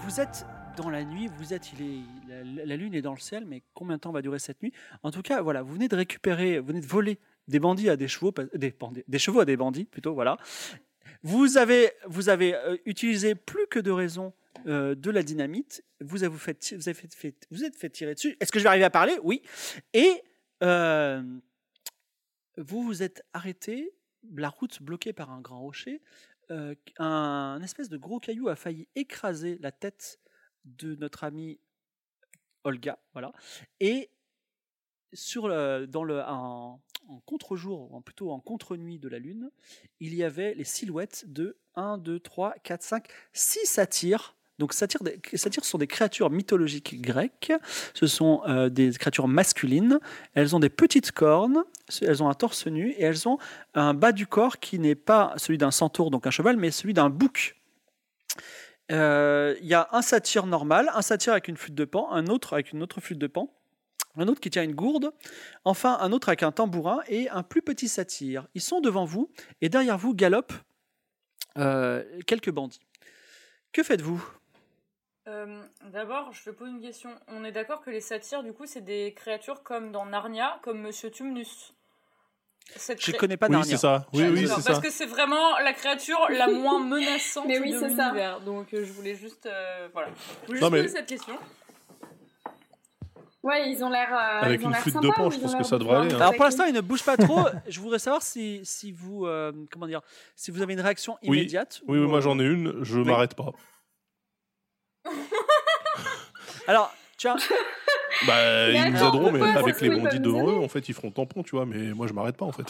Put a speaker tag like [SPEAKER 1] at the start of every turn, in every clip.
[SPEAKER 1] vous êtes dans la nuit, vous êtes, il est, la, la lune est dans le ciel, mais combien de temps va durer cette nuit En tout cas, voilà, vous venez de récupérer, vous venez de voler des bandits à des chevaux, pas- des, bandits- des chevaux à des bandits plutôt, voilà. Vous avez, vous avez euh, utilisé plus que de raisons euh, de la dynamite. Vous avez vous fait, ti- vous avez fait, fait- vous êtes fait tirer dessus. Est-ce que je vais arriver à parler Oui. Et euh, vous vous êtes arrêté, la route bloquée par un grand rocher. Euh, un espèce de gros caillou a failli écraser la tête de notre amie Olga, voilà. Et sur le, dans le, en, en contre-jour, ou en- plutôt en contre-nuit de la Lune, il y avait les silhouettes de 1, 2, 3, 4, 5, 6 satyres. Donc, satyres, des- satyres sont des créatures mythologiques grecques. Ce sont euh, des créatures masculines. Elles ont des petites cornes, ce- elles ont un torse nu et elles ont un bas du corps qui n'est pas celui d'un centaure, donc un cheval, mais celui d'un bouc. Euh, Il y a un satyre normal, un satyre avec une flûte de pan, un autre avec une autre flûte de pan, un autre qui tient une gourde, enfin un autre avec un tambourin et un plus petit satyre. Ils sont devant vous et derrière vous galopent euh, quelques bandits. Que faites-vous
[SPEAKER 2] Euh, D'abord, je vais poser une question. On est d'accord que les satyres, du coup, c'est des créatures comme dans Narnia, comme Monsieur Tumnus. Cette
[SPEAKER 1] Je
[SPEAKER 2] cré-
[SPEAKER 1] connais pas
[SPEAKER 3] oui,
[SPEAKER 1] Narnia.
[SPEAKER 3] c'est ça. Oui,
[SPEAKER 2] Ah,
[SPEAKER 3] oui,
[SPEAKER 2] d'accord,
[SPEAKER 3] c'est
[SPEAKER 2] Parce
[SPEAKER 3] ça.
[SPEAKER 2] que c'est vraiment la créature la moins menaçante
[SPEAKER 4] Mais oui,
[SPEAKER 2] de
[SPEAKER 4] c'est ça.
[SPEAKER 2] l'univers. Donc euh, je voulais juste, euh, voilà, je voulais
[SPEAKER 3] Non,
[SPEAKER 2] juste
[SPEAKER 3] mais-
[SPEAKER 2] poser cette question.
[SPEAKER 4] Ouais, ils ont l'air. euh,
[SPEAKER 3] Avec
[SPEAKER 4] ils ont
[SPEAKER 3] une
[SPEAKER 4] l'air
[SPEAKER 3] flûte de
[SPEAKER 4] sympas,
[SPEAKER 3] pan,
[SPEAKER 4] ou
[SPEAKER 3] je
[SPEAKER 4] ils
[SPEAKER 3] pense
[SPEAKER 4] ont
[SPEAKER 3] que
[SPEAKER 4] l'air
[SPEAKER 3] ça devrait
[SPEAKER 4] de pouvoir
[SPEAKER 3] aller,
[SPEAKER 4] nous
[SPEAKER 3] hein.
[SPEAKER 1] Alors pour
[SPEAKER 4] attaquer
[SPEAKER 1] l'instant, il ne bouge pas trop. Je voudrais savoir si, si vous euh, comment dire, si vous avez une réaction
[SPEAKER 3] Oui.
[SPEAKER 1] immédiate. euh,
[SPEAKER 3] Oui, oui, moi j'en ai une, je m'arrête pas.
[SPEAKER 1] Alors tiens,
[SPEAKER 3] Bah,
[SPEAKER 4] Mais
[SPEAKER 3] ils nous
[SPEAKER 4] attends,
[SPEAKER 3] aideront, mais
[SPEAKER 4] pourquoi est-ce
[SPEAKER 3] avec les
[SPEAKER 4] qu'ils peuvent
[SPEAKER 3] bandits
[SPEAKER 4] nous
[SPEAKER 3] devant eux,
[SPEAKER 4] aider
[SPEAKER 3] en fait, ils feront tampon, tu vois, mais moi je m'arrête pas, en fait.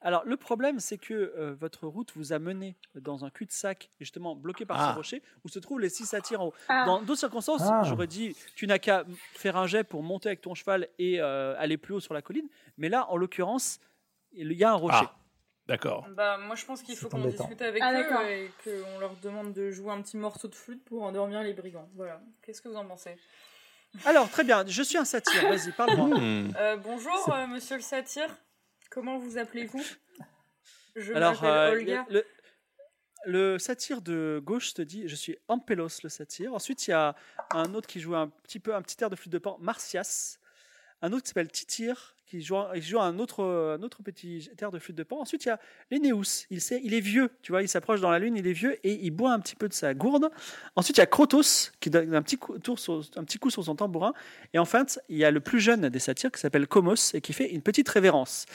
[SPEAKER 1] alors le problème, c'est que euh, votre route vous a mené dans un cul-de-sac, justement bloqué par
[SPEAKER 3] Ah.
[SPEAKER 1] ce rocher, où se trouvent les six satyres en haut.
[SPEAKER 4] Ah.
[SPEAKER 1] Dans d'autres circonstances,
[SPEAKER 5] Ah.
[SPEAKER 1] j'aurais dit, tu n'as qu'à faire un jet pour monter avec ton cheval et euh, aller plus haut sur la colline. Mais là, en l'occurrence, il y a un rocher.
[SPEAKER 3] Ah, d'accord.
[SPEAKER 2] Bah moi je pense qu'il faut
[SPEAKER 5] C'est
[SPEAKER 2] qu'on
[SPEAKER 5] embêtant.
[SPEAKER 2] discute avec
[SPEAKER 4] Ah, d'accord.
[SPEAKER 2] eux et qu'on leur demande de jouer un petit morceau de flûte pour endormir les brigands. Voilà. Qu'est-ce que vous en pensez
[SPEAKER 1] Alors très bien, je suis un satyre. Vas-y, parle-moi.
[SPEAKER 3] Hmm.
[SPEAKER 2] Euh, Bonjour, euh, Monsieur le satyre. Comment vous appelez-vous Je
[SPEAKER 1] Alors,
[SPEAKER 2] m'appelle
[SPEAKER 1] euh,
[SPEAKER 2] Olga.
[SPEAKER 1] le, le satire de gauche te dit Je suis Ampelos, le satire. Ensuite, il y a un autre qui joue un petit peu un petit air de flûte de pan, Marcias. Un autre qui s'appelle Titir, qui joue, un- il joue un, autre, un autre petit air de flûte de pan. Ensuite, il y a Lénéus. Il, sait- il est vieux, tu vois, il s'approche dans la lune, il est vieux et il boit un petit peu de sa gourde. Ensuite, il y a Crotos, qui donne un petit coup, tour sur- un petit coup sur son tambourin. Et enfin, il y a le plus jeune des satires qui s'appelle Comos et qui fait une petite révérence.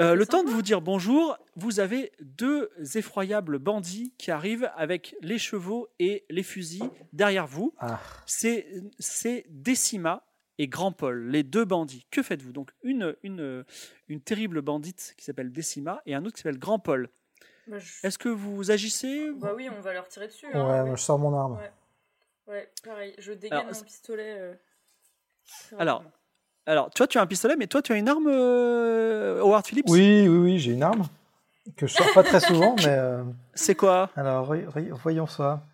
[SPEAKER 1] Euh, le temps de vous dire bonjour, vous avez deux effroyables bandits qui arrivent avec les chevaux et les fusils derrière vous.
[SPEAKER 5] Ah.
[SPEAKER 1] C'est c'est Décima et Grand Paul, les deux bandits. Que faites-vous Donc une, une, une terrible bandite qui s'appelle Décima et un autre qui s'appelle Grand Paul.
[SPEAKER 2] Bah, je-
[SPEAKER 1] Est-ce que vous agissez
[SPEAKER 2] bah oui, on va leur tirer dessus.
[SPEAKER 5] Ouais,
[SPEAKER 2] hein, oui.
[SPEAKER 5] moi, je sors mon arme.
[SPEAKER 2] Ouais, pareil. Je dégaine
[SPEAKER 1] Alors,
[SPEAKER 2] mon
[SPEAKER 1] c'est-
[SPEAKER 2] pistolet. euh, très
[SPEAKER 1] Alors,
[SPEAKER 2] rapidement.
[SPEAKER 1] Alors, toi, tu as un pistolet, mais toi, tu as une arme, euh, Howard Phillips
[SPEAKER 5] Oui, oui, oui, j'ai une arme que je sors pas très souvent, mais euh,
[SPEAKER 1] C'est quoi
[SPEAKER 5] alors re- re- voyons ça.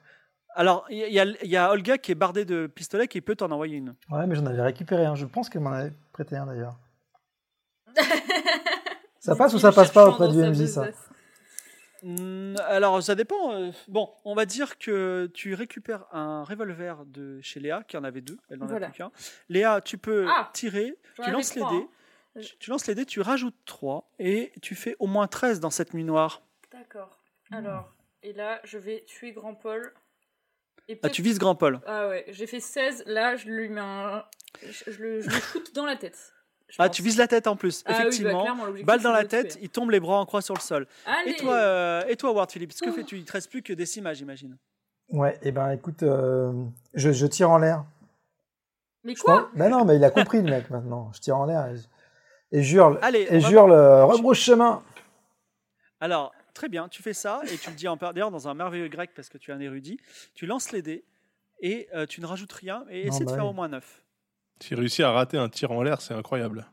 [SPEAKER 1] Alors, il y, a- il y a- il y a Olga qui est bardée de pistolets qui peut t'en envoyer une.
[SPEAKER 5] Ouais, mais j'en avais récupéré un. Je pense qu'elle m'en avait prêté un d'ailleurs. Ça passe ou ça passe pas auprès du hein MJ ça
[SPEAKER 1] Hmm, Alors, ça dépend. euh, Bon, on va dire que tu récupères un revolver de chez Léa, qui en avait deux, elle n'en
[SPEAKER 2] Voilà.
[SPEAKER 1] a plus qu'un. Léa, tu peux
[SPEAKER 2] Ah
[SPEAKER 1] tirer,
[SPEAKER 2] J'en
[SPEAKER 1] tu
[SPEAKER 2] avais
[SPEAKER 1] lances les
[SPEAKER 2] trois,
[SPEAKER 1] dés,
[SPEAKER 2] hein.
[SPEAKER 1] tu, tu lances les dés, tu rajoutes 3 et tu fais au moins 13 dans cette nuit noire.
[SPEAKER 2] D'accord. Alors, et là, je vais tuer Grand Paul. Et
[SPEAKER 1] Ah,
[SPEAKER 2] peut-être-
[SPEAKER 1] tu vises Grand Paul.
[SPEAKER 2] Ah ouais, j'ai fait 16. Là, je lui mets un. Je, je le, je le shoot dans la tête. je
[SPEAKER 1] Ah,
[SPEAKER 2] pense.
[SPEAKER 1] tu vises la tête en plus,
[SPEAKER 2] Ah oui, bah,
[SPEAKER 1] effectivement.
[SPEAKER 2] clairement, l'objectif,
[SPEAKER 1] Balle dans
[SPEAKER 2] c'est de
[SPEAKER 1] la
[SPEAKER 2] le
[SPEAKER 1] tête,
[SPEAKER 2] tuer.
[SPEAKER 1] il tombe les bras en croix sur le sol.
[SPEAKER 2] Allez Oh.
[SPEAKER 1] Et toi, euh, et toi, Ward Phillips, que fais-tu Il te reste plus que des cimas, j'imagine.
[SPEAKER 5] Ouais, et ben écoute, euh, je, je tire en l'air.
[SPEAKER 2] Mais
[SPEAKER 5] Je
[SPEAKER 2] quoi
[SPEAKER 5] pense- Ben non, mais il a compris le mec maintenant. Je tire en l'air et, je- et j'hurle.
[SPEAKER 1] Allez, on
[SPEAKER 5] Et
[SPEAKER 1] va-
[SPEAKER 5] j'hurle, euh, rebrousse chemin.
[SPEAKER 1] Alors, très bien, tu fais ça et tu le dis en par- d'ailleurs dans un merveilleux grec parce que tu es un érudit. Tu lances les dés et euh, tu ne rajoutes rien et
[SPEAKER 5] Non,
[SPEAKER 1] essaie de
[SPEAKER 5] bah
[SPEAKER 1] faire
[SPEAKER 5] oui.
[SPEAKER 1] au moins 9.
[SPEAKER 3] J'ai réussi à rater un tir en l'air, c'est incroyable.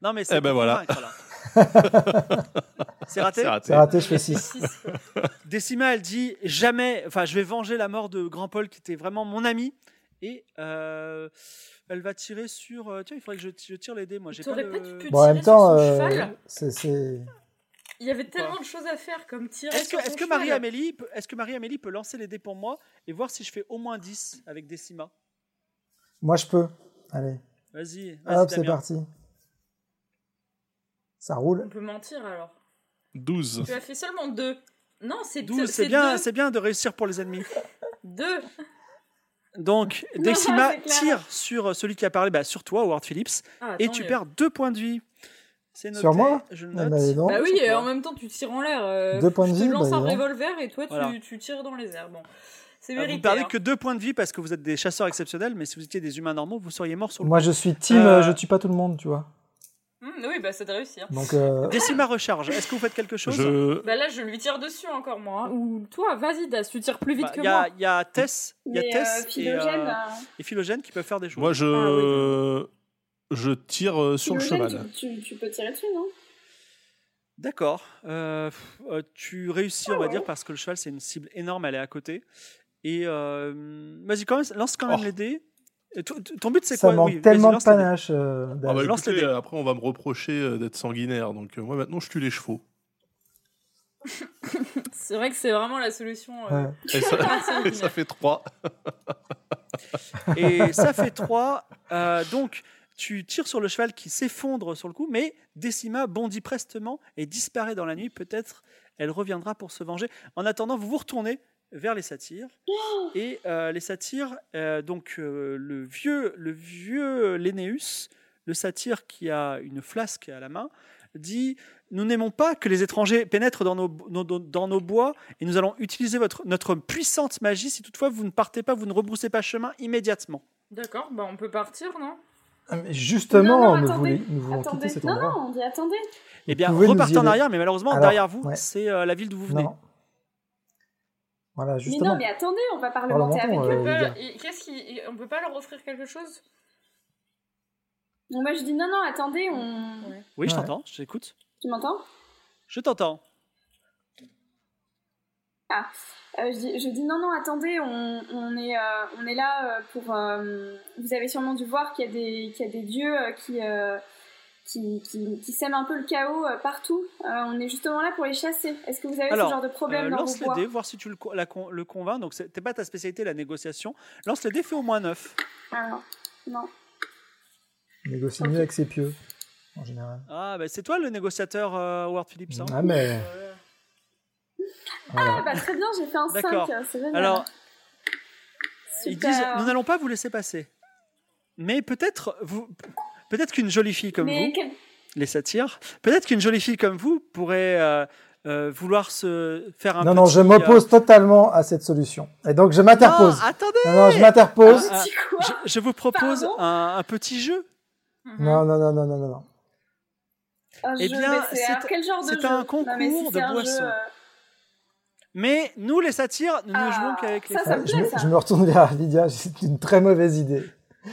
[SPEAKER 1] Non, mais c'est
[SPEAKER 3] Eh ben
[SPEAKER 1] pour
[SPEAKER 3] voilà.
[SPEAKER 1] convaincre, là. c'est raté.
[SPEAKER 3] C'est raté.
[SPEAKER 5] C'est raté, Ah, je fais
[SPEAKER 2] J'ai fait
[SPEAKER 5] 6.
[SPEAKER 2] six, quoi.
[SPEAKER 1] Décima, elle dit jamais, enfin, je vais venger la mort de Grand Paul qui était vraiment mon ami. Et euh, elle va tirer sur. euh, tiens, il faudrait que je, je tire les dés. Moi, j'ai pas
[SPEAKER 2] T'aurais
[SPEAKER 1] le-
[SPEAKER 2] pas dû que
[SPEAKER 5] Bon, en
[SPEAKER 2] tirer
[SPEAKER 5] même temps,
[SPEAKER 2] sur son
[SPEAKER 5] euh,
[SPEAKER 2] cheval
[SPEAKER 5] c'est- c'est.
[SPEAKER 2] Il y avait tellement de choses à faire comme tirer.
[SPEAKER 1] Est-ce que,
[SPEAKER 2] sur
[SPEAKER 1] est-ce
[SPEAKER 2] son
[SPEAKER 1] que
[SPEAKER 2] cheval.
[SPEAKER 1] Marie-Amélie peut, est-ce que Marie-Amélie peut lancer les dés pour moi et voir si je fais au moins 10 avec Décima
[SPEAKER 5] Moi, je peux. Allez,
[SPEAKER 1] Vas-y, vas-y
[SPEAKER 3] Ah,
[SPEAKER 5] hop, c'est
[SPEAKER 1] Damien.
[SPEAKER 5] parti. Ça
[SPEAKER 2] On
[SPEAKER 5] roule.
[SPEAKER 2] peut mentir alors.
[SPEAKER 3] 12.
[SPEAKER 2] Tu as fait seulement deux. Non, c'est
[SPEAKER 1] 12,
[SPEAKER 2] deux.
[SPEAKER 1] c'est bien, c'est bien de réussir pour les ennemis.
[SPEAKER 2] Deux.
[SPEAKER 1] Donc,
[SPEAKER 2] Non,
[SPEAKER 1] Décima
[SPEAKER 2] c'est clair.
[SPEAKER 1] tire sur euh, celui qui a parlé, bah, sur toi, Howard Phillips,
[SPEAKER 2] Ah,
[SPEAKER 1] et
[SPEAKER 2] tant
[SPEAKER 1] tu
[SPEAKER 2] mieux.
[SPEAKER 1] perds 2 points de vie. C'est noté,
[SPEAKER 5] Sur moi
[SPEAKER 1] je le
[SPEAKER 5] Ah,
[SPEAKER 1] note.
[SPEAKER 5] bah, dis donc.
[SPEAKER 2] Bah oui,
[SPEAKER 1] C'est
[SPEAKER 2] euh,
[SPEAKER 1] quoi
[SPEAKER 2] en même temps, tu tires en l'air. euh,
[SPEAKER 5] Deux points de
[SPEAKER 2] je te
[SPEAKER 5] vie,
[SPEAKER 2] lance
[SPEAKER 5] bah,
[SPEAKER 2] un
[SPEAKER 5] dis donc.
[SPEAKER 2] revolver et toi, tu,
[SPEAKER 1] Voilà.
[SPEAKER 2] tu tires dans les airs. Bon, c'est
[SPEAKER 1] Ah,
[SPEAKER 2] vérité.
[SPEAKER 1] Vous perdez
[SPEAKER 2] hein.
[SPEAKER 1] que 2 points de vie parce que vous êtes des chasseurs exceptionnels, mais si vous étiez des humains normaux, vous seriez morts sur le
[SPEAKER 5] Moi, je suis team,
[SPEAKER 1] Euh,
[SPEAKER 5] euh, je tue pas tout le monde, tu vois.
[SPEAKER 2] Hmm, oui, bah c'est de réussir.
[SPEAKER 5] Donc, euh,
[SPEAKER 1] Décima recharge. Est-ce que vous faites quelque chose
[SPEAKER 3] Je...
[SPEAKER 2] Bah là, je lui tire dessus encore, moi. hein. Ou toi, vas-y, Das, tu tires plus vite
[SPEAKER 1] Bah,
[SPEAKER 2] que
[SPEAKER 1] Il y, a-
[SPEAKER 2] moi.
[SPEAKER 1] il y a Tess, il y a
[SPEAKER 4] Mais,
[SPEAKER 1] Tess
[SPEAKER 4] euh,
[SPEAKER 1] et, euh,
[SPEAKER 4] Philogène, euh,
[SPEAKER 1] et Philogène qui peuvent faire des choses.
[SPEAKER 3] Moi, je... Je tire euh, sur le
[SPEAKER 4] Philogène,
[SPEAKER 3] cheval.
[SPEAKER 4] Tu, tu- tu peux tirer dessus, non
[SPEAKER 1] D'accord. Euh, pff, euh, tu réussis, on va dire, parce que le cheval, c'est une cible énorme, elle est à côté. Et euh, vas-y, quand même, lance quand même
[SPEAKER 3] Oh.
[SPEAKER 1] les dés. Et to- to- Ton but, c'est
[SPEAKER 5] ça
[SPEAKER 1] quoi
[SPEAKER 5] manque
[SPEAKER 1] Oui, vas-y,
[SPEAKER 5] tellement de
[SPEAKER 1] lance les dés.
[SPEAKER 5] panache. euh,
[SPEAKER 3] Ah bah
[SPEAKER 5] d'âge.
[SPEAKER 1] lance
[SPEAKER 3] écoutez,
[SPEAKER 1] les dés.
[SPEAKER 3] euh, après on va me reprocher euh, d'être sanguinaire, donc euh, moi maintenant je tue les chevaux.
[SPEAKER 2] C'est vrai que c'est vraiment la solution. euh,
[SPEAKER 5] Ouais.
[SPEAKER 3] Et ça,
[SPEAKER 2] pas
[SPEAKER 3] et
[SPEAKER 2] sanguinaire.
[SPEAKER 3] ça fait 3.
[SPEAKER 1] Et ça fait 3. donc, tu tires sur le cheval qui s'effondre sur le coup, mais Décima bondit prestement et disparaît dans la nuit. Peut-être elle reviendra pour se venger. En attendant, vous vous retournez vers les satyres. Et euh, les satyres, euh, donc euh, le vieux, le vieux Lénéus, le satyre qui a une flasque à la main, dit Nous n'aimons pas que les étrangers pénètrent dans nos, nos- nos- dans nos bois et nous allons utiliser votre, notre puissante magie si toutefois vous ne partez pas, vous ne rebroussez pas chemin immédiatement.
[SPEAKER 2] D'accord, bah on peut partir, non
[SPEAKER 5] Ah, mais
[SPEAKER 4] Non,
[SPEAKER 5] Justement,
[SPEAKER 4] non,
[SPEAKER 5] nous,
[SPEAKER 4] attendez,
[SPEAKER 5] voulons- nous voulons
[SPEAKER 4] Attendez.
[SPEAKER 5] quitter cet
[SPEAKER 4] Non,
[SPEAKER 5] endroit.
[SPEAKER 4] non, on dit attendez.
[SPEAKER 1] Eh bien,
[SPEAKER 5] pouvez nous y
[SPEAKER 1] repartez en
[SPEAKER 5] aller.
[SPEAKER 1] arrière, mais malheureusement,
[SPEAKER 5] Alors,
[SPEAKER 1] derrière vous,
[SPEAKER 5] ouais.
[SPEAKER 1] c'est euh, la ville d'où vous venez.
[SPEAKER 5] Non. Voilà,
[SPEAKER 4] Mais
[SPEAKER 5] justement.
[SPEAKER 4] non, mais attendez, on va parlementer avec
[SPEAKER 5] Parlementons,
[SPEAKER 4] eux.
[SPEAKER 5] euh,
[SPEAKER 2] On
[SPEAKER 5] les
[SPEAKER 2] peut-
[SPEAKER 5] gars.
[SPEAKER 2] et Qu'est-ce qui, et on peut pas leur offrir quelque chose
[SPEAKER 4] Donc Moi, je dis non, non, attendez, on...
[SPEAKER 1] Oui, je
[SPEAKER 5] Ouais.
[SPEAKER 1] t'entends, j'écoute.
[SPEAKER 4] Tu m'entends
[SPEAKER 1] Je t'entends.
[SPEAKER 4] Euh, je, dis, je dis non, non, attendez, on, on est, euh, on est là euh, pour. euh, vous avez sûrement dû voir qu'il y a des, qu'il y a des dieux euh, qui, euh, qui, qui, qui sèment un peu le chaos euh, partout. Euh, on est justement là pour les chasser. Est-ce que vous avez
[SPEAKER 1] Alors,
[SPEAKER 4] ce genre de problème
[SPEAKER 1] Euh,
[SPEAKER 4] dans
[SPEAKER 1] lance
[SPEAKER 4] vos
[SPEAKER 1] les
[SPEAKER 4] bois
[SPEAKER 1] dés, voir si tu le, co- la con- le convaincs. Donc, c'est t'es pas ta spécialité, la négociation. Lance les dés, fais au moins 9.
[SPEAKER 4] Alors, non.
[SPEAKER 5] Négocie mieux avec ses pieux, en général.
[SPEAKER 1] Ah, bah, c'est toi le négociateur euh, Howard Phillips. hein.
[SPEAKER 5] Ah, mais.
[SPEAKER 2] Euh,
[SPEAKER 5] voilà.
[SPEAKER 4] Ah, bah très bien, j'ai fait un 5.
[SPEAKER 1] D'accord.
[SPEAKER 4] C'est génial.
[SPEAKER 1] Alors, ils
[SPEAKER 4] Super.
[SPEAKER 1] disent Nous n'allons pas vous laisser passer. Mais peut-être vous. Peut-être qu'une jolie fille comme
[SPEAKER 4] Mais
[SPEAKER 1] vous,
[SPEAKER 4] quel-
[SPEAKER 1] les satires, peut-être qu'une jolie fille comme vous pourrait euh, euh, vouloir se faire Ah, un
[SPEAKER 5] Non, non,
[SPEAKER 1] petit,
[SPEAKER 5] je m'oppose totalement à cette solution. Et donc, je
[SPEAKER 1] euh,
[SPEAKER 5] m'interpose.
[SPEAKER 1] Non, attendez
[SPEAKER 5] Non, non, je
[SPEAKER 1] Ah,
[SPEAKER 5] m'interpose.
[SPEAKER 1] ah,
[SPEAKER 4] Tu dis quoi
[SPEAKER 1] je, je vous propose
[SPEAKER 4] Pardon
[SPEAKER 1] un, un petit jeu.
[SPEAKER 2] mhm.
[SPEAKER 5] Non, non, non, non, non, non, non.
[SPEAKER 4] Un
[SPEAKER 1] eh
[SPEAKER 4] jeu,
[SPEAKER 1] bien,
[SPEAKER 4] Oh, mais c'est
[SPEAKER 1] c'est
[SPEAKER 4] alors, quel genre de
[SPEAKER 1] c'est
[SPEAKER 4] jeu
[SPEAKER 1] un
[SPEAKER 4] Non, mais si
[SPEAKER 1] concours de
[SPEAKER 4] c'est un jeu,
[SPEAKER 1] boissons.
[SPEAKER 4] euh,
[SPEAKER 1] Mais nous, les satires, nous ne
[SPEAKER 4] Ah,
[SPEAKER 1] jouons qu'avec les
[SPEAKER 4] ça,
[SPEAKER 1] femmes.
[SPEAKER 4] me
[SPEAKER 5] je,
[SPEAKER 4] plaît,
[SPEAKER 5] me-
[SPEAKER 4] ça.
[SPEAKER 5] je me retourne vers Lydia, c'est une très mauvaise idée.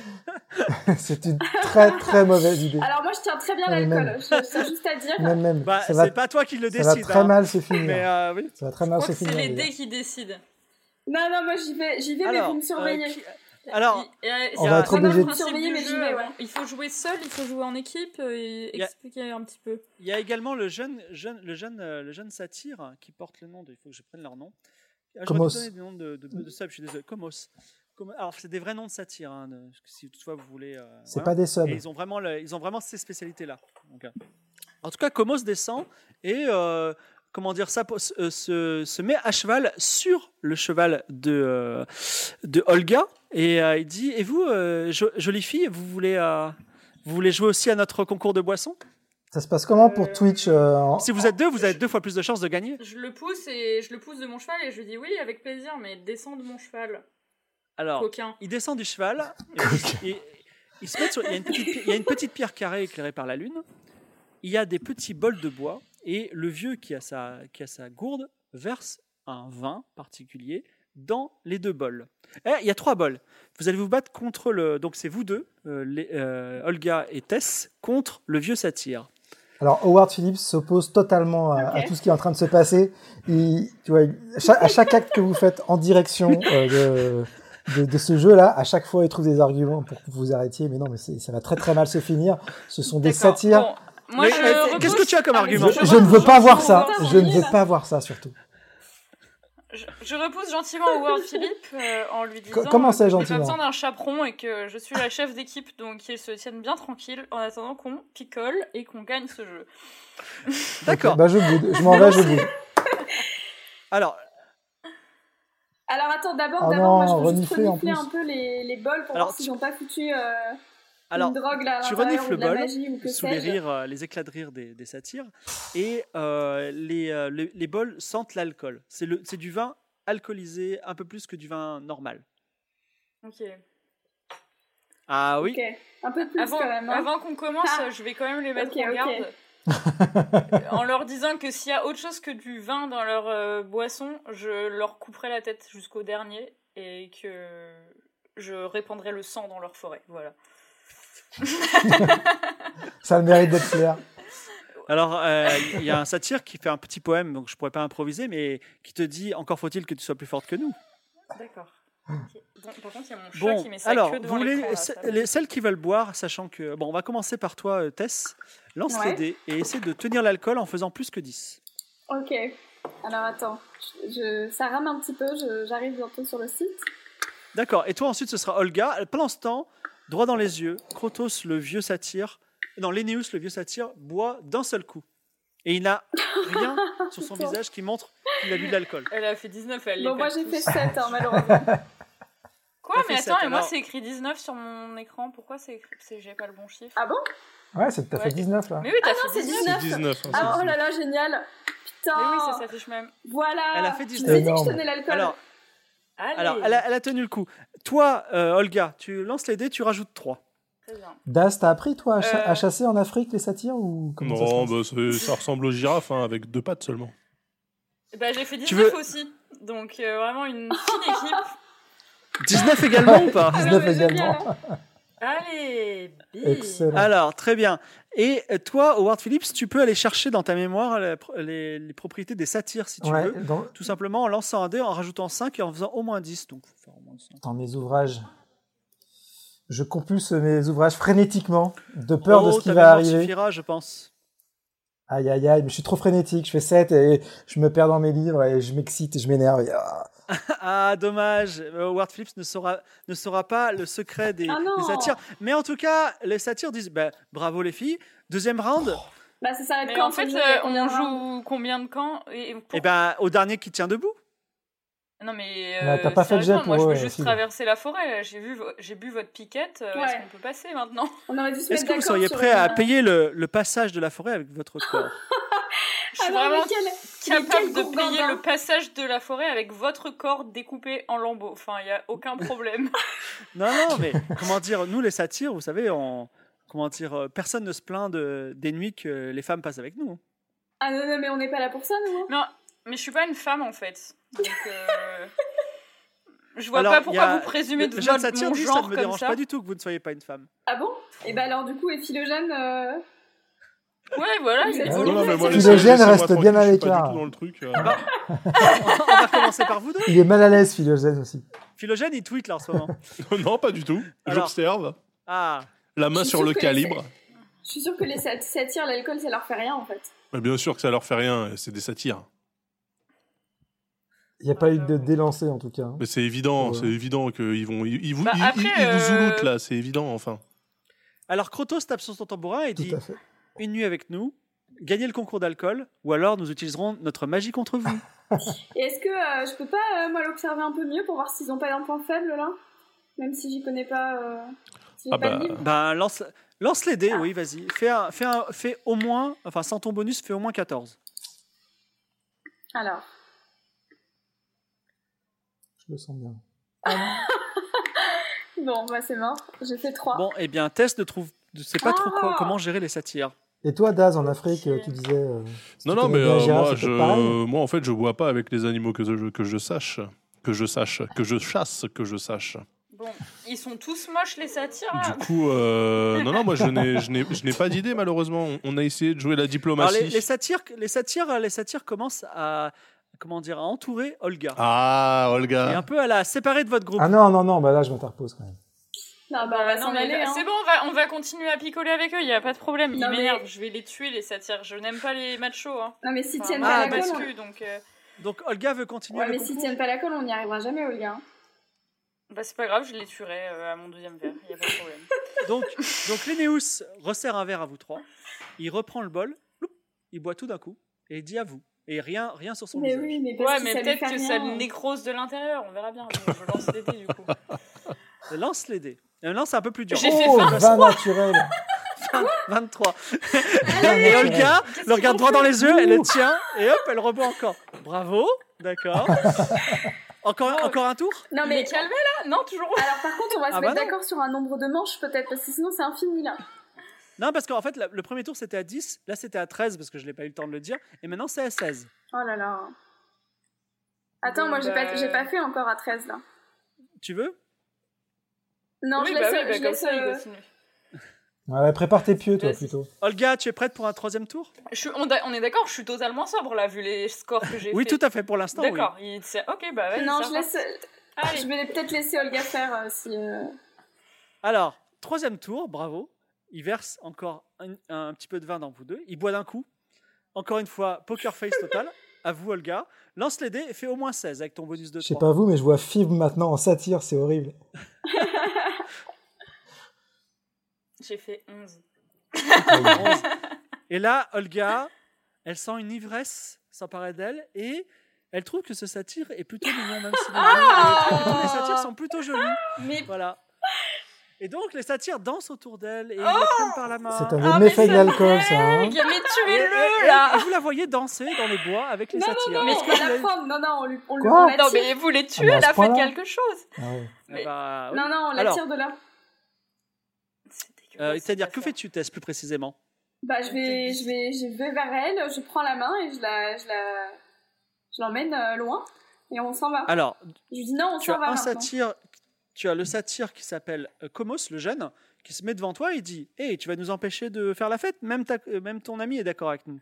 [SPEAKER 5] c'est une très très mauvaise idée.
[SPEAKER 4] Alors, moi, je tiens très bien
[SPEAKER 5] Non, Ah, mais
[SPEAKER 4] l'alcool. Je je tiens juste à dire.
[SPEAKER 5] Même, même,
[SPEAKER 1] Bah,
[SPEAKER 5] ça, va,
[SPEAKER 1] c'est pas toi qui le
[SPEAKER 5] ça va
[SPEAKER 1] décide.
[SPEAKER 5] très
[SPEAKER 1] hein.
[SPEAKER 5] mal se
[SPEAKER 1] Mais
[SPEAKER 5] finir.
[SPEAKER 1] euh, oui.
[SPEAKER 5] Ça va très
[SPEAKER 2] Je
[SPEAKER 5] mal
[SPEAKER 2] crois
[SPEAKER 5] se
[SPEAKER 2] que c'est
[SPEAKER 5] finir.
[SPEAKER 2] les
[SPEAKER 5] les gars.
[SPEAKER 2] dés qui décident.
[SPEAKER 4] Non, non, moi j'y vais, j'y vais, mais vous me surveillez.
[SPEAKER 1] euh, qui- alors,
[SPEAKER 2] Il- il y a-
[SPEAKER 5] On
[SPEAKER 2] il y
[SPEAKER 5] va
[SPEAKER 2] a-
[SPEAKER 5] être
[SPEAKER 2] c'est pas le
[SPEAKER 5] obligé de-
[SPEAKER 2] principe
[SPEAKER 4] Surveiller,
[SPEAKER 2] du
[SPEAKER 4] mais j'y
[SPEAKER 2] jeu,
[SPEAKER 4] vais, ouais.
[SPEAKER 2] Il faut jouer seul, il faut jouer en équipe. euh, Et
[SPEAKER 1] Il y a-
[SPEAKER 2] expliquer un petit peu.
[SPEAKER 1] il y a également le jeune, jeune, le jeune, euh, le jeune satire hein, qui porte le nom de. Il faut que je prenne leur nom. Ah, je vais
[SPEAKER 5] Comos.
[SPEAKER 1] te donner des noms de, de, de, de subs, Je suis désolé. Comos. Comos. Alors, c'est des vrais noms de satire. hein, de- si toutefois vous voulez. euh,
[SPEAKER 5] C'est
[SPEAKER 1] voilà.
[SPEAKER 5] pas des subs.
[SPEAKER 1] Et ils ont vraiment, le- ils ont vraiment ces spécialités-là. Donc, euh, En tout cas, Comos descend et euh, comment dire ça, po- se- euh, se, se met à cheval sur le cheval de, euh, de Olga et euh, il dit Et vous, euh, jo- jolie fille, vous voulez, euh, vous voulez jouer aussi à notre concours de boissons
[SPEAKER 5] Ça se passe comment pour Twitch euh, en-
[SPEAKER 1] Si vous êtes deux, vous avez deux fois plus de chances de gagner.
[SPEAKER 2] Je le pousse et je le pousse de mon cheval et je dis oui avec plaisir, mais descends de mon cheval,
[SPEAKER 1] Alors,
[SPEAKER 2] coquin.
[SPEAKER 1] il descend du cheval et il, il- il se met sur- il y a une petite pi- il y a une petite pierre carrée éclairée par la lune. il y a des petits bols de bois et le vieux qui a sa, qui a sa gourde verse un vin particulier dans les deux bols. Eh, il y a trois bols. Vous allez vous battre contre le... Donc c'est vous deux, euh, les- euh, Olga et Tess, contre le vieux satyre.
[SPEAKER 5] Alors, Howard Phillips s'oppose totalement à, à
[SPEAKER 4] Ok.
[SPEAKER 5] tout ce qui est en train de se passer. Il, tu vois, à chaque, à chaque acte que vous faites en direction euh, de, de, de ce jeu-là, à chaque fois, il trouve des arguments pour que vous vous arrêtiez. Mais non, mais c'est- ça va très très mal se finir. Ce sont des
[SPEAKER 2] D'accord.
[SPEAKER 5] satires.
[SPEAKER 2] Bon, Moi,
[SPEAKER 1] Mais,
[SPEAKER 2] je
[SPEAKER 1] euh,
[SPEAKER 2] repousse-
[SPEAKER 1] qu'est-ce que tu as comme
[SPEAKER 2] Ah,
[SPEAKER 1] argument
[SPEAKER 2] mais
[SPEAKER 5] Je, je ne veux pas
[SPEAKER 2] repousse
[SPEAKER 5] voir ça.
[SPEAKER 2] gentiment au Word
[SPEAKER 5] Je ne veux
[SPEAKER 2] Philippe.
[SPEAKER 5] pas voir ça, surtout.
[SPEAKER 2] Je, je repousse gentiment au Word Philippe euh, en lui disant
[SPEAKER 5] Co- comment ça,
[SPEAKER 2] euh, que
[SPEAKER 5] gentiment
[SPEAKER 2] J'ai pas besoin d'un chaperon et que je suis la chef d'équipe, donc qu'ils se tiennent bien tranquilles en attendant qu'on picole et qu'on gagne ce jeu.
[SPEAKER 1] D'accord.
[SPEAKER 5] Ok, bah, je boude. Je m'en vais, je boude.
[SPEAKER 1] Alors,
[SPEAKER 4] Alors attends, d'abord,
[SPEAKER 5] Ah
[SPEAKER 4] d'abord,
[SPEAKER 5] non,
[SPEAKER 4] moi je veux juste
[SPEAKER 5] renifler, en
[SPEAKER 4] renifler
[SPEAKER 5] plus.
[SPEAKER 4] un peu les, les bols pour
[SPEAKER 1] Alors,
[SPEAKER 4] voir s'ils
[SPEAKER 1] tu-
[SPEAKER 4] n'ont pas foutu euh,
[SPEAKER 1] alors
[SPEAKER 4] une drogue là. à
[SPEAKER 1] tu
[SPEAKER 4] l'intérieur,
[SPEAKER 1] renifles
[SPEAKER 4] ou
[SPEAKER 1] le
[SPEAKER 4] de la
[SPEAKER 1] bol
[SPEAKER 4] magie, ou que
[SPEAKER 1] sous les
[SPEAKER 4] sais-je.
[SPEAKER 1] rires, euh, les éclats de rire des, des satires, et euh, les, euh, les, les bols sentent l'alcool. C'est le- c'est du vin alcoolisé un peu plus que du vin normal.
[SPEAKER 2] Ok.
[SPEAKER 1] Ah oui,
[SPEAKER 4] Ok. Un peu plus
[SPEAKER 2] Avant,
[SPEAKER 4] quand même. hein.
[SPEAKER 2] avant qu'on commence,
[SPEAKER 4] Ah.
[SPEAKER 2] euh, je vais quand même les mettre
[SPEAKER 4] Ok,
[SPEAKER 2] en
[SPEAKER 4] ok.
[SPEAKER 2] garde. en leur disant que s'il y a autre chose que du vin dans leur euh, boisson, je leur couperai la tête jusqu'au dernier et que je répandrai le sang dans leur forêt. Voilà.
[SPEAKER 5] Ça a le mérite d'être clair.
[SPEAKER 1] Alors, euh, il y a un satire qui fait un petit poème, donc je pourrais pas improviser, mais qui te dit encore faut-il que tu sois plus forte que nous.
[SPEAKER 2] D'accord. Ok. Bon, par contre, il y a mon chat
[SPEAKER 1] Bon,
[SPEAKER 2] qui met sa
[SPEAKER 1] alors,
[SPEAKER 2] queue
[SPEAKER 1] vous
[SPEAKER 2] devant
[SPEAKER 1] voulez,
[SPEAKER 2] l'écran, là,
[SPEAKER 1] ce-
[SPEAKER 2] ça va.
[SPEAKER 1] les- celles qui veulent boire, sachant que. Bon, on va commencer par toi, euh, Tess. Lance les
[SPEAKER 4] Ouais.
[SPEAKER 1] dés et essaie de tenir l'alcool en faisant plus que 10.
[SPEAKER 4] Ok. Alors attends, je, je- ça rame un petit peu, je- j'arrive bientôt sur le site.
[SPEAKER 1] D'accord, et toi ensuite, ce sera Olga. Pendant ce temps, droit dans les yeux, Krotos, le vieux satire. Non, Lénéus, le vieux satire, boit d'un seul coup. Et il n'a rien sur son
[SPEAKER 4] Putain.
[SPEAKER 1] visage qui montre qu'il a bu de l'alcool.
[SPEAKER 2] Elle a fait 19, elle
[SPEAKER 4] bon,
[SPEAKER 2] les
[SPEAKER 4] moi
[SPEAKER 2] pète
[SPEAKER 4] j'ai
[SPEAKER 2] tous.
[SPEAKER 4] fait 7 hein, malheureusement.
[SPEAKER 2] Quoi
[SPEAKER 1] Elle
[SPEAKER 2] Mais
[SPEAKER 1] fait
[SPEAKER 2] attends,
[SPEAKER 1] sept,
[SPEAKER 2] et moi
[SPEAKER 1] alors.
[SPEAKER 2] c'est écrit 19 sur mon écran. Pourquoi c'est écrit c'est- J'ai pas le bon chiffre.
[SPEAKER 4] Ah bon
[SPEAKER 5] Ouais, c'est- t'as
[SPEAKER 2] Ouais.
[SPEAKER 5] fait 19 là.
[SPEAKER 2] Mais oui, t'as fait
[SPEAKER 4] Ah c'est
[SPEAKER 2] 19.
[SPEAKER 4] 19.
[SPEAKER 3] C'est 19. hein,
[SPEAKER 4] Ah
[SPEAKER 3] c'est
[SPEAKER 4] oh
[SPEAKER 3] 19.
[SPEAKER 4] là là, génial Putain
[SPEAKER 2] Mais oui, ça s'affiche même.
[SPEAKER 4] Voilà
[SPEAKER 1] Elle a fait
[SPEAKER 4] Je t'ai
[SPEAKER 1] 19.
[SPEAKER 4] dit que je
[SPEAKER 5] Énorme.
[SPEAKER 4] tenais l'alcool.
[SPEAKER 1] Alors,
[SPEAKER 2] Allez,
[SPEAKER 1] alors elle, a, elle a tenu le coup. Toi, euh, Olga, tu lances les dés, tu rajoutes 3.
[SPEAKER 2] très bien.
[SPEAKER 5] Das, t'as appris toi à, cha-
[SPEAKER 2] Euh.
[SPEAKER 5] à chasser en Afrique les satires ou comment ça se
[SPEAKER 3] Non,
[SPEAKER 5] passe
[SPEAKER 3] bah, c'est- ça ressemble aux girafes, hein, avec deux pattes seulement.
[SPEAKER 2] Bah, j'ai fait 19
[SPEAKER 1] veux-
[SPEAKER 2] aussi. Donc, euh, vraiment une fine équipe.
[SPEAKER 1] 19
[SPEAKER 3] bah,
[SPEAKER 1] également ou pas
[SPEAKER 4] Ah, non,
[SPEAKER 5] 19
[SPEAKER 4] mais génial.
[SPEAKER 5] également.
[SPEAKER 2] Allez, bim.
[SPEAKER 5] Excellent.
[SPEAKER 1] Alors, très bien. Et euh, toi, Howard Phillips, tu peux aller chercher dans ta mémoire la pro- les, les propriétés des satires, si tu
[SPEAKER 5] ouais,
[SPEAKER 1] veux,
[SPEAKER 5] dans,
[SPEAKER 1] tout simplement en lançant un dé, en rajoutant 5 et en faisant au moins 10. Donc, faut faire au moins 5.
[SPEAKER 5] dans mes ouvrages. Je compulse mes ouvrages frénétiquement, de peur
[SPEAKER 1] Oh,
[SPEAKER 5] de ce qui va arriver.
[SPEAKER 1] suffira, je pense.
[SPEAKER 5] Aïe, aïe, aïe, mais je suis trop frénétique, je fais 7 et je me perds dans mes livres et je m'excite et je m'énerve. et ah.
[SPEAKER 1] Ah, dommage. Euh, Howard Phillips ne saura, ne saura pas le secret des,
[SPEAKER 4] Ah non.
[SPEAKER 1] des satires. Mais en tout cas, les satires disent bah, bravo les filles. Deuxième round,
[SPEAKER 5] Oh,
[SPEAKER 4] Bah ça s'arrête
[SPEAKER 2] Mais
[SPEAKER 4] quand
[SPEAKER 2] en fait,
[SPEAKER 4] ce jeu,
[SPEAKER 2] euh,
[SPEAKER 4] il y a combien
[SPEAKER 2] on
[SPEAKER 4] de rounds
[SPEAKER 2] joue combien de camps et, et pour-
[SPEAKER 1] et ben, au dernier qui tient debout.
[SPEAKER 2] Non, mais. euh,
[SPEAKER 5] Bah, t'as pas fait le jet
[SPEAKER 2] sérieusement, Moi,
[SPEAKER 5] pour
[SPEAKER 2] je
[SPEAKER 5] eux, hein.
[SPEAKER 2] peux juste
[SPEAKER 5] Sylvie.
[SPEAKER 2] traverser la forêt. J'ai vu, vo- j'ai bu votre piquette. euh, Est-ce
[SPEAKER 4] Ouais.
[SPEAKER 2] qu'on peut passer maintenant
[SPEAKER 4] On aurait dû se
[SPEAKER 1] Est-ce
[SPEAKER 4] mettre
[SPEAKER 1] que vous
[SPEAKER 4] d'accord
[SPEAKER 1] seriez
[SPEAKER 4] sur
[SPEAKER 1] prêt à
[SPEAKER 4] une-
[SPEAKER 1] payer le, le passage de la forêt avec votre corps
[SPEAKER 2] Je suis
[SPEAKER 4] Ah non, mais
[SPEAKER 2] vraiment
[SPEAKER 4] quel- mais
[SPEAKER 2] capable
[SPEAKER 4] quel
[SPEAKER 2] de
[SPEAKER 4] gourmandin.
[SPEAKER 2] payer le passage de la forêt avec votre corps découpé en lambeaux. Enfin, il n'y a aucun problème.
[SPEAKER 1] Non, non, mais comment dire, nous les satires, vous savez, on, comment dire, euh, personne ne se plaint de, des nuits que les femmes passent avec nous. hein.
[SPEAKER 4] Ah non, non, mais on n'est pas là pour ça, nous.
[SPEAKER 2] non, mais je suis pas une femme en fait. Donc. euh, Je vois
[SPEAKER 1] Alors,
[SPEAKER 2] pas
[SPEAKER 1] il y
[SPEAKER 2] pourquoi
[SPEAKER 1] a-
[SPEAKER 2] vous présumez de
[SPEAKER 1] le jeune
[SPEAKER 2] votre
[SPEAKER 1] satire
[SPEAKER 2] mon
[SPEAKER 1] dit,
[SPEAKER 2] genre
[SPEAKER 1] ça ne me
[SPEAKER 2] comme
[SPEAKER 1] dérange
[SPEAKER 2] ça.
[SPEAKER 1] pas du tout que vous ne soyez pas une femme.
[SPEAKER 4] Ah bon Et bah alors du coup, et Philogène... euh,
[SPEAKER 2] Ouais, voilà, il est
[SPEAKER 3] Ah
[SPEAKER 4] Ouais,
[SPEAKER 2] volontaire.
[SPEAKER 4] non, mais moi,
[SPEAKER 3] les girafes,
[SPEAKER 4] Philogène
[SPEAKER 3] laissez-moi
[SPEAKER 5] reste
[SPEAKER 3] tranquille,
[SPEAKER 5] bien à
[SPEAKER 3] je suis pas
[SPEAKER 5] l'écart.
[SPEAKER 3] du tout dans le truc. euh.
[SPEAKER 1] Bah, on va commencer par vous deux.
[SPEAKER 5] Il est mal à l'aise, Philogène aussi.
[SPEAKER 1] Philogène, il tweet là en ce moment.
[SPEAKER 3] non, pas du tout.
[SPEAKER 1] Alors.
[SPEAKER 3] J'observe.
[SPEAKER 1] Ah,
[SPEAKER 3] La main
[SPEAKER 4] Je suis
[SPEAKER 3] sur le
[SPEAKER 4] sûre que
[SPEAKER 3] calibre.
[SPEAKER 4] Je suis sûre que les sat- satires, l'alcool, ça leur fait rien, en fait.
[SPEAKER 3] Mais bien sûr que ça leur fait rien, c'est des satires.
[SPEAKER 5] Il n'y a pas eu de délancé en tout cas. hein.
[SPEAKER 3] Mais c'est évident,
[SPEAKER 5] Ouais.
[SPEAKER 3] c'est évident qu'ils vont. Ils, ils vous,
[SPEAKER 2] Bah,
[SPEAKER 3] ils-
[SPEAKER 2] après,
[SPEAKER 3] ils- ils vous
[SPEAKER 2] euh,
[SPEAKER 3] zouloutent, là, c'est évident enfin.
[SPEAKER 1] alors Krotos tape sur son tambourin et
[SPEAKER 5] Tout
[SPEAKER 1] dit
[SPEAKER 5] à fait.
[SPEAKER 1] une nuit avec nous, gagnez le concours d'alcool, ou alors nous utiliserons notre magie contre vous.
[SPEAKER 4] Et est-ce que euh, je peux pas, euh, moi, l'observer un peu mieux pour voir s'ils ont pas d'un point faible, là Même si j'y connais pas... euh, si j'ai
[SPEAKER 3] Ah
[SPEAKER 4] pas
[SPEAKER 3] bah,
[SPEAKER 4] le livre.
[SPEAKER 1] ben lance, lance les
[SPEAKER 4] Ah.
[SPEAKER 1] dés, oui, vas-y. Fais, un- fais, un- fais au moins, enfin sans ton bonus, fais au moins 14.
[SPEAKER 4] Alors,
[SPEAKER 5] Je le sens bien.
[SPEAKER 4] bon, bah c'est mort. J'ai fait 3.
[SPEAKER 1] Bon, eh bien, Tess ne trouve, ne sait pas trop quoi-
[SPEAKER 4] Ah
[SPEAKER 1] comment gérer les satires.
[SPEAKER 5] Et toi, Daz, en Afrique, euh, tu disais. euh, si
[SPEAKER 3] Non,
[SPEAKER 5] tu
[SPEAKER 3] non, mais
[SPEAKER 5] connais bien la
[SPEAKER 3] euh,
[SPEAKER 5] girafe,
[SPEAKER 3] moi,
[SPEAKER 5] c'est peut-être
[SPEAKER 3] je,
[SPEAKER 5] pareil.
[SPEAKER 3] moi, en fait, je bois pas avec les animaux que je, que je sache. Que je sache, que je chasse, que je sache.
[SPEAKER 2] Bon, ils sont tous moches les satires là.
[SPEAKER 3] Du coup, euh, non, non, moi, je n'ai, je n'ai, je n'ai pas d'idée, malheureusement. On- On a essayé de jouer la
[SPEAKER 1] Alors,
[SPEAKER 3] diplomatie.
[SPEAKER 1] les, les satires, les satires, les satires commencent à comment dire à entourer Olga.
[SPEAKER 3] Ah,
[SPEAKER 1] Et un
[SPEAKER 3] Olga.
[SPEAKER 1] peu à la séparer de votre groupe.
[SPEAKER 5] Ah non, non, non, bah là je m'interpose quand même.
[SPEAKER 4] Non, bah, on
[SPEAKER 2] Bah
[SPEAKER 4] va
[SPEAKER 2] non,
[SPEAKER 4] s'en
[SPEAKER 2] mais
[SPEAKER 4] aller.
[SPEAKER 2] va-
[SPEAKER 4] hein.
[SPEAKER 2] C'est bon, on va, on va continuer à picoler avec eux, il n'y a pas de problème. Ils
[SPEAKER 4] Non, mais-
[SPEAKER 2] m'énervent, je vais les tuer, les satires. Je n'aime pas les machos. Hein.
[SPEAKER 4] Non, mais s'ils
[SPEAKER 2] Enfin,
[SPEAKER 4] tiennent
[SPEAKER 2] moi,
[SPEAKER 4] pas
[SPEAKER 1] Ah,
[SPEAKER 4] la
[SPEAKER 2] je
[SPEAKER 1] parce
[SPEAKER 4] colle, on-
[SPEAKER 2] bascule, donc, euh,
[SPEAKER 1] Donc Olga veut continuer.
[SPEAKER 4] Ouais,
[SPEAKER 1] le
[SPEAKER 4] mais s'ils
[SPEAKER 1] concours.
[SPEAKER 4] tiennent pas la colle, on n'y arrivera jamais, Olga. hein.
[SPEAKER 2] bah, c'est pas grave, je les tuerai euh, à mon deuxième verre, il n'y a pas de problème.
[SPEAKER 1] Donc, donc Lénéus resserre un verre à vous trois. Il reprend le bol, loup, il boit tout d'un coup et il dit à vous. Et rien, rien sur son
[SPEAKER 4] Mais
[SPEAKER 1] visage.
[SPEAKER 4] oui, mais parce
[SPEAKER 2] Ouais,
[SPEAKER 4] que
[SPEAKER 2] mais
[SPEAKER 4] ça lui
[SPEAKER 2] peut-être
[SPEAKER 4] fait
[SPEAKER 2] que ça
[SPEAKER 4] rien.
[SPEAKER 2] le nécrose de l'intérieur, on verra bien. Je je lance des dés du coup.
[SPEAKER 1] Lance les dés. Euh, non, c'est un peu plus dur.
[SPEAKER 2] J'ai fait
[SPEAKER 5] Oh,
[SPEAKER 2] faim.
[SPEAKER 5] vin naturel.
[SPEAKER 1] 23.
[SPEAKER 5] Vin
[SPEAKER 1] Et
[SPEAKER 5] naturel.
[SPEAKER 1] Olga
[SPEAKER 2] Qu'est-ce
[SPEAKER 1] le regarde droit dans les yeux, elle
[SPEAKER 5] Ouh.
[SPEAKER 1] le tient et hop, elle reboit encore. Bravo, d'accord. Encore,
[SPEAKER 2] Oh.
[SPEAKER 1] encore un tour
[SPEAKER 4] Non,
[SPEAKER 2] mais
[SPEAKER 4] mais
[SPEAKER 2] calmé là Non, toujours
[SPEAKER 4] alors par contre, on va se
[SPEAKER 1] Ah,
[SPEAKER 4] mettre
[SPEAKER 1] bah non.
[SPEAKER 4] d'accord sur un nombre de manches peut-être, parce que sinon c'est infini là.
[SPEAKER 1] Non, parce qu'en fait, la- le premier tour c'était à 10, là c'était à 13 parce que je n'ai pas eu le temps de le dire, et maintenant c'est à 16.
[SPEAKER 4] Oh là là. Attends,
[SPEAKER 2] Bon,
[SPEAKER 4] moi j'ai
[SPEAKER 2] bah,
[SPEAKER 4] pas, j'ai pas fait encore à 13 là.
[SPEAKER 1] Tu veux
[SPEAKER 4] Non,
[SPEAKER 2] oui,
[SPEAKER 4] je
[SPEAKER 2] bah
[SPEAKER 4] laisse.
[SPEAKER 2] oui, bah
[SPEAKER 4] je
[SPEAKER 2] comme
[SPEAKER 4] laisse,
[SPEAKER 2] ça, il
[SPEAKER 4] euh,
[SPEAKER 2] continue.
[SPEAKER 5] Ouais, prépare tes pieux, toi,
[SPEAKER 2] Vas-y.
[SPEAKER 5] plutôt.
[SPEAKER 1] Olga, tu es prête pour un troisième tour
[SPEAKER 2] Je suis- on, da- on est d'accord, je suis totalement sobre là, vu les scores que j'ai
[SPEAKER 1] Oui,
[SPEAKER 2] fait.
[SPEAKER 1] tout à fait, pour l'instant. oui.
[SPEAKER 2] D'accord, il sait- ok, bah vas-y,
[SPEAKER 4] Non,
[SPEAKER 2] ça
[SPEAKER 4] je
[SPEAKER 2] va.
[SPEAKER 4] laisse. euh,
[SPEAKER 2] Allez,
[SPEAKER 4] Je vais peut-être laisser Olga faire euh, si. euh,
[SPEAKER 1] Alors, troisième tour, bravo. Il verse encore un, un petit peu de vin dans vous deux. Il boit d'un coup. Encore une fois, poker face total. à vous, Olga. Lance les dés et fais au moins 16 avec ton bonus de
[SPEAKER 5] Je sais
[SPEAKER 1] 3.
[SPEAKER 5] pas vous, mais je vois Fib maintenant en satire, c'est horrible.
[SPEAKER 2] j'ai fait 11.
[SPEAKER 1] Et là, Olga, elle sent une ivresse s'emparer d'elle et elle trouve que ce satire est plutôt mignon, même si les,
[SPEAKER 2] Ah
[SPEAKER 1] tous les satires sont plutôt jolis.
[SPEAKER 2] Mais
[SPEAKER 1] Voilà. Et donc, les satires dansent autour d'elle et ils
[SPEAKER 2] Oh
[SPEAKER 1] la prennent par la main.
[SPEAKER 5] C'est un
[SPEAKER 2] Ah,
[SPEAKER 5] des
[SPEAKER 2] mais
[SPEAKER 5] méfaits de
[SPEAKER 2] ça
[SPEAKER 5] l'alcool, ça. hein.
[SPEAKER 2] mais
[SPEAKER 1] Et- et-
[SPEAKER 2] tuez-le
[SPEAKER 1] et-
[SPEAKER 2] là
[SPEAKER 1] et vous la voyez danser dans les bois avec les
[SPEAKER 4] Non,
[SPEAKER 1] satires.
[SPEAKER 4] non,
[SPEAKER 2] Mais
[SPEAKER 4] on
[SPEAKER 2] est-ce
[SPEAKER 4] va la prendre. Non, non, on lui. On lui
[SPEAKER 5] Quoi
[SPEAKER 4] on
[SPEAKER 2] Non,
[SPEAKER 4] l'attire.
[SPEAKER 2] mais vous les tuez
[SPEAKER 5] Ah, bah, à
[SPEAKER 2] là,
[SPEAKER 5] ce
[SPEAKER 2] faites
[SPEAKER 5] point-là.
[SPEAKER 2] quelque chose
[SPEAKER 5] Ah ouais.
[SPEAKER 1] Ah bah, oui.
[SPEAKER 4] Non, non, on la
[SPEAKER 1] Alors.
[SPEAKER 4] tire de là.
[SPEAKER 2] C'est dégueulasse,
[SPEAKER 1] Euh, C'est-à-dire,
[SPEAKER 2] ça.
[SPEAKER 1] que fais-tu, Tess, plus précisément
[SPEAKER 4] Bah, je vais, je vais, je vais vers elle. Je prends la main et je la, je la, je l'emmène euh, loin et on s'en va.
[SPEAKER 1] Alors,
[SPEAKER 4] Je lui dis non, Ah, on
[SPEAKER 1] tu
[SPEAKER 4] s'en
[SPEAKER 1] as
[SPEAKER 4] va
[SPEAKER 1] un
[SPEAKER 4] maintenant.
[SPEAKER 1] satire, tu as le satire qui s'appelle euh, Komos, le jeune, qui se met devant toi et dit Hé, tu vas nous empêcher de faire la fête Même, ta- euh, même ton ami est d'accord avec nous.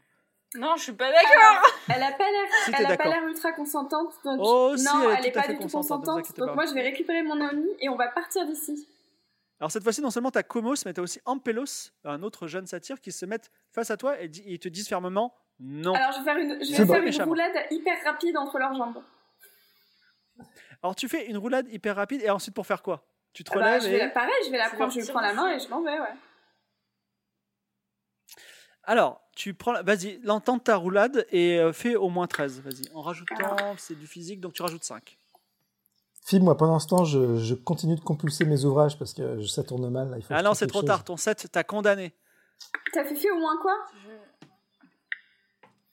[SPEAKER 2] Non, je suis pas d'accord
[SPEAKER 4] Alors, elle a pas l'air,
[SPEAKER 1] Si t'es
[SPEAKER 4] elle a pas
[SPEAKER 1] d'accord.
[SPEAKER 4] l'air ultra consentante. Donc
[SPEAKER 1] Oh, si,
[SPEAKER 4] non,
[SPEAKER 1] elle est
[SPEAKER 4] elle est
[SPEAKER 1] tout à
[SPEAKER 4] pas
[SPEAKER 1] fait
[SPEAKER 4] du
[SPEAKER 1] consentante, ne
[SPEAKER 4] tout
[SPEAKER 1] vous
[SPEAKER 4] consentante.
[SPEAKER 1] inquiétez pas.
[SPEAKER 4] Donc moi, je vais récupérer mon ami et on va partir d'ici.
[SPEAKER 1] Alors, cette fois-ci, non seulement tu as Komos, mais tu as aussi Ampelos, un autre jeune satire, qui se mettent face à toi et, dit- et te disent fermement Non.
[SPEAKER 4] Alors, je vais faire une, je
[SPEAKER 5] C'est
[SPEAKER 4] vais
[SPEAKER 5] bon.
[SPEAKER 4] faire une
[SPEAKER 1] Méchamment.
[SPEAKER 4] roulade hyper rapide entre leurs jambes.
[SPEAKER 1] Alors, tu fais une roulade hyper rapide et ensuite, pour faire quoi Tu te
[SPEAKER 4] Ah bah,
[SPEAKER 1] relèves
[SPEAKER 4] je
[SPEAKER 1] et.
[SPEAKER 4] vais la, pareil, je vais la
[SPEAKER 2] C'est
[SPEAKER 4] prendre, je lui
[SPEAKER 2] parti.
[SPEAKER 4] prends la main et je m'en vais, ouais.
[SPEAKER 1] Alors, tu prends. la- Vas-y, l'entends ta roulade et euh, fais au moins 13. Vas-y, en rajoutant, c'est du physique, donc tu rajoutes 5.
[SPEAKER 5] Fib, moi, pendant ce temps, je, je continue de compulser mes ouvrages parce que euh, ça tourne mal. Là, il faut que
[SPEAKER 1] Ah
[SPEAKER 5] je
[SPEAKER 1] non,
[SPEAKER 5] trouve
[SPEAKER 1] c'est
[SPEAKER 5] quelque
[SPEAKER 1] trop
[SPEAKER 5] chose.
[SPEAKER 1] tard, ton set t'a condamné.
[SPEAKER 4] T'as fait fait au moins quoi
[SPEAKER 2] Je-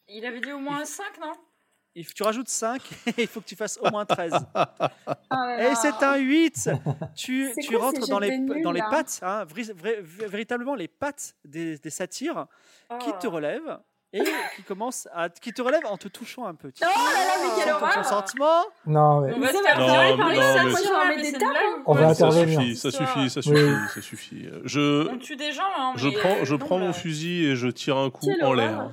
[SPEAKER 2] Il avait dit au moins 5, non
[SPEAKER 1] Il faut- tu rajoutes 5 et il faut que tu fasses au moins 13.
[SPEAKER 4] Ah là
[SPEAKER 1] et
[SPEAKER 4] là.
[SPEAKER 1] c'est un 8 Tu,
[SPEAKER 4] C'est
[SPEAKER 1] tu
[SPEAKER 4] quoi
[SPEAKER 1] rentres
[SPEAKER 4] ces
[SPEAKER 1] dans
[SPEAKER 4] jets
[SPEAKER 1] les,
[SPEAKER 4] de nuls,
[SPEAKER 1] dans les
[SPEAKER 4] là
[SPEAKER 1] pattes, hein, vri- vrai- v- véritablement les pattes des, des satires qui
[SPEAKER 2] Oh.
[SPEAKER 4] Oh.
[SPEAKER 1] te relèvent et qui, commencent à, qui te relèvent en te touchant un peu. Tu
[SPEAKER 4] Oh là là, mais quelle
[SPEAKER 1] ton
[SPEAKER 4] horreur
[SPEAKER 1] consentement.
[SPEAKER 5] Non, mais.
[SPEAKER 2] On va
[SPEAKER 4] Mais
[SPEAKER 2] se
[SPEAKER 4] ça
[SPEAKER 2] faire
[SPEAKER 4] va
[SPEAKER 2] violer
[SPEAKER 3] pas.
[SPEAKER 2] par les
[SPEAKER 3] Non, non,
[SPEAKER 2] sacs,
[SPEAKER 3] mais-
[SPEAKER 2] c'est
[SPEAKER 4] Moi,
[SPEAKER 2] vrai, mais
[SPEAKER 4] je
[SPEAKER 2] c'est
[SPEAKER 4] vais mettre des
[SPEAKER 2] une blague
[SPEAKER 5] On va
[SPEAKER 2] ou quoi
[SPEAKER 3] Ça
[SPEAKER 5] intervenir.
[SPEAKER 3] suffit, ça
[SPEAKER 2] Histoire.
[SPEAKER 3] suffit, ça
[SPEAKER 5] Oui.
[SPEAKER 3] suffit, ça suffit. Je,
[SPEAKER 2] On tue des gens, hein,
[SPEAKER 3] je
[SPEAKER 2] mais-
[SPEAKER 3] prends, je
[SPEAKER 2] non,
[SPEAKER 3] prends
[SPEAKER 2] bah,
[SPEAKER 3] mon fusil et je tire un coup
[SPEAKER 4] Quelle
[SPEAKER 3] en
[SPEAKER 4] horreur.
[SPEAKER 3] l'air.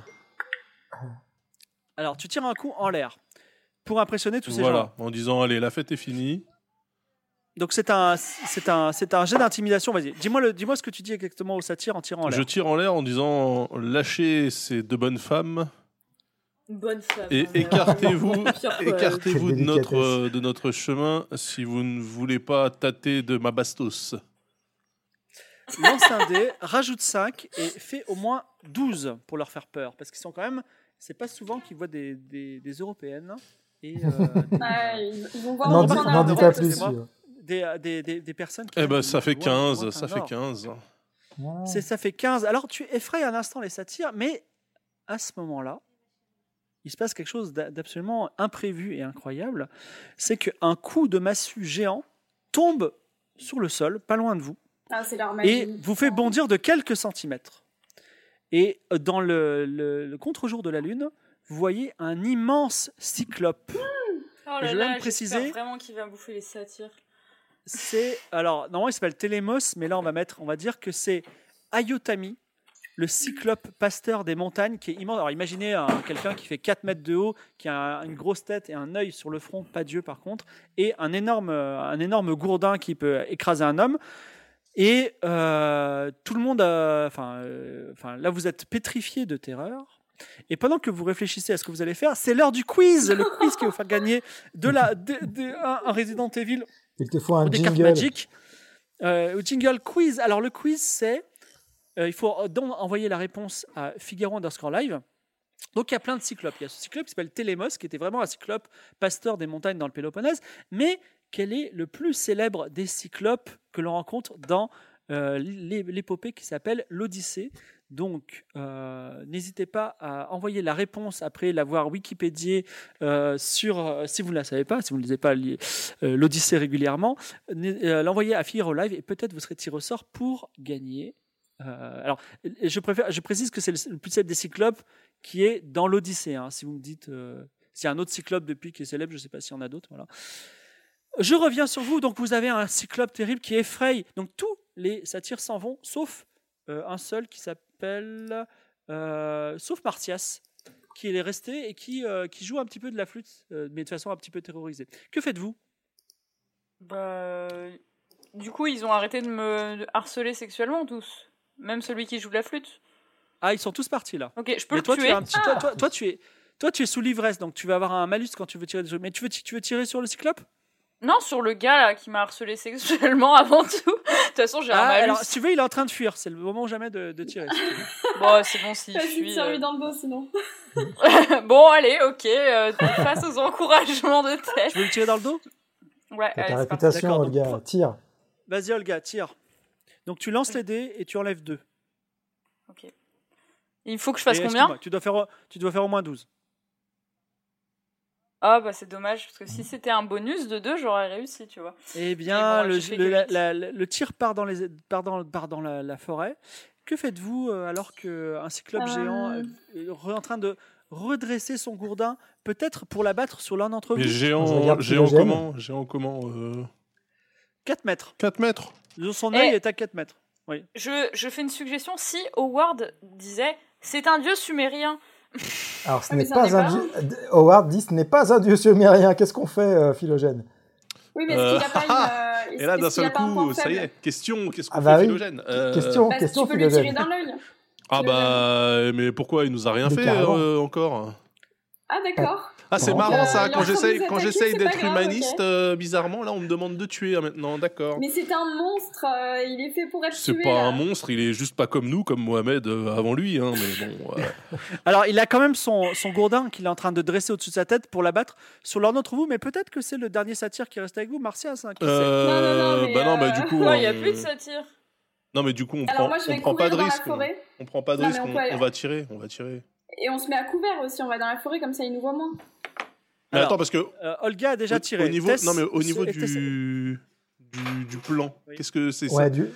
[SPEAKER 1] Alors tu tires un coup en l'air pour impressionner tous ces gens.
[SPEAKER 3] Voilà, en disant allez, la fête est finie.
[SPEAKER 1] Donc c'est un, c'est un, c'est un jet d'intimidation. Vas-y, dis-moi le- dis-moi ce que tu dis exactement aux satires en tirant en l'air.
[SPEAKER 3] Je tire en l'air en disant lâchez ces deux bonnes femmes
[SPEAKER 2] une Bonne femme.
[SPEAKER 3] et
[SPEAKER 2] hein, mais-
[SPEAKER 3] écartez-vous,
[SPEAKER 2] Pire que-
[SPEAKER 3] écartez-vous de
[SPEAKER 5] Quelle
[SPEAKER 3] notre
[SPEAKER 5] délicatesse.
[SPEAKER 3] euh, de notre chemin si vous ne voulez pas tâter de ma bastos.
[SPEAKER 1] lance un dé, rajoute 5 et fais au moins 12 pour leur faire peur. Parce qu'ils sont quand même. C'est pas souvent qu'ils voient des, des, des européennes et euh, des,
[SPEAKER 4] Ouais, ils ils vont voir
[SPEAKER 1] on
[SPEAKER 5] N'en dis-
[SPEAKER 1] va prendre
[SPEAKER 4] prendre
[SPEAKER 5] n'en
[SPEAKER 1] un
[SPEAKER 5] dis
[SPEAKER 1] autre,
[SPEAKER 5] pas
[SPEAKER 1] c'est
[SPEAKER 5] plus.
[SPEAKER 1] moi.
[SPEAKER 5] Fib.
[SPEAKER 1] des, euh, des, des- des personnes qui.
[SPEAKER 3] Eh ben
[SPEAKER 1] viennent
[SPEAKER 3] ça
[SPEAKER 1] de
[SPEAKER 3] fait
[SPEAKER 1] loin, de loin,
[SPEAKER 3] 15, ça fait
[SPEAKER 1] nord.
[SPEAKER 3] 15.
[SPEAKER 5] Ouais.
[SPEAKER 1] C'est- Ça fait 15. Alors tu effraies un instant les satires, mais à ce moment-là, il se passe quelque chose d'a- d'absolument imprévu et incroyable. C'est qu'un coup de massue géant tombe sur le sol, pas loin de vous.
[SPEAKER 4] Ah, c'est leur
[SPEAKER 1] et
[SPEAKER 4] magie.
[SPEAKER 1] vous fait bondir de quelques centimètres. Et euh, dans le, le- le contre-jour de la Lune, vous voyez un immense cyclope.
[SPEAKER 2] Oh là
[SPEAKER 1] Et je
[SPEAKER 2] là,
[SPEAKER 1] viens de
[SPEAKER 2] j'espère
[SPEAKER 1] préciser-
[SPEAKER 2] vraiment qu'il va bouffer les satires.
[SPEAKER 1] C'est alors normalement il s'appelle Télémos, mais là on va mettre, on va dire que c'est Ayotami, le cyclope pasteur des montagnes, qui est immense. Alors imaginez un- quelqu'un qui fait 4 mètres de haut, qui a une grosse tête et un œil sur le front, pas Dieu par contre, et un énorme, euh, un énorme gourdin qui peut écraser un homme. Et euh, tout le monde a. Enfin, euh, enfin, là, vous êtes pétrifié de terreur. Et pendant que vous réfléchissez à ce que vous allez faire, c'est l'heure du quiz Le quiz qui va vous faire gagner de la, de- de- un, un Resident Evil
[SPEAKER 5] Il te faut un
[SPEAKER 1] ou des cartes
[SPEAKER 5] jingle.
[SPEAKER 1] magiques. Euh, au jingle quiz. Alors, le quiz, c'est. euh, il faut euh, donc envoyer la réponse à Figaro underscore live. Donc, il y a plein de cyclopes. Il y a ce cyclope qui s'appelle Télémos, qui était vraiment un cyclope pasteur des montagnes dans le Péloponnèse. Mais quel est le plus célèbre des cyclopes que l'on rencontre dans euh, l'é- l'épopée qui s'appelle l'Odyssée donc, euh, n'hésitez pas à envoyer la réponse après l'avoir wikipédiée euh, sur, euh, si vous ne la savez pas, si vous ne lisez pas li- euh, l'Odyssée régulièrement, n- euh, l'envoyer à Figaro Live et peut-être vous serez tiré au sort pour gagner. Euh, alors, je, préfère, je précise que c'est le, le plus célèbre des cyclopes qui est dans l'Odyssée. hein, si vous me dites euh, s'il y a un autre cyclope depuis qui est célèbre, je ne sais pas s'il y en a d'autres. Voilà. Je reviens sur vous. Donc, vous avez un cyclope terrible qui effraie. Donc, tous les satyres s'en vont, sauf euh, un seul qui s'appelle. euh, sauf Martias, qui est resté et qui, euh, qui joue un petit peu de la flûte, euh, mais de façon un petit peu terrorisée. Que faites-vous
[SPEAKER 2] Bah, du coup, ils ont arrêté de me harceler sexuellement tous. Même celui qui joue de la flûte.
[SPEAKER 1] Ah, ils sont tous partis là.
[SPEAKER 2] Ok, je
[SPEAKER 1] Mais
[SPEAKER 2] peux le
[SPEAKER 1] toi, tu
[SPEAKER 2] tuer.
[SPEAKER 1] as un petit- toi, toi- toi, tu es. Toi, tu es sous l'ivresse, donc tu vas avoir un malus quand tu veux tirer. des- Mais tu veux, tu veux tirer sur le cyclope
[SPEAKER 2] Non, sur le gars là qui m'a harcelé sexuellement avant tout. De toute façon, j'ai un
[SPEAKER 1] Ah,
[SPEAKER 2] malus.
[SPEAKER 1] alors, si tu veux, il est en train de fuir. C'est le moment jamais de, de tirer. si tu veux.
[SPEAKER 2] Bon, c'est bon s'il
[SPEAKER 4] Vas-y,
[SPEAKER 2] fuit.
[SPEAKER 4] tire-lui
[SPEAKER 2] euh.
[SPEAKER 4] dans le dos sinon.
[SPEAKER 2] bon, allez, ok. euh, face aux encouragements de
[SPEAKER 1] tu
[SPEAKER 2] tête.
[SPEAKER 1] veux le tirer dans le dos
[SPEAKER 2] Ouais, allez,
[SPEAKER 5] T'as ta
[SPEAKER 2] c'est parti.
[SPEAKER 5] réputation,
[SPEAKER 1] D'accord,
[SPEAKER 5] Olga.
[SPEAKER 1] donc-
[SPEAKER 5] Tire.
[SPEAKER 1] Vas-y, Olga, tire. Donc tu lances les dés et tu enlèves deux.
[SPEAKER 2] Il faut que je fasse
[SPEAKER 1] Et
[SPEAKER 2] combien
[SPEAKER 1] excuse-moi, tu dois, faire, au- tu dois faire au moins 12.
[SPEAKER 2] Ah bah c'est dommage parce que
[SPEAKER 1] Mm.
[SPEAKER 2] si c'était un bonus de 2, j'aurais réussi, tu vois.
[SPEAKER 1] Eh bien,
[SPEAKER 2] bon,
[SPEAKER 1] le,
[SPEAKER 2] j'ai fait
[SPEAKER 1] le-
[SPEAKER 2] que
[SPEAKER 1] la-
[SPEAKER 2] huit.
[SPEAKER 1] la- la- le tir part dans, les, part dans, part dans la, la forêt. Que faites-vous euh, alors qu'un cyclope
[SPEAKER 4] Euh.
[SPEAKER 1] géant euh, est re- en train de redresser son gourdin, peut-être pour l'abattre sur l'un d'entre
[SPEAKER 3] Mais
[SPEAKER 1] vous
[SPEAKER 5] Je
[SPEAKER 3] géant,
[SPEAKER 5] regarde qui
[SPEAKER 3] géant
[SPEAKER 5] le gêne.
[SPEAKER 3] comment Géant comment euh,
[SPEAKER 1] 4 mètres.
[SPEAKER 3] 4 mètres
[SPEAKER 1] Son
[SPEAKER 2] Eh.
[SPEAKER 1] œil est à 4 mètres.
[SPEAKER 2] Je, je fais une suggestion. Si Howard disait c'est un dieu sumérien,
[SPEAKER 5] Alors, ce
[SPEAKER 4] Ah, mais
[SPEAKER 5] n'est
[SPEAKER 4] ça
[SPEAKER 5] pas
[SPEAKER 4] n'est
[SPEAKER 5] un
[SPEAKER 4] pas
[SPEAKER 5] dieu. Howard dit ce n'est pas un dieu sumérien. Qu'est-ce qu'on fait, euh, Philogène
[SPEAKER 4] Oui,
[SPEAKER 1] Euh,
[SPEAKER 4] mais est-ce qu'il a pas une. euh,
[SPEAKER 3] Et là,
[SPEAKER 4] est-ce
[SPEAKER 3] d'un
[SPEAKER 4] qu'il a
[SPEAKER 3] seul
[SPEAKER 4] pas un
[SPEAKER 3] coup,
[SPEAKER 4] point
[SPEAKER 3] ça y
[SPEAKER 4] faible
[SPEAKER 3] est. Question, qu'est-ce qu'on
[SPEAKER 5] Ah bah
[SPEAKER 3] fait,
[SPEAKER 5] oui.
[SPEAKER 3] Philogène Euh,
[SPEAKER 5] Question,
[SPEAKER 4] Bah, si
[SPEAKER 5] question,
[SPEAKER 4] tu peux lui tirer
[SPEAKER 5] Philogène.
[SPEAKER 4] dans l'œil.
[SPEAKER 3] Ah bah, mais pourquoi il nous a rien
[SPEAKER 5] Mais
[SPEAKER 3] fait
[SPEAKER 5] carrément.
[SPEAKER 3] euh, encore
[SPEAKER 4] Ah, d'accord.
[SPEAKER 3] Ah, c'est
[SPEAKER 5] Euh,
[SPEAKER 3] marrant ça,
[SPEAKER 4] il est en
[SPEAKER 3] quand
[SPEAKER 4] train de
[SPEAKER 3] j'essaye,
[SPEAKER 4] nous
[SPEAKER 3] quand
[SPEAKER 4] attaquer,
[SPEAKER 3] j'essaye
[SPEAKER 4] c'est pas
[SPEAKER 3] d'être
[SPEAKER 4] grave,
[SPEAKER 3] humaniste,
[SPEAKER 4] ok.
[SPEAKER 3] euh, bizarrement, là on me demande de tuer hein, maintenant, d'accord.
[SPEAKER 4] Mais c'est un monstre, euh, il est fait pour être
[SPEAKER 3] C'est
[SPEAKER 4] tué.
[SPEAKER 3] pas
[SPEAKER 4] là.
[SPEAKER 3] un monstre, il est juste pas comme nous, comme Mohamed euh, avant lui, hein, mais bon. euh,
[SPEAKER 1] Alors, il a quand même son, son gourdin qu'il est en train de dresser au-dessus de sa tête pour l'abattre sur l'un d'entre vous, mais peut-être que c'est le dernier satyre qui reste avec vous, Martias. hein, qui sait.
[SPEAKER 3] euh,
[SPEAKER 4] Non, non, non, mais,
[SPEAKER 3] bah non, bah
[SPEAKER 4] euh,
[SPEAKER 3] du coup.
[SPEAKER 2] il n'y a
[SPEAKER 3] on-
[SPEAKER 2] plus de satire.
[SPEAKER 3] Non, mais du coup, on
[SPEAKER 4] Alors
[SPEAKER 3] prend,
[SPEAKER 4] moi, je
[SPEAKER 3] on
[SPEAKER 4] vais
[SPEAKER 3] prend pas
[SPEAKER 4] courir
[SPEAKER 3] de
[SPEAKER 4] dans
[SPEAKER 3] risque.
[SPEAKER 4] la
[SPEAKER 3] on-
[SPEAKER 4] forêt
[SPEAKER 3] On prend pas de
[SPEAKER 4] Non,
[SPEAKER 3] risque,
[SPEAKER 4] mais on
[SPEAKER 3] on,
[SPEAKER 4] peut aller-
[SPEAKER 3] on va tirer, on va tirer.
[SPEAKER 4] et on se met à couvert aussi. On va dans la forêt comme ça, il nous voit moins.
[SPEAKER 3] Mais
[SPEAKER 1] Alors,
[SPEAKER 3] attends, parce que
[SPEAKER 1] Euh, Olga a déjà
[SPEAKER 3] au-
[SPEAKER 1] tiré.
[SPEAKER 3] au niveau,
[SPEAKER 1] Tess-
[SPEAKER 3] non mais au niveau
[SPEAKER 1] et Tess-
[SPEAKER 3] du, du du plan,
[SPEAKER 1] Oui.
[SPEAKER 3] qu'est-ce que c'est
[SPEAKER 5] Ouais,
[SPEAKER 3] ça
[SPEAKER 5] du-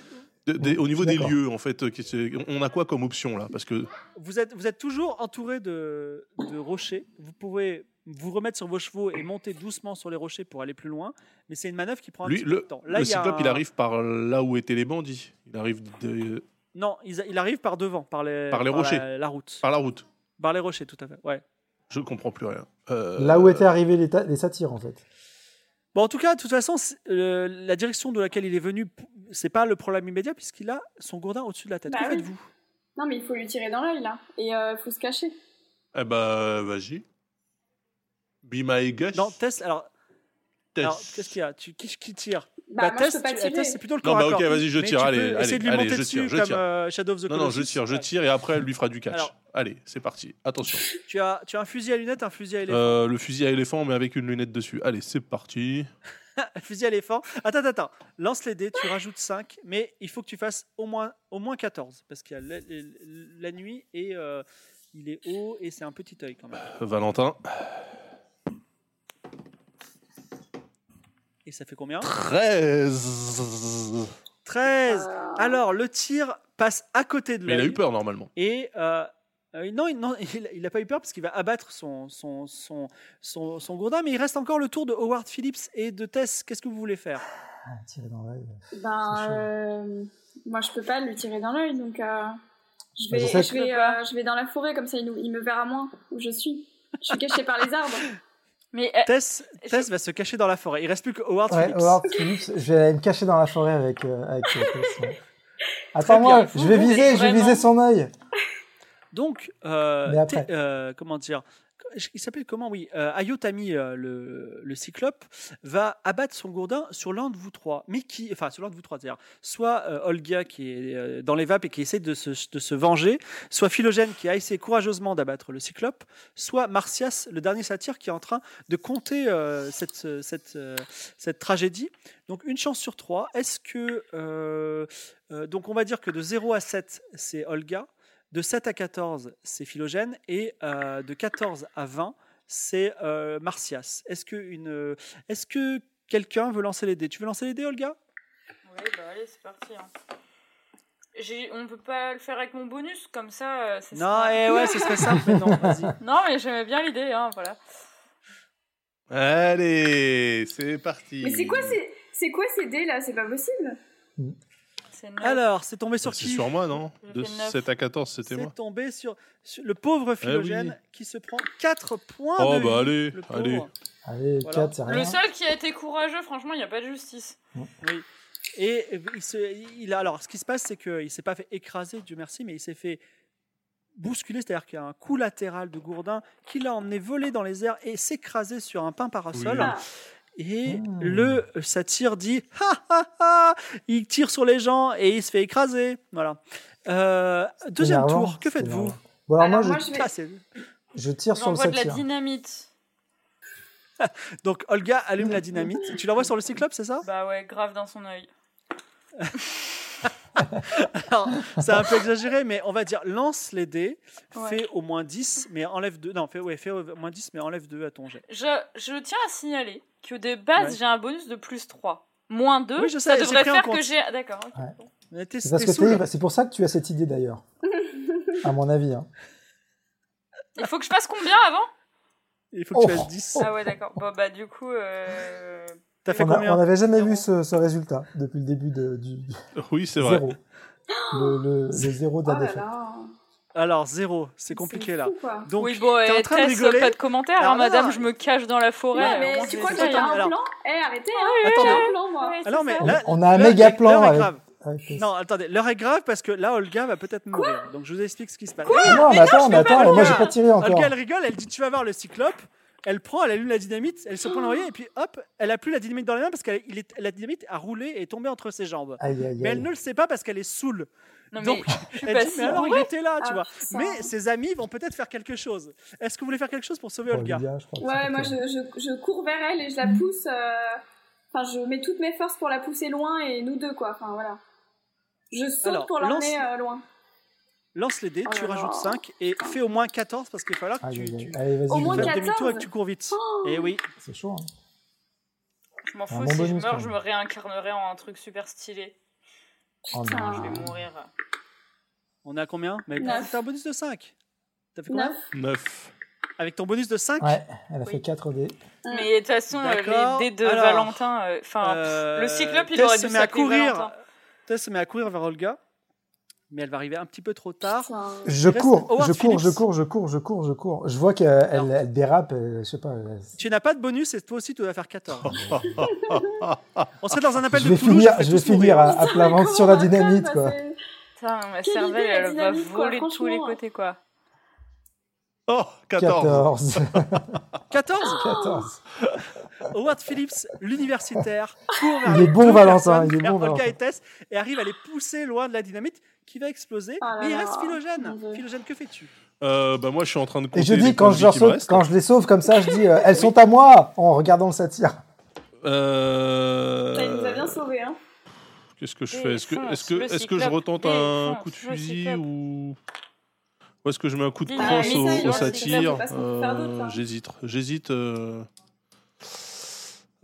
[SPEAKER 3] De- des- Au niveau des
[SPEAKER 5] D'accord.
[SPEAKER 3] lieux en fait, euh, qu'est-ce que- on a quoi comme option là Parce que
[SPEAKER 1] vous êtes, vous êtes toujours entouré de, de rochers. Vous pouvez vous remettre sur vos chevaux et monter doucement sur les rochers pour aller plus loin. Mais c'est une manœuvre qui prend un
[SPEAKER 3] Lui,
[SPEAKER 1] petit peu de temps. Là,
[SPEAKER 3] le
[SPEAKER 1] il y a
[SPEAKER 3] cyclope
[SPEAKER 1] un-
[SPEAKER 3] il arrive par là où étaient les bandits, il arrive de-
[SPEAKER 1] Non, il, il arrive par devant, par les,
[SPEAKER 3] Par les
[SPEAKER 1] la-
[SPEAKER 3] rochers.
[SPEAKER 1] La, route.
[SPEAKER 3] par la route.
[SPEAKER 1] Par les rochers, tout à fait. Ouais.
[SPEAKER 3] Je comprends plus rien. Euh,
[SPEAKER 5] Là où étaient arrivés les, ta- les satires, en fait.
[SPEAKER 1] Bon, en tout cas, de toute façon, c'est- euh, la direction de laquelle il est venu, p- c'est pas le problème immédiat puisqu'il a son gourdin au-dessus de la tête.
[SPEAKER 4] Bah
[SPEAKER 1] que
[SPEAKER 4] oui.
[SPEAKER 1] faites-vous
[SPEAKER 4] Non, mais il faut lui tirer dans l'œil là. Et euh, faut se cacher.
[SPEAKER 3] Eh bah vas-y. Be my guest.
[SPEAKER 1] Non, Tess, alors,
[SPEAKER 3] Tess.
[SPEAKER 1] alors, qu'est-ce qu'il y a tu, qui, qui tire
[SPEAKER 4] Bah, moi,
[SPEAKER 1] Tess,
[SPEAKER 4] je peux pas
[SPEAKER 1] tu-
[SPEAKER 4] tirer.
[SPEAKER 1] Tess, c'est plutôt le
[SPEAKER 3] Non,
[SPEAKER 1] corps
[SPEAKER 3] bah,
[SPEAKER 1] à
[SPEAKER 3] ok,
[SPEAKER 1] corps.
[SPEAKER 3] vas-y, je
[SPEAKER 1] Mais
[SPEAKER 3] tire,
[SPEAKER 1] tu
[SPEAKER 3] allez,
[SPEAKER 1] peux
[SPEAKER 3] allez,
[SPEAKER 1] essayer de lui
[SPEAKER 3] allez,
[SPEAKER 1] monter
[SPEAKER 3] je
[SPEAKER 1] dessus
[SPEAKER 3] tire, je
[SPEAKER 1] comme
[SPEAKER 3] tire.
[SPEAKER 1] euh, Shadow of the
[SPEAKER 3] non, non, je
[SPEAKER 1] Colossus.
[SPEAKER 3] tire, je tire et après elle lui fera du catch.
[SPEAKER 1] Alors-
[SPEAKER 3] Allez, c'est parti. Attention.
[SPEAKER 1] Tu as, tu as un fusil à lunettes, un fusil à éléphant.
[SPEAKER 3] Euh, le fusil à éléphant mais avec une lunette dessus. Allez, c'est parti.
[SPEAKER 1] Un fusil à éléphant. Attends, attends, attends. Lance les dés, tu rajoutes 5, mais il faut que tu fasses au moins, au moins 14, parce qu'il y a la, la nuit et euh, il est haut et c'est un petit œil quand même.
[SPEAKER 3] Valentin.
[SPEAKER 1] Et ça fait combien
[SPEAKER 3] 13
[SPEAKER 1] 13
[SPEAKER 4] Euh,
[SPEAKER 1] Alors, le tir passe à côté de
[SPEAKER 3] Mais il a eu
[SPEAKER 1] l'œil.
[SPEAKER 3] peur normalement.
[SPEAKER 1] Et euh, euh, non, il- non, il il n'a pas eu peur parce qu'il va abattre son, son, son, son, son gourdin, mais il reste encore le tour de Howard Phillips et de Tess. Qu'est-ce que vous voulez faire
[SPEAKER 5] Ah, tirer dans l'œil. C'est
[SPEAKER 4] Ben,
[SPEAKER 5] chaud.
[SPEAKER 4] euh, moi, je peux pas lui tirer dans l'œil, donc euh, je
[SPEAKER 1] Bah,
[SPEAKER 4] vais,
[SPEAKER 5] Mais c'est
[SPEAKER 4] je
[SPEAKER 5] ça
[SPEAKER 4] vais, euh, je vais dans la forêt comme ça, il, nous- il me verra moins où je suis. Je suis cachée par les arbres.
[SPEAKER 2] Mais euh,
[SPEAKER 1] Tess,
[SPEAKER 2] Je-
[SPEAKER 1] Tess va se cacher dans la forêt. Il reste plus que Howard
[SPEAKER 5] Ouais,
[SPEAKER 1] Phillips.
[SPEAKER 5] Howard Phillips, je vais aller me cacher dans la forêt avec. euh, avec euh, Tess, ouais. Attends-moi,
[SPEAKER 1] bien.
[SPEAKER 5] je vais
[SPEAKER 2] Vous- vous
[SPEAKER 5] viser,
[SPEAKER 2] êtes
[SPEAKER 5] je vais viser
[SPEAKER 2] vraiment-
[SPEAKER 5] son œil.
[SPEAKER 1] Donc, euh,
[SPEAKER 5] Mais après.
[SPEAKER 1] t'es- euh, comment dire il s'appelle comment Oui, euh, Ayotami, euh, le, le cyclope, va abattre son gourdin sur l'un de vous trois. Mais qui Enfin, sur l'un de vous trois, c'est-à-dire soit euh, Olga qui est euh, dans les vapes et qui essaie de se, de se venger, soit Philogène qui a essayé courageusement d'abattre le cyclope, soit Marcias, le dernier satyre, qui est en train de compter euh, cette, euh, cette, euh, cette tragédie. Donc, une chance sur trois. Est-ce que. euh, euh, donc, on va dire que de 0 à 7, c'est Olga. De 7 à 14, c'est Philogène. Et euh, de 14 à 20, c'est euh, Marcias. Est-ce que, une, euh, est-ce que quelqu'un veut lancer les dés Tu veux lancer les dés, Olga
[SPEAKER 2] Ouais, bah allez, c'est parti. hein. J'ai- On peut pas le faire avec mon bonus, comme ça, euh, c'est
[SPEAKER 1] Non, eh ouais, ce serait simple, mais non, vas-y.
[SPEAKER 2] Non, mais j'aimais bien l'idée, hein, voilà.
[SPEAKER 3] Allez, c'est parti.
[SPEAKER 4] Mais c'est quoi ces, c'est quoi ces dés là C'est pas possible.
[SPEAKER 2] C'est neuf.
[SPEAKER 1] Alors, c'est tombé sur
[SPEAKER 3] C'est
[SPEAKER 1] qui
[SPEAKER 3] sur moi, non
[SPEAKER 2] J'ai
[SPEAKER 3] De
[SPEAKER 2] fait neuf.
[SPEAKER 3] 7 à 14, c'était
[SPEAKER 1] C'est
[SPEAKER 3] moi. Eh
[SPEAKER 1] tombé sur, sur le pauvre Philogène qui se prend 4 points
[SPEAKER 3] Oh,
[SPEAKER 1] de
[SPEAKER 3] bah
[SPEAKER 1] vie,
[SPEAKER 3] allez,
[SPEAKER 1] le pauvre.
[SPEAKER 3] allez.
[SPEAKER 5] Allez,
[SPEAKER 1] Voilà.
[SPEAKER 5] 4, c'est rien.
[SPEAKER 2] Le seul qui a été courageux, franchement, il n'y a pas de justice.
[SPEAKER 1] Oui. Et euh, il se, il a, alors, ce qui se passe, c'est qu'il s'est pas fait écraser, Dieu merci, mais il s'est fait bousculer, c'est-à-dire qu'il y a un coup latéral de Gourdin qui l'a emmené voler dans les airs et s'écraser sur un pain parasol.
[SPEAKER 3] Oui.
[SPEAKER 4] Ah.
[SPEAKER 1] Et
[SPEAKER 5] Hmm.
[SPEAKER 1] le satire dit ha ha ha, il tire sur les gens et il se fait écraser. Voilà. Euh, deuxième
[SPEAKER 5] Énervant,
[SPEAKER 1] tour, que
[SPEAKER 5] c'est
[SPEAKER 1] faites-vous
[SPEAKER 5] énervant. Bon, alors,
[SPEAKER 4] Alors,
[SPEAKER 5] moi,
[SPEAKER 4] moi,
[SPEAKER 5] je,
[SPEAKER 4] je vais-
[SPEAKER 1] Ah, c'est-
[SPEAKER 5] je tire sur le
[SPEAKER 2] J'envoie de la
[SPEAKER 5] satyre.
[SPEAKER 2] dynamite.
[SPEAKER 1] Donc Olga allume la dynamite. Tu l'envoies sur le cyclope, c'est ça
[SPEAKER 2] Bah ouais, grave dans son œil.
[SPEAKER 1] Alors, c'est un peu exagéré, mais on va dire lance les dés,
[SPEAKER 2] Ouais.
[SPEAKER 1] fais au moins 10, mais enlève 2. Non, fais, ouais, fais au moins 10, mais enlève 2 à ton jet.
[SPEAKER 2] Je, je tiens à signaler que de base,
[SPEAKER 1] Ouais.
[SPEAKER 2] j'ai un bonus de plus 3. Moins 2,
[SPEAKER 1] Oui, je sais,
[SPEAKER 2] ça
[SPEAKER 1] j'ai
[SPEAKER 2] devrait
[SPEAKER 1] pris en
[SPEAKER 2] faire
[SPEAKER 1] compte.
[SPEAKER 2] que j'ai... D'accord. ok.
[SPEAKER 5] Ouais.
[SPEAKER 2] Bon.
[SPEAKER 1] Mais t'es-
[SPEAKER 5] C'est parce
[SPEAKER 1] t'es
[SPEAKER 5] que
[SPEAKER 1] saoul.
[SPEAKER 5] t'es- c'est pour ça que tu as cette idée d'ailleurs. à mon avis. Hein.
[SPEAKER 2] Il faut que je fasse combien avant
[SPEAKER 1] Il faut que tu
[SPEAKER 5] Oh.
[SPEAKER 1] fasses 10.
[SPEAKER 2] Ah ouais, d'accord. Bon, bah du coup... euh,
[SPEAKER 1] T'as fait
[SPEAKER 5] On a-
[SPEAKER 1] combien
[SPEAKER 5] on n'avait jamais
[SPEAKER 2] Zéro.
[SPEAKER 5] vu ce, ce résultat depuis le début de, du, du
[SPEAKER 3] Oui, c'est vrai.
[SPEAKER 5] zéro. Le, le, le zéro de
[SPEAKER 4] Oh là
[SPEAKER 5] la défaite.
[SPEAKER 4] là.
[SPEAKER 1] Alors, 0, c'est compliqué là.
[SPEAKER 4] fou, quoi.
[SPEAKER 1] Donc,
[SPEAKER 2] oui, bon,
[SPEAKER 1] t'es en
[SPEAKER 2] et
[SPEAKER 1] train de
[SPEAKER 2] Tess,
[SPEAKER 1] rigoler.
[SPEAKER 2] pas de commentaire,
[SPEAKER 1] Alors,
[SPEAKER 2] hein,
[SPEAKER 1] non,
[SPEAKER 2] madame,
[SPEAKER 1] non.
[SPEAKER 2] je me cache dans la forêt.
[SPEAKER 1] Ouais,
[SPEAKER 4] Ouais,
[SPEAKER 2] euh,
[SPEAKER 1] moi,
[SPEAKER 4] mais
[SPEAKER 2] je
[SPEAKER 4] tu
[SPEAKER 1] j'ai-
[SPEAKER 4] crois que
[SPEAKER 1] j'ai
[SPEAKER 4] t'as
[SPEAKER 2] essaye,
[SPEAKER 1] pas
[SPEAKER 2] hein.
[SPEAKER 4] pas un
[SPEAKER 1] Alors-
[SPEAKER 4] plan Eh, arrêtez,
[SPEAKER 2] Ah
[SPEAKER 4] hein.
[SPEAKER 2] oui, oui,
[SPEAKER 1] Attends,
[SPEAKER 4] J'ai
[SPEAKER 2] oui.
[SPEAKER 4] un plan, moi.
[SPEAKER 2] Ouais, c'est
[SPEAKER 1] Alors, mais
[SPEAKER 2] ça.
[SPEAKER 1] là.
[SPEAKER 5] On a un
[SPEAKER 1] l'heure
[SPEAKER 5] méga
[SPEAKER 1] est-
[SPEAKER 5] plan
[SPEAKER 1] l'heure est
[SPEAKER 5] avec-
[SPEAKER 1] grave.
[SPEAKER 5] avec Tess.
[SPEAKER 1] Non, attendez, l'heure est grave parce que là, Olga va peut-être mourir. Donc, je vous explique ce qui se passe.
[SPEAKER 5] Mais non, mais attends, mais attends, mais moi j'ai
[SPEAKER 2] rien.
[SPEAKER 5] pas tiré encore.
[SPEAKER 1] Olga, elle rigole, elle dit Tu vas voir le cyclope. Elle prend, elle allume la dynamite, elle se prend l'oreiller, et puis hop, elle a plus la dynamite dans les mains parce que la dynamite a roulé et est tombée entre ses jambes.
[SPEAKER 5] Aïe, aïe,
[SPEAKER 1] Mais elle ne
[SPEAKER 5] aïe.
[SPEAKER 1] le sait pas parce qu'elle est saoule.
[SPEAKER 2] Non, mais
[SPEAKER 1] Donc,
[SPEAKER 2] je suis
[SPEAKER 1] Elle
[SPEAKER 2] pas
[SPEAKER 1] dit,
[SPEAKER 2] si
[SPEAKER 1] mais alors,
[SPEAKER 2] bourrée.
[SPEAKER 1] il était là, tu
[SPEAKER 4] Ah,
[SPEAKER 1] vois.
[SPEAKER 4] putain.
[SPEAKER 1] Mais ses amis vont peut-être faire quelque chose. Est-ce que vous voulez faire quelque chose pour sauver
[SPEAKER 5] Bon,
[SPEAKER 1] Olga
[SPEAKER 5] Olivia, Oh, je crois que
[SPEAKER 4] Ouais,
[SPEAKER 5] c'est
[SPEAKER 4] moi
[SPEAKER 5] pas
[SPEAKER 4] je, je, je cours vers elle et je
[SPEAKER 1] Mm.
[SPEAKER 4] la pousse. euh, Enfin, je mets toutes mes forces pour la pousser loin et nous deux, quoi. Enfin, voilà. Je saute
[SPEAKER 1] Alors,
[SPEAKER 4] pour l'emmener
[SPEAKER 1] lance-
[SPEAKER 4] euh, loin.
[SPEAKER 1] Lance les dés,
[SPEAKER 4] Oh
[SPEAKER 1] tu
[SPEAKER 4] là là.
[SPEAKER 1] rajoutes 5 et fais au moins 14 parce qu'il va falloir que
[SPEAKER 5] Aïe,
[SPEAKER 1] tu,
[SPEAKER 5] aïe, aïe.
[SPEAKER 1] tu
[SPEAKER 5] Allez, vas-y.
[SPEAKER 4] Au moins
[SPEAKER 5] Olivia.
[SPEAKER 1] fasses demi-tour et que
[SPEAKER 4] 14.
[SPEAKER 1] tu cours vite.
[SPEAKER 4] Oh
[SPEAKER 1] Et oui,
[SPEAKER 5] C'est chaud. hein.
[SPEAKER 2] Je m'en
[SPEAKER 5] Un
[SPEAKER 2] fous,
[SPEAKER 5] bon
[SPEAKER 2] si je
[SPEAKER 5] bonus, quand
[SPEAKER 2] meurs, je
[SPEAKER 5] même.
[SPEAKER 2] me réincarnerai en un truc super stylé.
[SPEAKER 5] Oh,
[SPEAKER 4] Putain.
[SPEAKER 5] non.
[SPEAKER 2] Je
[SPEAKER 1] Ah.
[SPEAKER 2] vais mourir.
[SPEAKER 1] on est à combien Mais
[SPEAKER 4] Neuf.
[SPEAKER 1] t'as un bonus de 5. T'as fait combien
[SPEAKER 4] 9.
[SPEAKER 3] 9.
[SPEAKER 1] Avec ton bonus de 5
[SPEAKER 5] Ouais, elle a fait
[SPEAKER 2] Oui.
[SPEAKER 5] 4 dés.
[SPEAKER 2] Mais de toute façon, euh,
[SPEAKER 1] D'accord.
[SPEAKER 2] les dés de
[SPEAKER 1] Alors, euh,
[SPEAKER 2] Valentin, euh, enfin, le cyclope, il aurait dû
[SPEAKER 1] à
[SPEAKER 2] s'appeler
[SPEAKER 1] courir.
[SPEAKER 2] Valentin.
[SPEAKER 1] Tess se met à courir vers Olga, mais elle va arriver un petit peu trop tard.
[SPEAKER 4] Putain.
[SPEAKER 5] Je
[SPEAKER 1] Reste Howard
[SPEAKER 5] cours, je cours, je
[SPEAKER 1] Phillips.
[SPEAKER 5] cours, je cours, je cours, je cours. Je vois qu'elle
[SPEAKER 1] Alors.
[SPEAKER 5] elle, elle dérape, euh, je sais pas. elle-
[SPEAKER 1] Tu n'as pas de bonus et toi aussi tu dois faire 14.
[SPEAKER 3] Putain,
[SPEAKER 1] On serait dans un appel
[SPEAKER 5] Je
[SPEAKER 1] de
[SPEAKER 5] vais
[SPEAKER 1] Toulouse.
[SPEAKER 5] finir,
[SPEAKER 1] on fait
[SPEAKER 5] je vais
[SPEAKER 1] tous mourir.
[SPEAKER 5] finir hein. Ah, à, à
[SPEAKER 4] Putain,
[SPEAKER 5] plein
[SPEAKER 4] mais
[SPEAKER 5] ventre
[SPEAKER 4] comment
[SPEAKER 5] sur la
[SPEAKER 4] on raconte,
[SPEAKER 5] dynamite,
[SPEAKER 4] bah,
[SPEAKER 5] quoi.
[SPEAKER 4] c'est-
[SPEAKER 2] Putain, ma
[SPEAKER 4] Quelle
[SPEAKER 2] cervelle,
[SPEAKER 4] idée, la
[SPEAKER 2] elle va
[SPEAKER 4] dynamique, quoi,
[SPEAKER 2] voler de tous les
[SPEAKER 4] franchement.
[SPEAKER 2] côtés, quoi.
[SPEAKER 3] Oh, 14.
[SPEAKER 5] 14.
[SPEAKER 1] 14
[SPEAKER 5] 14.
[SPEAKER 1] Howard Phillips, l'universitaire, court vers
[SPEAKER 5] Il
[SPEAKER 1] les
[SPEAKER 5] est bon,
[SPEAKER 1] deux
[SPEAKER 5] Valentin,
[SPEAKER 1] personnes,
[SPEAKER 5] il est
[SPEAKER 1] vers
[SPEAKER 5] bon,
[SPEAKER 1] Olga
[SPEAKER 5] Valentin.
[SPEAKER 1] et Tess, et arrive à les pousser loin de la dynamite qui va exploser.
[SPEAKER 4] Oh là
[SPEAKER 1] mais il
[SPEAKER 4] là,
[SPEAKER 1] reste
[SPEAKER 4] mon
[SPEAKER 1] Philogène.
[SPEAKER 4] Dieu.
[SPEAKER 1] Philogène, que fais-tu
[SPEAKER 3] Euh, bah, moi, je suis en train de compter.
[SPEAKER 5] Et je dis,
[SPEAKER 3] les
[SPEAKER 5] quand
[SPEAKER 3] points de
[SPEAKER 5] je,
[SPEAKER 3] vie
[SPEAKER 5] leur
[SPEAKER 3] qui
[SPEAKER 5] sauve-
[SPEAKER 3] me restent.
[SPEAKER 5] quand je les sauve comme ça, je dis euh, elles sont à moi en regardant le satire.
[SPEAKER 3] Euh,
[SPEAKER 4] Ça, il nous a bien sauvés, hein.
[SPEAKER 3] Qu'est-ce que je
[SPEAKER 2] Et
[SPEAKER 3] fais Est-ce que, est-ce
[SPEAKER 2] fonce,
[SPEAKER 3] que,
[SPEAKER 2] le
[SPEAKER 3] est-ce que je
[SPEAKER 2] cyclope.
[SPEAKER 3] retente
[SPEAKER 2] Et
[SPEAKER 3] un
[SPEAKER 2] fonce,
[SPEAKER 3] coup de
[SPEAKER 2] le
[SPEAKER 3] fusil
[SPEAKER 2] cyclope.
[SPEAKER 3] ou. Ou est-ce que je mets un coup de
[SPEAKER 2] Ah,
[SPEAKER 3] poing
[SPEAKER 2] mais ça, il
[SPEAKER 3] au,
[SPEAKER 2] y
[SPEAKER 3] au
[SPEAKER 2] a un
[SPEAKER 4] cyclope,
[SPEAKER 3] satire
[SPEAKER 4] on peut pas se faire d'autres, hein.
[SPEAKER 3] Euh,
[SPEAKER 4] là.
[SPEAKER 3] J'hésite. J'hésite. euh.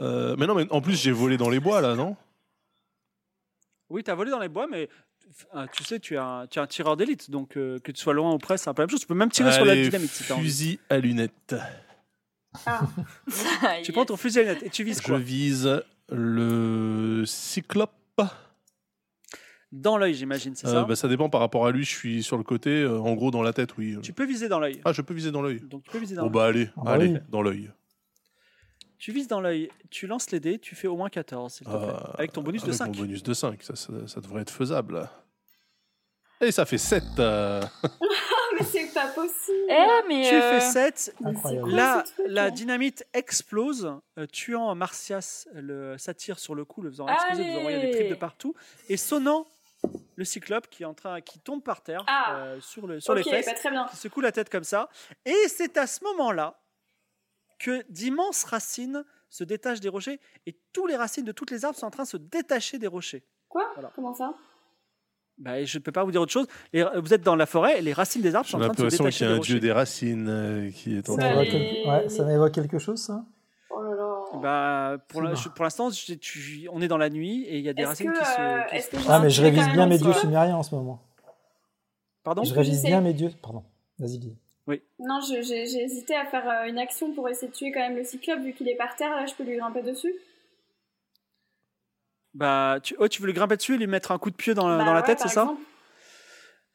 [SPEAKER 3] Euh, mais non, mais en plus, j'ai volé dans les bois, là, non
[SPEAKER 1] Oui, t'as volé dans les bois, mais euh, tu sais, tu es un, tu es un tireur d'élite, donc euh, que tu sois loin ou près, c'est un peu la même chose. Tu peux même tirer sur la
[SPEAKER 3] Allez,
[SPEAKER 1] dynamite hein. si t'as envie.
[SPEAKER 3] Fusil à lunettes.
[SPEAKER 1] Tu prends ton fusil à lunettes et tu vises
[SPEAKER 3] Je
[SPEAKER 1] quoi
[SPEAKER 3] vise le cyclope.
[SPEAKER 1] Dans l'œil, j'imagine, c'est
[SPEAKER 3] Euh,
[SPEAKER 1] ça
[SPEAKER 3] bah, ça dépend par rapport à lui, je suis sur le côté, euh, en gros dans la tête, oui.
[SPEAKER 1] Tu peux viser dans l'œil.
[SPEAKER 3] Ah, je peux viser dans l'œil.
[SPEAKER 1] Donc tu peux viser dans l'œil.
[SPEAKER 3] Bon bah allez,
[SPEAKER 5] Ah, bah
[SPEAKER 3] allez,
[SPEAKER 5] oui.
[SPEAKER 3] dans l'œil.
[SPEAKER 1] Tu vises dans l'œil, tu lances les dés, tu fais au moins 14, s'il te plaît.
[SPEAKER 3] Euh,
[SPEAKER 1] Avec ton bonus de
[SPEAKER 3] avec
[SPEAKER 1] 5.
[SPEAKER 3] mon bonus de 5, ça, ça- ça devrait être faisable. Et ça fait euh, 7.
[SPEAKER 4] Mais c'est pas possible.
[SPEAKER 2] Eh, mais.
[SPEAKER 1] Tu
[SPEAKER 2] euh,
[SPEAKER 1] fais 7.
[SPEAKER 4] Mais c'est
[SPEAKER 5] Incroyable.
[SPEAKER 4] quoi,
[SPEAKER 1] Là,
[SPEAKER 4] ce truc,
[SPEAKER 1] la
[SPEAKER 4] là
[SPEAKER 1] dynamite explose, euh, tuant Marcias, le satyre sur le coup, le faisant exploser, le faisant envoyer des
[SPEAKER 2] Allez
[SPEAKER 1] tripes de partout, et sonnant le cyclope qui est en train, qui tombe par terre
[SPEAKER 4] Ah.
[SPEAKER 1] euh, sur le sur
[SPEAKER 4] Ok,
[SPEAKER 1] les fesses,
[SPEAKER 4] bah, très bien.
[SPEAKER 1] qui secoue la tête comme ça. Et c'est à ce moment-là que d'immenses racines se détachent des rochers et tous les racines de toutes les arbres sont en train de se détacher des rochers.
[SPEAKER 4] Quoi
[SPEAKER 1] Voilà.
[SPEAKER 4] Comment ça
[SPEAKER 1] Bah, je ne peux pas vous dire autre chose. Les- vous êtes dans la forêt, les racines des arbres sont
[SPEAKER 3] J'ai
[SPEAKER 1] en train de se
[SPEAKER 3] l'impression
[SPEAKER 1] détacher des
[SPEAKER 3] qu'il y a un dieu
[SPEAKER 1] rochers.
[SPEAKER 3] des racines euh, qui est en
[SPEAKER 5] Ça
[SPEAKER 4] Ça
[SPEAKER 3] train
[SPEAKER 5] m'évoque
[SPEAKER 4] les-
[SPEAKER 3] de...
[SPEAKER 5] quelque- ouais, ça m'évoque quelque chose, ça
[SPEAKER 4] Oh là là.
[SPEAKER 1] Bah, pour la-
[SPEAKER 5] Ouh.
[SPEAKER 1] je- pour l'instant, je- tu- on est dans la nuit et il y a des
[SPEAKER 4] Est-ce
[SPEAKER 1] racines
[SPEAKER 4] que,
[SPEAKER 1] qui
[SPEAKER 4] euh,
[SPEAKER 1] se. qui
[SPEAKER 4] est-ce
[SPEAKER 1] se-
[SPEAKER 4] que j'ai
[SPEAKER 5] Ah,
[SPEAKER 4] un
[SPEAKER 5] mais je
[SPEAKER 4] truc à
[SPEAKER 5] révise bien mes
[SPEAKER 4] annoncer,
[SPEAKER 5] dieux
[SPEAKER 4] quoi
[SPEAKER 5] chimériens en ce moment.
[SPEAKER 1] Pardon
[SPEAKER 5] Je révise
[SPEAKER 4] j'essaie.
[SPEAKER 5] bien mes dieux. Pardon, vas-y, dis.
[SPEAKER 4] Non, je- j'ai j'ai hésité à faire euh, une action pour essayer de tuer quand même le cyclope, vu qu'il est par terre, là je peux lui grimper dessus.
[SPEAKER 1] Bah, tu, oh, tu veux le grimper dessus et lui mettre un coup de pied dans, la-
[SPEAKER 4] Bah
[SPEAKER 1] dans la
[SPEAKER 4] ouais,
[SPEAKER 1] tête,
[SPEAKER 4] par
[SPEAKER 1] c'est ça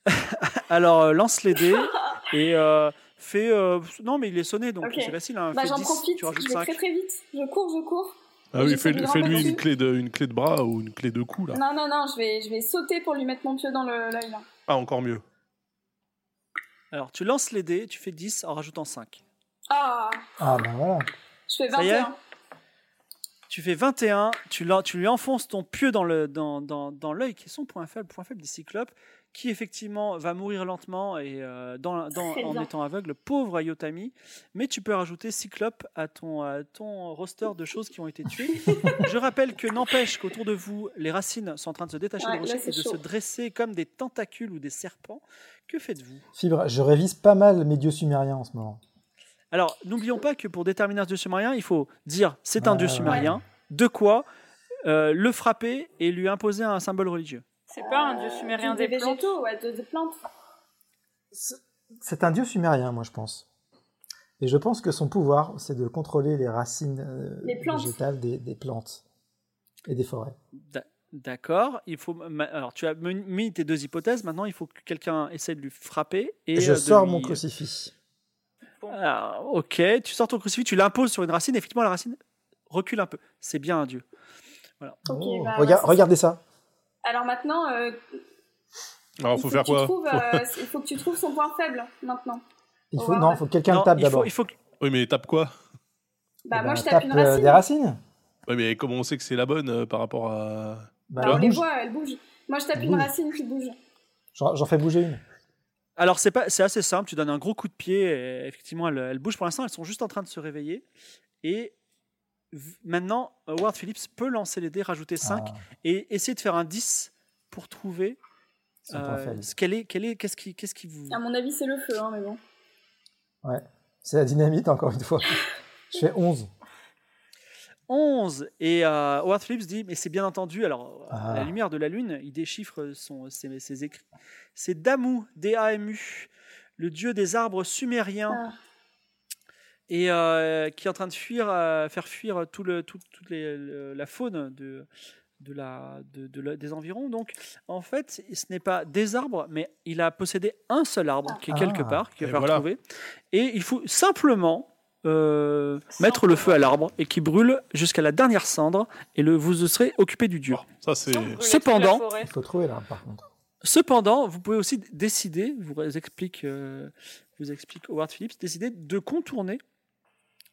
[SPEAKER 4] exemple.
[SPEAKER 1] Alors, euh, lance les dés et euh, fais. euh, non, mais il est sonné donc
[SPEAKER 4] Ok.
[SPEAKER 1] c'est facile. Hein,
[SPEAKER 4] Bah
[SPEAKER 1] fais
[SPEAKER 4] j'en
[SPEAKER 1] 10,
[SPEAKER 4] profite,
[SPEAKER 1] tu rajoutes
[SPEAKER 4] je vais
[SPEAKER 1] 5.
[SPEAKER 4] très très vite. Je cours, je cours.
[SPEAKER 3] Ah oui,
[SPEAKER 4] J'ai
[SPEAKER 3] fais-
[SPEAKER 4] fait du
[SPEAKER 3] fais-lui
[SPEAKER 4] grand
[SPEAKER 3] une,
[SPEAKER 4] battu.
[SPEAKER 3] clé de- une clé de bras ou une clé de cou, là.
[SPEAKER 4] Non, non, non, je vais, je vais sauter pour lui mettre mon pieu dans le- l'œil là.
[SPEAKER 3] Ah, encore mieux.
[SPEAKER 1] Alors, tu lances les dés, tu fais 10 en rajoutant 5.
[SPEAKER 4] Ah,
[SPEAKER 5] Ah, ben voilà.
[SPEAKER 4] je fais
[SPEAKER 1] Ça y est
[SPEAKER 4] 21.
[SPEAKER 1] Tu fais 21, tu, l'en- tu lui enfonces ton pieu dans l'œil, dans, dans, dans l'œil, qui est son point faible, point faible des cyclopes, qui effectivement va mourir lentement et euh, dans, dans-
[SPEAKER 4] Très
[SPEAKER 1] en
[SPEAKER 4] bien.
[SPEAKER 1] étant aveugle, pauvre Yotami. Mais tu peux rajouter cyclope à ton, à ton roster de choses qui ont été tuées. Je rappelle que n'empêche qu'autour de vous, les racines sont en train de se détacher
[SPEAKER 4] Ouais,
[SPEAKER 1] des rochers
[SPEAKER 4] là, c'est
[SPEAKER 1] et de
[SPEAKER 4] chaud.
[SPEAKER 1] se dresser comme des tentacules ou des serpents. Que faites-vous
[SPEAKER 5] Fibre, je révise pas mal mes dieux sumériens en ce moment.
[SPEAKER 1] Alors, n'oublions pas que pour déterminer un dieu sumérien, il faut dire c'est un
[SPEAKER 5] Ah, Ouais,
[SPEAKER 1] dieu
[SPEAKER 5] ouais.
[SPEAKER 1] sumérien, de quoi euh, le frapper et lui imposer un symbole religieux.
[SPEAKER 2] C'est pas un dieu sumérien des plantes.
[SPEAKER 4] végétaux, ouais, de- des plantes.
[SPEAKER 5] C'est un dieu sumérien, moi, je pense. Et je pense que son pouvoir, c'est de contrôler les racines euh,
[SPEAKER 4] Les plantes.
[SPEAKER 5] végétales des, des plantes et des forêts.
[SPEAKER 1] D'a- D'accord. Il faut. ma- Alors, tu as men- mis tes deux hypothèses. Maintenant, il faut que quelqu'un essaie de lui frapper et.
[SPEAKER 5] Et je
[SPEAKER 1] euh, de
[SPEAKER 5] sors
[SPEAKER 1] lui-
[SPEAKER 5] mon crucifix.
[SPEAKER 1] Ah, ok. Tu sors ton crucifix, tu l'imposes sur une racine. Effectivement, la racine recule un peu. C'est bien un dieu.
[SPEAKER 4] Ok,
[SPEAKER 5] Oh,
[SPEAKER 4] bah,
[SPEAKER 5] regarde-
[SPEAKER 4] bah, c'est-
[SPEAKER 5] regardez ça.
[SPEAKER 4] Alors maintenant, euh,
[SPEAKER 3] Alors,
[SPEAKER 4] il
[SPEAKER 3] Bah, faut faire
[SPEAKER 4] que tu
[SPEAKER 3] quoi
[SPEAKER 4] trouves, euh, il faut que tu trouves son point faible maintenant.
[SPEAKER 5] Il
[SPEAKER 4] On
[SPEAKER 5] faut,
[SPEAKER 4] va
[SPEAKER 5] non,
[SPEAKER 4] voir.
[SPEAKER 5] faut que quelqu'un
[SPEAKER 1] Non,
[SPEAKER 5] le tape
[SPEAKER 1] il faut-
[SPEAKER 5] d'abord.
[SPEAKER 1] il faut que-
[SPEAKER 3] Oui, mais tape quoi
[SPEAKER 4] Bah,
[SPEAKER 5] Eh
[SPEAKER 4] moi
[SPEAKER 5] ben,
[SPEAKER 4] je tape une
[SPEAKER 5] euh,
[SPEAKER 4] racine.
[SPEAKER 5] des racines.
[SPEAKER 3] Oui, mais comment on sait que c'est la bonne euh, par rapport à...
[SPEAKER 5] Bah,
[SPEAKER 4] Bah,
[SPEAKER 5] elle
[SPEAKER 4] on les
[SPEAKER 5] bouge.
[SPEAKER 4] voit, elle bouge. Moi je tape
[SPEAKER 5] Elle
[SPEAKER 4] une
[SPEAKER 5] bouge.
[SPEAKER 4] racine qui bouge.
[SPEAKER 5] J'en j'en fais bouger une.
[SPEAKER 1] Alors c'est pas, c'est assez simple. Tu donnes un gros coup de pied. Et effectivement, elles, elles bougent. Pour l'instant, elles sont juste en train de se réveiller. Et v- maintenant, Howard Phillips peut lancer les dés, rajouter 5
[SPEAKER 5] Ah,
[SPEAKER 1] et essayer de faire un 10 pour trouver
[SPEAKER 5] son point
[SPEAKER 1] euh,
[SPEAKER 5] faible.
[SPEAKER 1] ce qu'elle est, quelle est, qu'est-ce qui, qu'est-ce qui vous.
[SPEAKER 4] À mon avis, c'est le feu, hein, mais bon.
[SPEAKER 5] C'est la dynamite, encore une fois. je fais 11.
[SPEAKER 1] 11 et euh, Howard Phillips dit mais c'est bien entendu alors à la
[SPEAKER 5] Ah.
[SPEAKER 1] lumière de la lune il déchiffre son, ses, ses écrits c'est Damu D-A-M-U le dieu des arbres sumériens
[SPEAKER 4] Ah.
[SPEAKER 1] et euh, qui est en train de fuir euh, faire fuir tout le tout, toute les- le- la faune de de la, de, de la- des environs donc en fait ce n'est pas des arbres mais il a possédé un seul arbre qui est quelque
[SPEAKER 5] Ah.
[SPEAKER 1] part qui
[SPEAKER 3] Et
[SPEAKER 1] va
[SPEAKER 3] voilà.
[SPEAKER 1] retrouver et il faut simplement euh,
[SPEAKER 2] Sans
[SPEAKER 1] mettre le feu à l'arbre et qui brûle jusqu'à la dernière cendre et le, vous serez occupé du dieu.
[SPEAKER 3] Oh, ça, c'est...
[SPEAKER 2] Sans brûler toute la
[SPEAKER 1] Cependant-
[SPEAKER 2] forêt.
[SPEAKER 5] Il faut trouver là, par contre.
[SPEAKER 1] Cependant, vous pouvez aussi décider, vous explique, euh, vous explique Howard Phillips, décider de contourner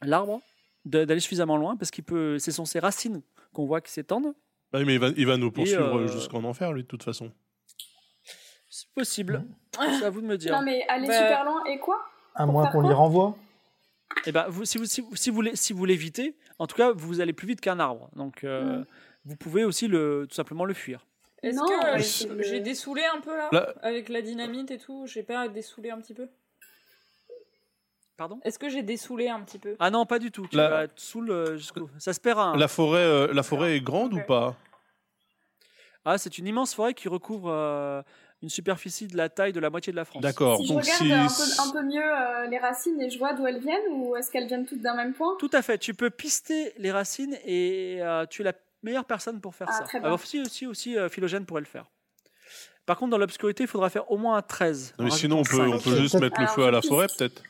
[SPEAKER 1] l'arbre, de- d'aller suffisamment loin parce qu'il peut, ce sont ses racines qu'on voit qui s'étendent.
[SPEAKER 3] Ah Oui, mais il va, il va nous poursuivre
[SPEAKER 1] euh,
[SPEAKER 3] jusqu'en enfer, lui, de toute façon.
[SPEAKER 1] C'est possible. C'est à vous de me dire.
[SPEAKER 4] Non mais aller
[SPEAKER 2] Bah-
[SPEAKER 4] super loin et quoi
[SPEAKER 5] À
[SPEAKER 4] Pour
[SPEAKER 5] moins
[SPEAKER 4] faire
[SPEAKER 5] qu'on
[SPEAKER 4] quoi
[SPEAKER 5] lui renvoie.
[SPEAKER 1] Eh ben, vous, si vous, si, vous- si vous, l'é- si vous l'évitez, en tout cas, vous allez plus vite qu'un arbre. Donc, euh,
[SPEAKER 4] Mhm.
[SPEAKER 1] vous pouvez aussi le, tout simplement le fuir.
[SPEAKER 2] Est-ce
[SPEAKER 4] Non,
[SPEAKER 2] que euh,
[SPEAKER 4] mais
[SPEAKER 2] j'ai-
[SPEAKER 4] c'est le-
[SPEAKER 2] j'ai dessoulé un peu là,
[SPEAKER 3] Là-
[SPEAKER 2] Avec la dynamite et tout, j'ai pas dessoulé un petit peu
[SPEAKER 1] Pardon
[SPEAKER 2] Est-ce que j'ai dessoulé un petit peu
[SPEAKER 1] Ah non, pas du tout. Tu
[SPEAKER 3] La-
[SPEAKER 1] vas sous le jusqu'au. Ça se perd.
[SPEAKER 3] La forêt, euh, la forêt est grande
[SPEAKER 2] Ok.
[SPEAKER 3] ou pas
[SPEAKER 1] Ah, c'est une immense forêt qui recouvre euh, une superficie de la taille de la moitié de la France.
[SPEAKER 3] D'accord.
[SPEAKER 4] Si je
[SPEAKER 3] donc
[SPEAKER 4] regarde
[SPEAKER 3] si...
[SPEAKER 4] un, peu, un peu mieux euh, les racines et je vois d'où elles viennent, ou est-ce qu'elles viennent toutes d'un même point
[SPEAKER 1] Tout à fait. Tu peux pister les racines et euh, tu es la meilleure personne pour faire
[SPEAKER 4] Ah,
[SPEAKER 1] ça.
[SPEAKER 4] très bien.
[SPEAKER 1] Alors, aussi, aussi, aussi euh, Philogène pourrait le faire. Par contre, dans l'obscurité, il faudra faire au moins un 13.
[SPEAKER 3] Non, mais
[SPEAKER 1] en
[SPEAKER 3] sinon, on
[SPEAKER 1] rajoutant
[SPEAKER 3] peut, on
[SPEAKER 1] cinq.
[SPEAKER 3] peut juste mettre le
[SPEAKER 4] Alors,
[SPEAKER 3] feu à la
[SPEAKER 4] je-
[SPEAKER 3] forêt, peut-être.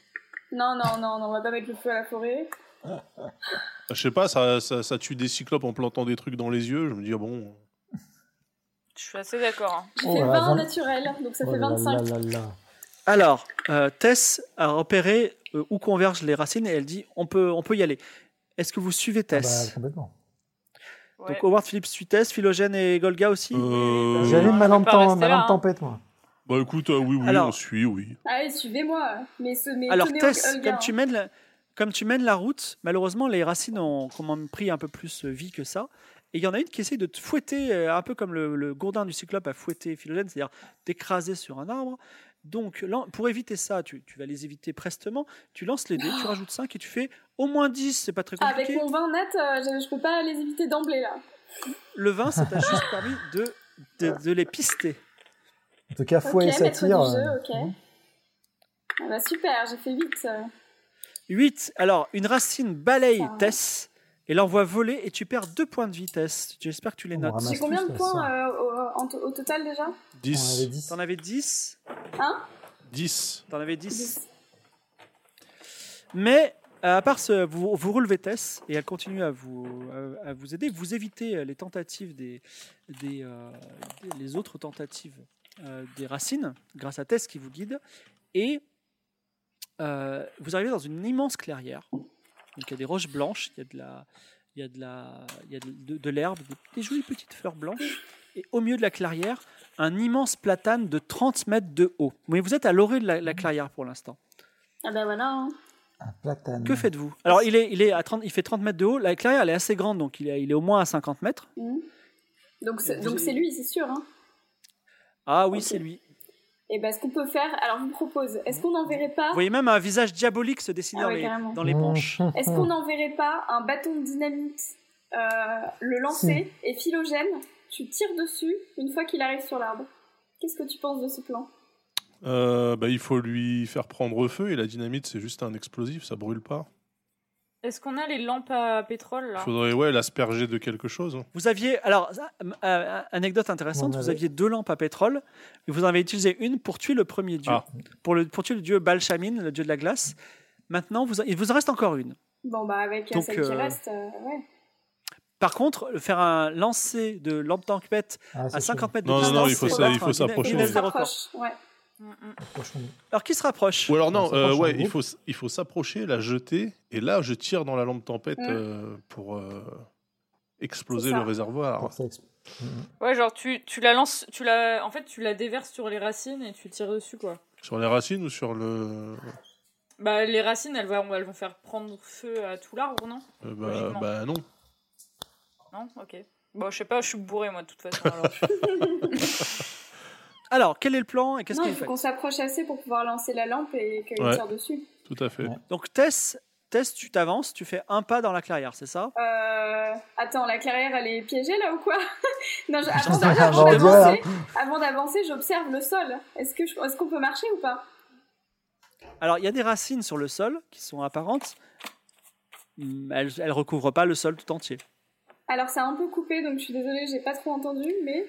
[SPEAKER 4] Non, non, non, non, on va pas mettre le feu à la forêt.
[SPEAKER 3] Ah, Je sais pas, ça, ça, ça tue des cyclopes en plantant des trucs dans les yeux. Je me dis, ah bon.
[SPEAKER 2] Je suis assez d'accord. hein.
[SPEAKER 4] J'ai
[SPEAKER 5] Oh
[SPEAKER 4] fait
[SPEAKER 5] là
[SPEAKER 4] 20
[SPEAKER 5] là, vingt-
[SPEAKER 4] naturel, donc ça
[SPEAKER 5] Oh
[SPEAKER 4] fait
[SPEAKER 5] là
[SPEAKER 4] 25.
[SPEAKER 5] là là là.
[SPEAKER 1] Alors, euh, Tess a repéré euh, où convergent les racines et elle dit on peut, on peut y aller. Est-ce que vous suivez
[SPEAKER 5] Ah
[SPEAKER 1] Tess
[SPEAKER 5] bah, complètement.
[SPEAKER 2] Ouais.
[SPEAKER 1] Donc Howard Phillips suit Tess, Philogène et Golga aussi
[SPEAKER 3] Euh,
[SPEAKER 4] bah,
[SPEAKER 5] J'ai allumé
[SPEAKER 2] on
[SPEAKER 5] ma
[SPEAKER 2] va
[SPEAKER 5] lampe
[SPEAKER 2] pas
[SPEAKER 5] tem-
[SPEAKER 2] rester
[SPEAKER 5] ma
[SPEAKER 2] là,
[SPEAKER 5] lampe
[SPEAKER 2] hein.
[SPEAKER 5] tempête, moi.
[SPEAKER 3] Bah écoute, euh, oui, oui,
[SPEAKER 1] Alors-
[SPEAKER 3] on suit, oui.
[SPEAKER 4] Allez, suivez-moi. Mais ce, mais
[SPEAKER 1] Alors
[SPEAKER 4] tenez au- hein.
[SPEAKER 1] Tess,
[SPEAKER 4] au gars,
[SPEAKER 1] comme tu, mènes la, comme tu mènes la route, malheureusement les racines ont quand même pris un peu plus euh, vie que ça. Et il y en a une qui essaie de te fouetter, euh, un peu comme le, le gourdin du cyclope a fouetté Philogène, c'est-à-dire t'écraser sur un arbre. Donc lan- pour éviter ça, tu, tu vas les éviter prestement, tu lances les dés, tu rajoutes 5 et tu fais au moins 10, c'est pas très
[SPEAKER 4] hein.
[SPEAKER 1] compliqué.
[SPEAKER 4] Oh Avec mon 20 nat, euh, je, je peux pas les éviter d'emblée là.
[SPEAKER 1] Le vin, ça t'a juste permis de, de, de les pister.
[SPEAKER 5] En tout cas,
[SPEAKER 4] Ok,
[SPEAKER 5] fouet et
[SPEAKER 4] maître
[SPEAKER 5] satire.
[SPEAKER 4] du jeu,
[SPEAKER 5] euh,
[SPEAKER 4] ok. Ah bah super, j'ai fait 8.
[SPEAKER 5] Ah,
[SPEAKER 1] 8. Alors, une racine balaye
[SPEAKER 4] Ça va.
[SPEAKER 1] Tess et l'envoie voler et tu perds 2 points de vitesse. J'espère que tu les
[SPEAKER 5] On
[SPEAKER 1] notes.
[SPEAKER 5] ramasse.
[SPEAKER 4] J'ai combien de
[SPEAKER 5] tous,
[SPEAKER 4] points
[SPEAKER 5] ça.
[SPEAKER 4] euh, au, en to- au total déjà
[SPEAKER 5] On avait
[SPEAKER 3] 10.
[SPEAKER 5] dit ça.
[SPEAKER 1] T'en avais 10.
[SPEAKER 3] 10.
[SPEAKER 1] T'en avais 10.
[SPEAKER 4] Dix.
[SPEAKER 1] Mais, euh, à part ce, vous, vous relevez Tess et elle continue à vous, à, à vous aider. Vous évitez euh, les tentatives des, des, euh, des- les autres tentatives euh, des racines grâce à Tess qui vous guide. Et euh, vous arrivez dans une immense clairière. Donc il y a des roches blanches, il y a de la, il y a de la, il y a de, de- de l'herbe, des, des jolies petites fleurs blanches. Et au milieu de la clairière, un immense platane de 30 mètres de haut. Mais vous êtes à l'orée de la, la clairière pour l'instant.
[SPEAKER 4] Ah bah voilà. hein.
[SPEAKER 5] Un platane.
[SPEAKER 1] Que faites-vous Alors il est, il est à 30, il fait 30 mètres de haut. La clairière elle est assez grande, donc il est, il est au moins à 50 mètres.
[SPEAKER 4] Mhm. Donc c'est
[SPEAKER 1] Vous
[SPEAKER 4] donc
[SPEAKER 1] avez-
[SPEAKER 4] c'est lui, c'est sûr. Hein.
[SPEAKER 1] Ah oui,
[SPEAKER 4] Ok.
[SPEAKER 1] c'est lui.
[SPEAKER 4] Et ben ce qu'on peut faire, alors je vous propose, est-ce qu'on n'enverrait pas,
[SPEAKER 1] Vous voyez même un visage diabolique se dessiner
[SPEAKER 4] Ah
[SPEAKER 1] dans
[SPEAKER 4] ouais,
[SPEAKER 1] les-
[SPEAKER 4] carrément.
[SPEAKER 1] dans les branches.
[SPEAKER 5] Mmh.
[SPEAKER 4] est-ce qu'on n'enverrait pas un bâton de dynamite, euh, le lancer et phylogène, tu tires dessus une fois qu'il arrive sur l'arbre. Qu'est-ce que tu penses de ce plan
[SPEAKER 3] Euh, bah, il faut lui faire prendre feu et la dynamite, c'est juste un explosif, ça brûle pas.
[SPEAKER 2] Est-ce qu'on a les lampes à pétrole
[SPEAKER 4] Ah.
[SPEAKER 3] Il
[SPEAKER 2] là
[SPEAKER 3] faudrait, ouais, l'asperger de quelque chose.
[SPEAKER 1] Vous aviez, alors, ça, euh, anecdote intéressante,
[SPEAKER 5] On
[SPEAKER 1] vous
[SPEAKER 5] avait-
[SPEAKER 1] aviez deux lampes à pétrole, et vous en avez utilisé une pour tuer le premier dieu,
[SPEAKER 3] Ah.
[SPEAKER 1] pour, le, pour tuer le dieu Balshamine, le dieu de la glace. Maintenant, vous, en- il vous en reste encore une.
[SPEAKER 4] Bon bah avec euh,
[SPEAKER 1] Donc,
[SPEAKER 4] celle qui
[SPEAKER 1] euh,
[SPEAKER 4] reste, euh, ouais.
[SPEAKER 1] Par contre, faire un lancer de lampe tempête
[SPEAKER 5] Ah, c'est
[SPEAKER 1] à 50 mètres de
[SPEAKER 3] Non, non,
[SPEAKER 1] distance,
[SPEAKER 3] non, il faut
[SPEAKER 1] c'est
[SPEAKER 4] ça- il
[SPEAKER 1] battre
[SPEAKER 3] faut
[SPEAKER 1] un
[SPEAKER 3] s'approcher.
[SPEAKER 1] Guinness
[SPEAKER 4] Il
[SPEAKER 1] des
[SPEAKER 4] se
[SPEAKER 1] records.
[SPEAKER 4] rapproche, ouais.
[SPEAKER 2] Mm, mm.
[SPEAKER 5] chaud. Franchement.
[SPEAKER 1] Alors, qui se rapproche
[SPEAKER 3] Ou alors non,
[SPEAKER 5] On
[SPEAKER 3] euh,
[SPEAKER 5] s'approche
[SPEAKER 3] ouais,
[SPEAKER 5] du
[SPEAKER 3] il
[SPEAKER 5] groupe.
[SPEAKER 3] faut, s- il faut s'approcher, la jeter, et là je tire dans la lampe tempête
[SPEAKER 4] Mm.
[SPEAKER 3] euh, pour euh, exploser
[SPEAKER 4] C'est ça.
[SPEAKER 3] le réservoir.
[SPEAKER 5] Alors, ça exp-
[SPEAKER 2] Ouais, genre tu, tu la lances, tu la, en fait tu la déverses sur les racines et tu tires dessus quoi.
[SPEAKER 3] Sur les racines ou sur le...
[SPEAKER 2] Bah les racines elles vont, elles vont faire prendre feu à tout l'arbre non
[SPEAKER 3] euh, bah,
[SPEAKER 2] Logiquement.
[SPEAKER 3] bah, non.
[SPEAKER 2] Non Ok. Bon je sais pas, je suis bourré moi de toute façon alors.
[SPEAKER 1] Alors, quel est le plan et qu'est-ce
[SPEAKER 4] Non,
[SPEAKER 1] qu'il
[SPEAKER 4] il faut
[SPEAKER 1] fait
[SPEAKER 4] qu'on s'approche assez pour pouvoir lancer la lampe et qu'il
[SPEAKER 3] Ouais.
[SPEAKER 4] tire dessus.
[SPEAKER 3] Tout à fait.
[SPEAKER 5] Ouais.
[SPEAKER 1] Donc, Tess, Tess, tu t'avances, tu fais un pas dans la clairière, c'est ça
[SPEAKER 4] Euh, Attends, la clairière, elle est piégée là ou quoi Non, je-
[SPEAKER 5] J'en
[SPEAKER 4] avant
[SPEAKER 5] sais
[SPEAKER 4] d'a-
[SPEAKER 5] rien,
[SPEAKER 4] avant
[SPEAKER 5] j'en vois,
[SPEAKER 4] d'avancer, avant d'avancer, j'observe le sol. Est-ce que je- est-ce qu'on peut marcher ou pas
[SPEAKER 1] Alors, il y a des racines sur le sol qui sont apparentes. Hum, Elles ne recouvrent pas le sol tout entier.
[SPEAKER 4] Alors ça a un peu coupé, donc je suis désolée, j'ai pas trop entendu, mais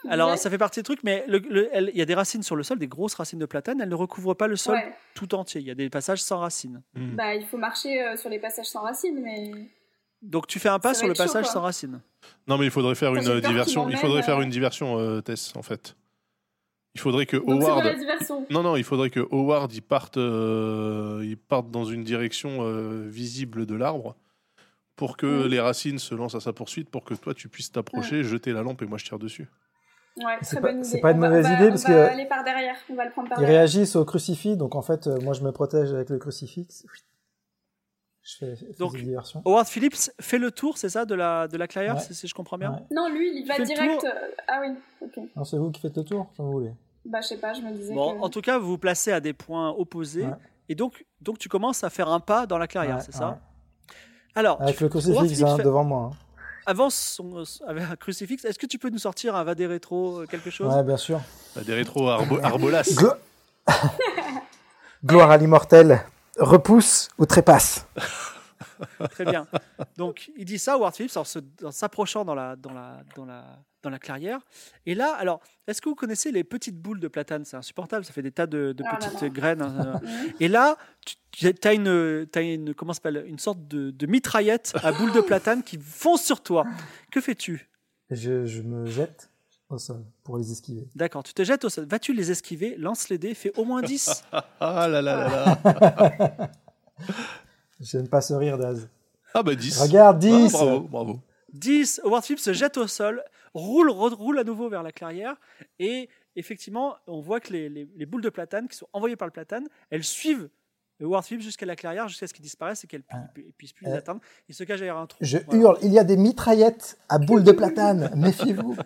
[SPEAKER 4] tu
[SPEAKER 1] Alors,
[SPEAKER 4] disais
[SPEAKER 1] ça fait partie des trucs, mais le- le- elle- il y a des racines sur le sol, des grosses racines de platane, elles ne recouvrent pas le sol
[SPEAKER 4] ouais.
[SPEAKER 1] tout entier. Il y a des passages sans racines.
[SPEAKER 3] Mm.
[SPEAKER 4] Bah, il faut marcher euh, sur les passages sans racines, mais
[SPEAKER 1] Donc, tu fais un pas
[SPEAKER 4] Ça
[SPEAKER 1] sur
[SPEAKER 4] va
[SPEAKER 1] le
[SPEAKER 4] être chaud,
[SPEAKER 1] passage
[SPEAKER 4] quoi.
[SPEAKER 1] sans racines.
[SPEAKER 3] Non mais il faudrait faire
[SPEAKER 4] Moi,
[SPEAKER 3] une
[SPEAKER 4] j'ai
[SPEAKER 3] euh,
[SPEAKER 4] peur qu'il
[SPEAKER 3] diversion. Il
[SPEAKER 4] m'emmène,
[SPEAKER 3] faudrait faire
[SPEAKER 4] euh,
[SPEAKER 3] une diversion, euh, Tess, en fait. Il faudrait que
[SPEAKER 4] donc c'est quoi
[SPEAKER 3] Howard...
[SPEAKER 4] la diversion
[SPEAKER 3] Non, non, il faudrait que Howard il parte, euh, il parte dans une direction euh, visible de l'arbre pour que
[SPEAKER 4] Mm.
[SPEAKER 3] les racines se lancent à sa poursuite, pour que toi tu puisses t'approcher, jeter la lampe et moi je tire dessus.
[SPEAKER 4] Ouais,
[SPEAKER 5] C'est
[SPEAKER 4] très
[SPEAKER 5] pas-
[SPEAKER 4] bonne idée.
[SPEAKER 5] c'est pas une
[SPEAKER 4] On va-
[SPEAKER 5] mauvaise
[SPEAKER 4] on va-
[SPEAKER 5] idée, parce
[SPEAKER 4] on va
[SPEAKER 5] que-
[SPEAKER 4] aller par derrière, on va le prendre par
[SPEAKER 5] Ils
[SPEAKER 4] derrière.
[SPEAKER 5] réagissent au crucifix, donc en fait, euh, moi je me protège avec le crucifix. Je fais, fais
[SPEAKER 1] Donc,
[SPEAKER 5] des diversions.
[SPEAKER 1] Howard Phillips fait le tour, c'est ça, de la, de la clairière,
[SPEAKER 5] Ouais.
[SPEAKER 1] si, si je comprends bien
[SPEAKER 5] Ouais.
[SPEAKER 4] Non, lui, il va
[SPEAKER 1] fais le
[SPEAKER 4] direct.
[SPEAKER 1] tour.
[SPEAKER 4] euh, Ah oui, ok.
[SPEAKER 5] Non, c'est vous qui faites le tour, comme vous voulez.
[SPEAKER 4] Bah, je sais pas, je me disais.
[SPEAKER 1] Bon,
[SPEAKER 4] que-
[SPEAKER 1] en tout cas, vous vous placez à des points opposés.
[SPEAKER 5] Ouais.
[SPEAKER 1] Et donc, donc, tu commences à faire un pas dans la clairière,
[SPEAKER 5] Ouais,
[SPEAKER 1] c'est ça
[SPEAKER 5] ouais.
[SPEAKER 1] Alors,
[SPEAKER 5] Avec
[SPEAKER 1] tu-
[SPEAKER 5] le
[SPEAKER 1] Howard
[SPEAKER 5] crucifix
[SPEAKER 1] Phillips
[SPEAKER 5] hein,
[SPEAKER 1] fait-
[SPEAKER 5] devant moi. hein.
[SPEAKER 1] avance son, son- avec un crucifix. Est-ce que tu peux nous sortir un Vadé Rétro, euh, quelque chose
[SPEAKER 5] Ouais, bien sûr.
[SPEAKER 3] Bah, des rétro arbo- arbolas.
[SPEAKER 5] Glo- Gloire à l'immortel, repousse ou trépasse.
[SPEAKER 1] Très bien. Donc, il dit ça, Ward Phillips, en se- en s'approchant dans la, dans, la, dans, la, dans la clairière. Et là, alors, est-ce que vous connaissez les petites boules de platane C'est insupportable, ça fait des tas de, de
[SPEAKER 4] Ah là
[SPEAKER 1] petites
[SPEAKER 4] là.
[SPEAKER 1] graines. hein.
[SPEAKER 4] Mhm.
[SPEAKER 1] Et là, tu as une, t'as une, comment ça s'appelle une sorte de, de mitraillette à boules de platane qui fonce sur toi. Que fais-tu
[SPEAKER 5] Je, je me jette au sol pour les esquiver.
[SPEAKER 1] D'accord, tu te jettes au sol. Vas-tu les esquiver Lance les dés, fais au moins 10.
[SPEAKER 3] Ah là là là là.
[SPEAKER 5] J'aime pas ce rire d'Az.
[SPEAKER 3] Ah bah 10.
[SPEAKER 5] Regarde, 10
[SPEAKER 3] Ah, bravo, bravo.
[SPEAKER 1] 10, Howard Phillips se jette au sol, roule, re- roule à nouveau vers la clairière, et effectivement, on voit que les, les- les boules de platane qui sont envoyées par le platane, elles suivent Howard Phillips jusqu'à la clairière, jusqu'à ce qu'ils disparaissent et qu'elles pu- pu- puissent plus les
[SPEAKER 5] Euh.
[SPEAKER 1] atteindre. Il se cache derrière un trou.
[SPEAKER 5] Je
[SPEAKER 1] Voilà.
[SPEAKER 5] hurle, il y a des mitraillettes à boules de platane, méfiez-vous.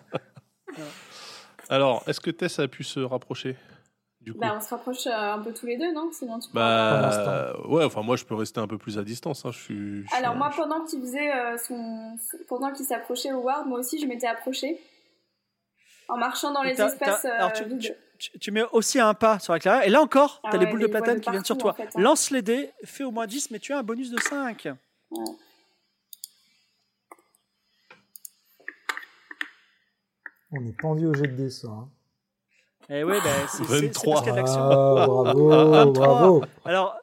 [SPEAKER 3] Alors, est-ce que Tess a pu se rapprocher du coup
[SPEAKER 4] Bah, on se rapproche euh, un peu tous les deux, non Sinon, tu peux
[SPEAKER 5] Pour
[SPEAKER 3] Bah,
[SPEAKER 5] l'instant.
[SPEAKER 3] ouais, enfin moi je peux rester un peu plus à distance. hein, Je suis. je suis-
[SPEAKER 4] Alors moi,
[SPEAKER 3] je-
[SPEAKER 4] pendant qu'il faisait euh, son, pendant qu'il s'approchait au ward, moi aussi je m'étais approchée en marchant dans
[SPEAKER 1] Et
[SPEAKER 4] les
[SPEAKER 1] t'as-
[SPEAKER 4] espaces
[SPEAKER 1] t'as-
[SPEAKER 4] euh,
[SPEAKER 1] alors, tu,
[SPEAKER 4] vides.
[SPEAKER 1] tu- tu- tu mets aussi un pas sur la clairière, et là encore, tu
[SPEAKER 4] Ah
[SPEAKER 1] as les
[SPEAKER 4] ouais,
[SPEAKER 1] boules
[SPEAKER 4] les
[SPEAKER 1] de
[SPEAKER 4] voix de
[SPEAKER 1] platane qui viennent sur toi.
[SPEAKER 4] partout, en fait, hein.
[SPEAKER 1] Lance les dés, fais au moins 10, mais tu as un bonus de 5.
[SPEAKER 5] On est pendu au jeu de dés, ça. hein.
[SPEAKER 1] Et ouais, bah, c'est- c'est- c'est parce
[SPEAKER 3] 23.
[SPEAKER 1] qu'il y a de l'action.
[SPEAKER 5] Ah, bravo,
[SPEAKER 1] 23.
[SPEAKER 5] bravo.
[SPEAKER 1] Alors,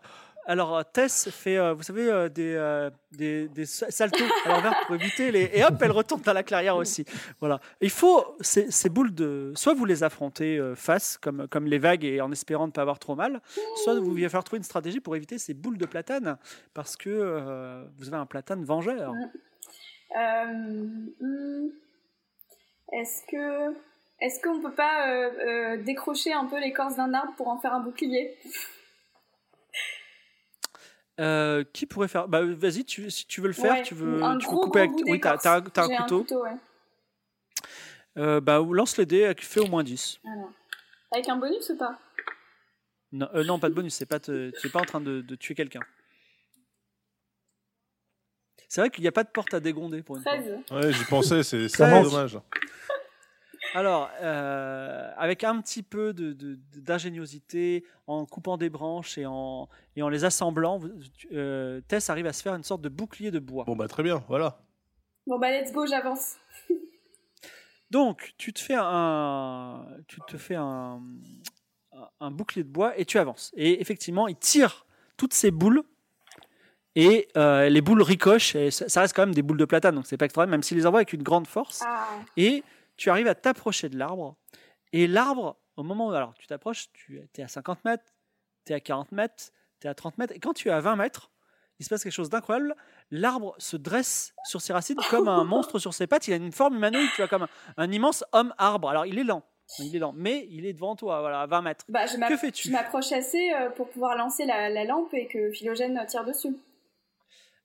[SPEAKER 1] alors euh, Tess fait, euh, vous savez, euh, des, euh, des, des sa- saltos à l'envers pour éviter les. Et hop, elle retourne dans la clairière aussi. Voilà. Il faut ces, ces boules de. Soit vous les affrontez euh, face, comme, comme les vagues, et en espérant ne pas avoir trop mal, soit vous devez faire trouver une stratégie pour éviter ces boules de platane, parce que euh, vous avez un platane vengeur.
[SPEAKER 4] Euh, hmm, Est-ce que est-ce qu'on peut pas euh, euh, décrocher un peu l'écorce d'un arbre pour en faire un bouclier
[SPEAKER 1] Euh, qui pourrait faire bah, Vas-y, tu- si tu veux le faire,
[SPEAKER 4] Ouais,
[SPEAKER 1] tu veux,
[SPEAKER 4] un
[SPEAKER 1] tu
[SPEAKER 4] gros,
[SPEAKER 1] veux couper
[SPEAKER 4] gros
[SPEAKER 1] avec.
[SPEAKER 4] bout
[SPEAKER 1] Oui, t'as
[SPEAKER 4] d'écorce.
[SPEAKER 1] t'as un t'as un
[SPEAKER 4] J'ai
[SPEAKER 1] couteau.
[SPEAKER 4] ouais.
[SPEAKER 1] Euh, bah, lance les dés, fais au moins 10.
[SPEAKER 4] Avec un bonus ou pas
[SPEAKER 1] Non, euh, non, pas de bonus, c'est pas te- tu n'es pas en train de, de tuer quelqu'un. C'est vrai qu'il n'y a pas de porte à dégonder pour une fois.
[SPEAKER 4] 13.
[SPEAKER 3] Ouais, j'y pensais, c'est c'est
[SPEAKER 5] Commence.
[SPEAKER 3] dommage.
[SPEAKER 1] Alors, euh, avec un petit peu de- de- d'ingéniosité, en coupant des branches et en, et en les assemblant, vous- tu- euh, Tess arrive à se faire une sorte de bouclier de bois.
[SPEAKER 3] Bon bah très bien, voilà.
[SPEAKER 4] Bon bah let's go, j'avance.
[SPEAKER 1] Donc, tu te fais un, tu te fais un, un bouclier de bois et tu avances. Et effectivement, il tire toutes ces boules et euh, les boules ricochent. Et ça, ça reste quand même des boules de platane, donc c'est pas extraordinaire, même s'il les envoie avec une grande force.
[SPEAKER 4] Ah.
[SPEAKER 1] Et tu arrives à t'approcher de l'arbre. Et l'arbre, au moment où alors, tu t'approches, tu es à 50 mètres, tu es à 40 mètres, tu es à 30 mètres. Et quand tu es à 20 mètres, il se passe quelque chose d'incroyable. L'arbre se dresse sur ses racines comme un monstre sur ses pattes. Il a une forme humanoïde, tu vois, comme un, un immense homme-arbre. Alors, il est lent. Il est lent, mais il est devant toi, voilà, à 20 mètres.
[SPEAKER 4] Bah, je m'app-
[SPEAKER 1] Que fais-tu
[SPEAKER 4] je m'approche assez euh, pour pouvoir lancer la, la lampe et que Philogène euh, tire dessus.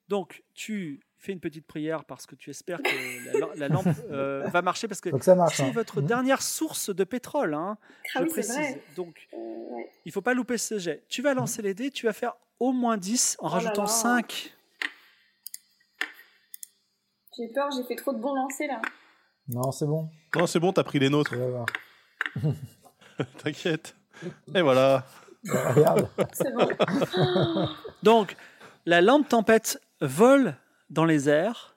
[SPEAKER 1] Donc, tu fais une petite prière parce que tu espères que la, la lampe euh, va marcher Mmh. parce que
[SPEAKER 5] Donc ça marche.
[SPEAKER 1] c'est
[SPEAKER 5] hein.
[SPEAKER 1] votre
[SPEAKER 5] Mhm.
[SPEAKER 1] dernière source de pétrole, hein, je
[SPEAKER 4] Ah oui, c'est
[SPEAKER 1] précise.
[SPEAKER 4] vrai.
[SPEAKER 1] Donc,
[SPEAKER 4] Euh, ouais.
[SPEAKER 1] Il faut pas louper ce jet. Tu vas lancer les dés, tu vas faire au moins 10 en
[SPEAKER 4] Oh là
[SPEAKER 1] rajoutant
[SPEAKER 4] là.
[SPEAKER 1] 5.
[SPEAKER 4] J'ai peur, j'ai fait trop de bons lancers là.
[SPEAKER 5] Non, c'est bon,
[SPEAKER 3] Non, c'est bon, t'as pris les nôtres,
[SPEAKER 5] tu vas voir.
[SPEAKER 3] t'inquiète. Et voilà.
[SPEAKER 5] Ah, Regarde.
[SPEAKER 4] C'est bon.
[SPEAKER 1] Donc, la lampe tempête vole dans les airs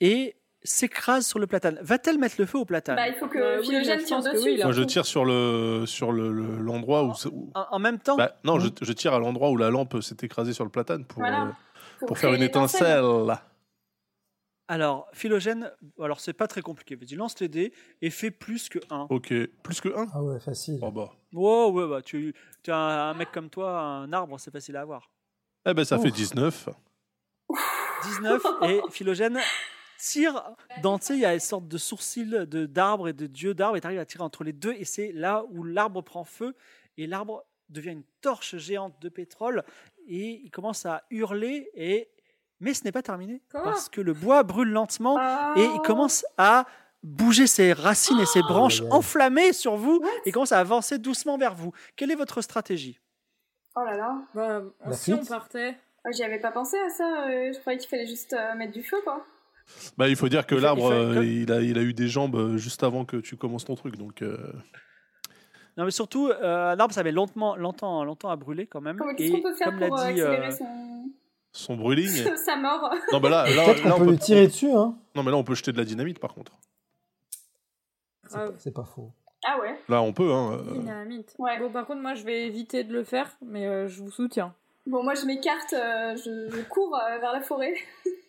[SPEAKER 1] et s'écrase sur le platane. Va-t-elle mettre le feu au platane
[SPEAKER 4] bah, il faut que
[SPEAKER 2] Euh, oui,
[SPEAKER 4] Philogène
[SPEAKER 2] mais je
[SPEAKER 4] tire
[SPEAKER 2] pense que
[SPEAKER 4] dessus.
[SPEAKER 2] oui, là.
[SPEAKER 3] Moi je tire sur le sur le- le- l'endroit où, où-
[SPEAKER 1] en, en même temps,
[SPEAKER 3] Bah, non, je, je tire à l'endroit où la lampe s'est écrasée sur le platane pour,
[SPEAKER 4] Voilà.
[SPEAKER 3] euh, pour faire
[SPEAKER 4] créer
[SPEAKER 3] une étincelle.
[SPEAKER 1] alors, Philogène, alors c'est pas très compliqué. Vas-y, lance les dés et fais plus que 1.
[SPEAKER 3] Ok, plus que 1
[SPEAKER 5] Ah ouais, facile.
[SPEAKER 3] Oh bah.
[SPEAKER 1] Wow, ouais, bah, tu, tu as un mec comme toi, un arbre, c'est facile à avoir.
[SPEAKER 3] Eh ben ça
[SPEAKER 5] Ouf.
[SPEAKER 3] fait 19.
[SPEAKER 1] 19 et Philogène tire dans, tu sais, il y a une sorte de sourcil de- d'arbre et de dieu d'arbre et t'arrives à tirer entre les deux et c'est là où l'arbre prend feu et l'arbre devient une torche géante de pétrole et il commence à hurler et mais ce n'est pas terminé
[SPEAKER 2] Quoi
[SPEAKER 1] parce que le bois brûle lentement
[SPEAKER 4] Ah.
[SPEAKER 1] et il commence à bouger ses racines et ses branches
[SPEAKER 5] Aïe, aïe, aïe.
[SPEAKER 1] enflammées sur vous et commence à avancer doucement vers vous. Quelle est votre stratégie
[SPEAKER 4] Oh là là.
[SPEAKER 2] Bah,
[SPEAKER 5] La
[SPEAKER 2] si on
[SPEAKER 5] fuite.
[SPEAKER 2] partait.
[SPEAKER 4] Ah, J'y avais pas pensé à ça. euh, je croyais qu'il fallait juste euh, mettre du feu quoi.
[SPEAKER 3] Bah il faut dire que
[SPEAKER 1] Il fait-
[SPEAKER 3] l'arbre
[SPEAKER 1] il fait
[SPEAKER 3] euh, il,
[SPEAKER 1] comme-
[SPEAKER 3] a il a eu des jambes euh, juste avant que tu commences ton truc donc euh,
[SPEAKER 1] Non mais surtout, euh, un arbre ça met lentement, longtemps, longtemps à brûler quand même.
[SPEAKER 4] Comment- Qu'est-ce
[SPEAKER 1] Et
[SPEAKER 4] qu'on peut faire
[SPEAKER 1] comme l'a
[SPEAKER 4] pour euh,
[SPEAKER 1] dit, euh,
[SPEAKER 4] accélérer son.
[SPEAKER 3] Son brûling.
[SPEAKER 4] Sa mort.
[SPEAKER 3] Non, bah là, là,
[SPEAKER 5] Peut-être
[SPEAKER 3] là,
[SPEAKER 5] qu'on peut lui tirer dessus, hein.
[SPEAKER 3] Non, mais là, on peut jeter de la dynamite, par contre.
[SPEAKER 5] C'est
[SPEAKER 2] Ah.
[SPEAKER 5] pas- C'est pas faux.
[SPEAKER 4] Ah ouais.
[SPEAKER 3] Là, on peut, hein. euh,
[SPEAKER 2] Dynamite.
[SPEAKER 4] Ouais.
[SPEAKER 2] Bon, par contre, moi, je vais éviter de le faire, mais euh, je vous soutiens.
[SPEAKER 4] Bon, moi je m'écarte, euh, je, je cours euh, vers la forêt.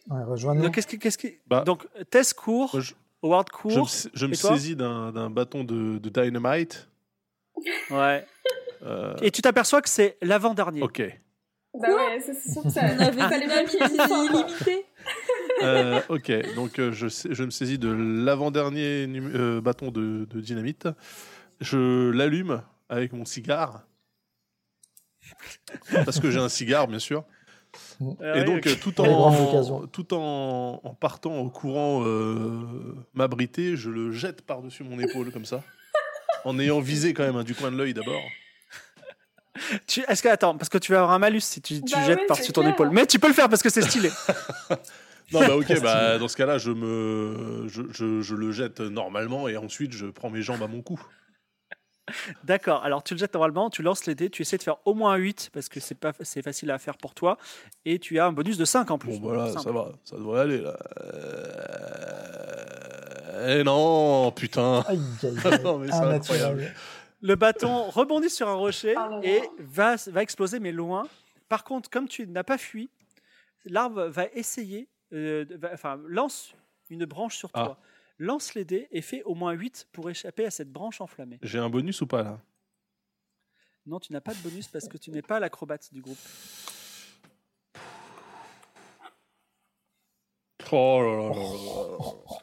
[SPEAKER 5] Ouais, rejoins-nous.
[SPEAKER 1] Donc, qu'est-ce qui- qu'est-ce qui-
[SPEAKER 3] Bah,
[SPEAKER 1] Donc, Tess court,
[SPEAKER 3] moi, je,
[SPEAKER 1] Howard
[SPEAKER 3] je me,
[SPEAKER 1] court.
[SPEAKER 3] sais- je me
[SPEAKER 1] Et toi
[SPEAKER 3] saisis d'un d'un bâton de, de dynamite.
[SPEAKER 1] Ouais.
[SPEAKER 3] euh,
[SPEAKER 1] Et tu t'aperçois que c'est l'avant-dernier.
[SPEAKER 3] ok.
[SPEAKER 4] Bah ouais, ça, c'est sûr que ça.
[SPEAKER 2] On avait
[SPEAKER 4] fallait bien qu'il y ait une histoire, quoi.
[SPEAKER 2] illimité.
[SPEAKER 3] Euh, ok, donc euh, je, sais- je me saisis de l'avant-dernier num- euh, bâton de, de dynamite. Je l'allume avec mon cigare. Parce que j'ai un cigare, bien sûr.
[SPEAKER 1] Ah
[SPEAKER 3] Et
[SPEAKER 1] oui,
[SPEAKER 3] donc,
[SPEAKER 1] ok.
[SPEAKER 3] euh, tout
[SPEAKER 5] Quelle grande
[SPEAKER 3] en,
[SPEAKER 5] occasion.
[SPEAKER 3] tout en, en partant au courant euh, m'abriter, je le jette par-dessus mon épaule, comme ça. En ayant visé quand même hein, du coin de l'œil d'abord.
[SPEAKER 1] Tu- Est-ce que attends, parce que tu vas avoir un malus si tu, tu
[SPEAKER 4] Bah
[SPEAKER 1] jettes
[SPEAKER 4] ouais,
[SPEAKER 1] par-dessus
[SPEAKER 4] c'est
[SPEAKER 1] ton
[SPEAKER 4] clair.
[SPEAKER 1] épaule. Mais tu peux le faire parce que c'est stylé.
[SPEAKER 3] Non, bah ok, bah, dans ce cas-là, je, me, je, je- je le jette normalement et ensuite je prends mes jambes à mon cou.
[SPEAKER 1] D'accord. Alors tu le jettes normalement, tu lances les dés, tu essaies de faire au moins 8 parce que c'est pas c'est facile à faire pour toi et tu as un bonus de 5 en plus.
[SPEAKER 3] Bon, bah là,
[SPEAKER 1] Simple.
[SPEAKER 3] ça va, ça devrait aller, là. Euh... Eh non, putain
[SPEAKER 5] Aïe, aïe, aïe.
[SPEAKER 3] Non, mais c'est
[SPEAKER 5] Un naturel.
[SPEAKER 3] incroyable.
[SPEAKER 1] Le bâton rebondit sur un rocher
[SPEAKER 4] Ah là là.
[SPEAKER 1] et va va exploser mais loin. Par contre, comme tu n'as pas fui, l'arbre va essayer euh, de- va- enfin lance une branche sur
[SPEAKER 3] Ah.
[SPEAKER 1] toi. Lance les dés et fais au moins 8 pour échapper à cette branche enflammée.
[SPEAKER 3] J'ai un bonus ou pas, là
[SPEAKER 1] Non, tu n'as pas de bonus parce que tu n'es pas l'acrobate du groupe.
[SPEAKER 3] Oh là là là là là.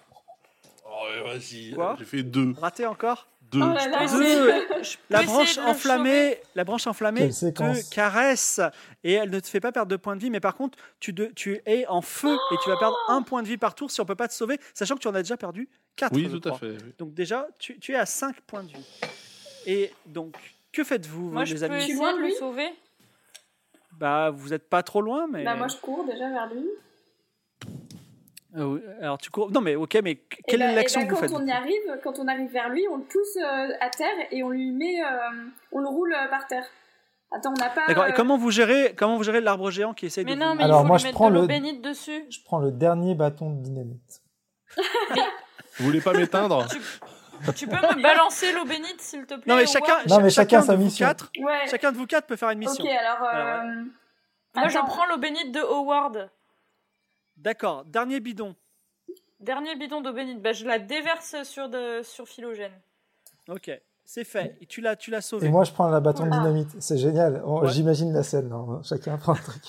[SPEAKER 3] Oh, mais vas-y.
[SPEAKER 1] Quoi
[SPEAKER 3] J'ai fait deux.
[SPEAKER 1] Raté encore
[SPEAKER 3] Deux.
[SPEAKER 4] Oh là là.
[SPEAKER 2] Je peux
[SPEAKER 1] Deux.
[SPEAKER 2] essayer- je peux
[SPEAKER 1] La
[SPEAKER 2] essayer
[SPEAKER 1] branche
[SPEAKER 2] de le sauver.
[SPEAKER 1] enflammée, la branche enflammée
[SPEAKER 5] Quelle séquence.
[SPEAKER 1] te caresse et elle ne te fait pas perdre de points de vie, mais par contre, tu, de- tu es en feu et tu vas perdre un point de vie par tour si on peut pas te sauver, sachant que tu en as déjà perdu 4.
[SPEAKER 3] Oui, tout à fait. oui.
[SPEAKER 1] Donc déjà, tu, tu es à 5 points de vie. Et donc, que faites-vous,
[SPEAKER 2] Moi, je
[SPEAKER 1] les
[SPEAKER 2] peux
[SPEAKER 1] amis
[SPEAKER 2] essayer
[SPEAKER 4] loin
[SPEAKER 2] de
[SPEAKER 4] de
[SPEAKER 2] le
[SPEAKER 4] lui
[SPEAKER 2] sauver.
[SPEAKER 1] Bah, vous n'êtes pas trop loin, mais...
[SPEAKER 4] Bah moi je cours déjà vers lui.
[SPEAKER 1] Euh, oui, alors tu cours... Non, mais ok, mais que-
[SPEAKER 4] Et
[SPEAKER 1] quelle
[SPEAKER 4] bah-
[SPEAKER 1] est
[SPEAKER 4] et
[SPEAKER 1] l'action
[SPEAKER 4] bah,
[SPEAKER 1] que vous faites
[SPEAKER 4] Quand on y arrive, quand on arrive vers lui, on le pousse euh, à terre et on lui met, euh, on le roule euh, par terre. Attends, on n'a pas.
[SPEAKER 1] D'accord,
[SPEAKER 4] euh,
[SPEAKER 1] et comment vous gérez, comment vous gérez l'arbre géant qui essaye
[SPEAKER 2] Mais
[SPEAKER 1] de
[SPEAKER 2] non,
[SPEAKER 1] vous-
[SPEAKER 2] mais
[SPEAKER 5] Alors,
[SPEAKER 2] il faut
[SPEAKER 5] moi,
[SPEAKER 2] lui
[SPEAKER 5] je
[SPEAKER 2] mettre
[SPEAKER 5] prends
[SPEAKER 2] de l'eau
[SPEAKER 5] le-
[SPEAKER 2] bénite dessus.
[SPEAKER 5] Je prends le dernier bâton de dynamite.
[SPEAKER 3] Vous voulez pas m'éteindre
[SPEAKER 2] Tu peux me balancer l'eau bénite, s'il te plaît
[SPEAKER 1] Non, mais
[SPEAKER 2] au
[SPEAKER 1] chacun,
[SPEAKER 2] Ward
[SPEAKER 5] Non, mais
[SPEAKER 1] chacun
[SPEAKER 5] chacun sa
[SPEAKER 1] de vous
[SPEAKER 5] mission.
[SPEAKER 1] quatre-
[SPEAKER 4] euh, Ouais.
[SPEAKER 1] chacun de vous quatre peut faire une mission.
[SPEAKER 4] Ok, alors. euh,
[SPEAKER 1] Alors,
[SPEAKER 2] Moi, je
[SPEAKER 4] attends.
[SPEAKER 2] prends l'eau bénite de Howard.
[SPEAKER 1] D'accord, dernier bidon.
[SPEAKER 2] Dernier bidon d'eau bénite. Bah, je la déverse sur, de... sur Philogène.
[SPEAKER 1] Ok, c'est fait. Et tu l'as, tu l'as sauvé.
[SPEAKER 5] Et moi, je prends la bâton de
[SPEAKER 4] Ah.
[SPEAKER 5] dynamite. C'est génial. On-
[SPEAKER 1] Ouais.
[SPEAKER 5] J'imagine la scène. hein. Chacun prend un truc.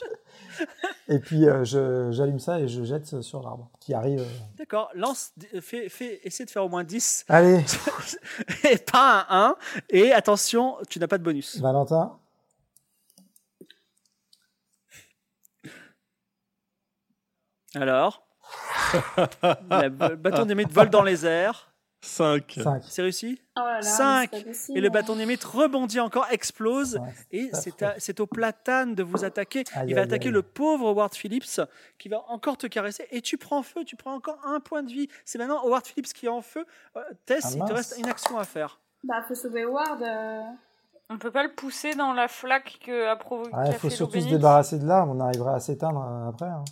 [SPEAKER 5] et puis, euh, je- j'allume ça et je jette sur l'arbre qui arrive. euh.
[SPEAKER 1] D'accord. Lance, d- euh, fais, fais, essaie de faire au moins 10
[SPEAKER 5] Allez,
[SPEAKER 1] et pas un 1. Et attention, tu n'as pas de bonus.
[SPEAKER 5] Valentin.
[SPEAKER 1] Alors, le bâton d'émite vole dans les airs.
[SPEAKER 3] Cinq.
[SPEAKER 5] 5.
[SPEAKER 1] C'est réussi.
[SPEAKER 4] Oh là là, mais c'est
[SPEAKER 1] Cinq.
[SPEAKER 4] pas possible.
[SPEAKER 1] Et le bâton d'émite rebondit encore, explose.
[SPEAKER 5] Ouais,
[SPEAKER 1] Et
[SPEAKER 5] pas
[SPEAKER 1] c'est,
[SPEAKER 5] faux.
[SPEAKER 1] à- c'est au platane de vous attaquer.
[SPEAKER 5] Aïe,
[SPEAKER 1] Il va
[SPEAKER 5] aïe,
[SPEAKER 1] attaquer
[SPEAKER 5] aïe.
[SPEAKER 1] le pauvre Howard Phillips qui va encore te caresser. Et tu prends feu, tu prends encore un point de vie. C'est maintenant Howard Phillips qui est en feu. Euh, Tess,
[SPEAKER 5] Ah,
[SPEAKER 1] il te
[SPEAKER 5] mince.
[SPEAKER 1] reste une action à faire.
[SPEAKER 4] Bah faut sauver Ward. euh.
[SPEAKER 2] On peut pas le pousser dans la flaque que a provoqué
[SPEAKER 5] Ouais,
[SPEAKER 2] qu'a
[SPEAKER 5] faut
[SPEAKER 2] fait l'eau
[SPEAKER 5] surtout se
[SPEAKER 2] bénite.
[SPEAKER 5] débarrasser de l'arbre. On arrivera à s'éteindre euh, après. hein.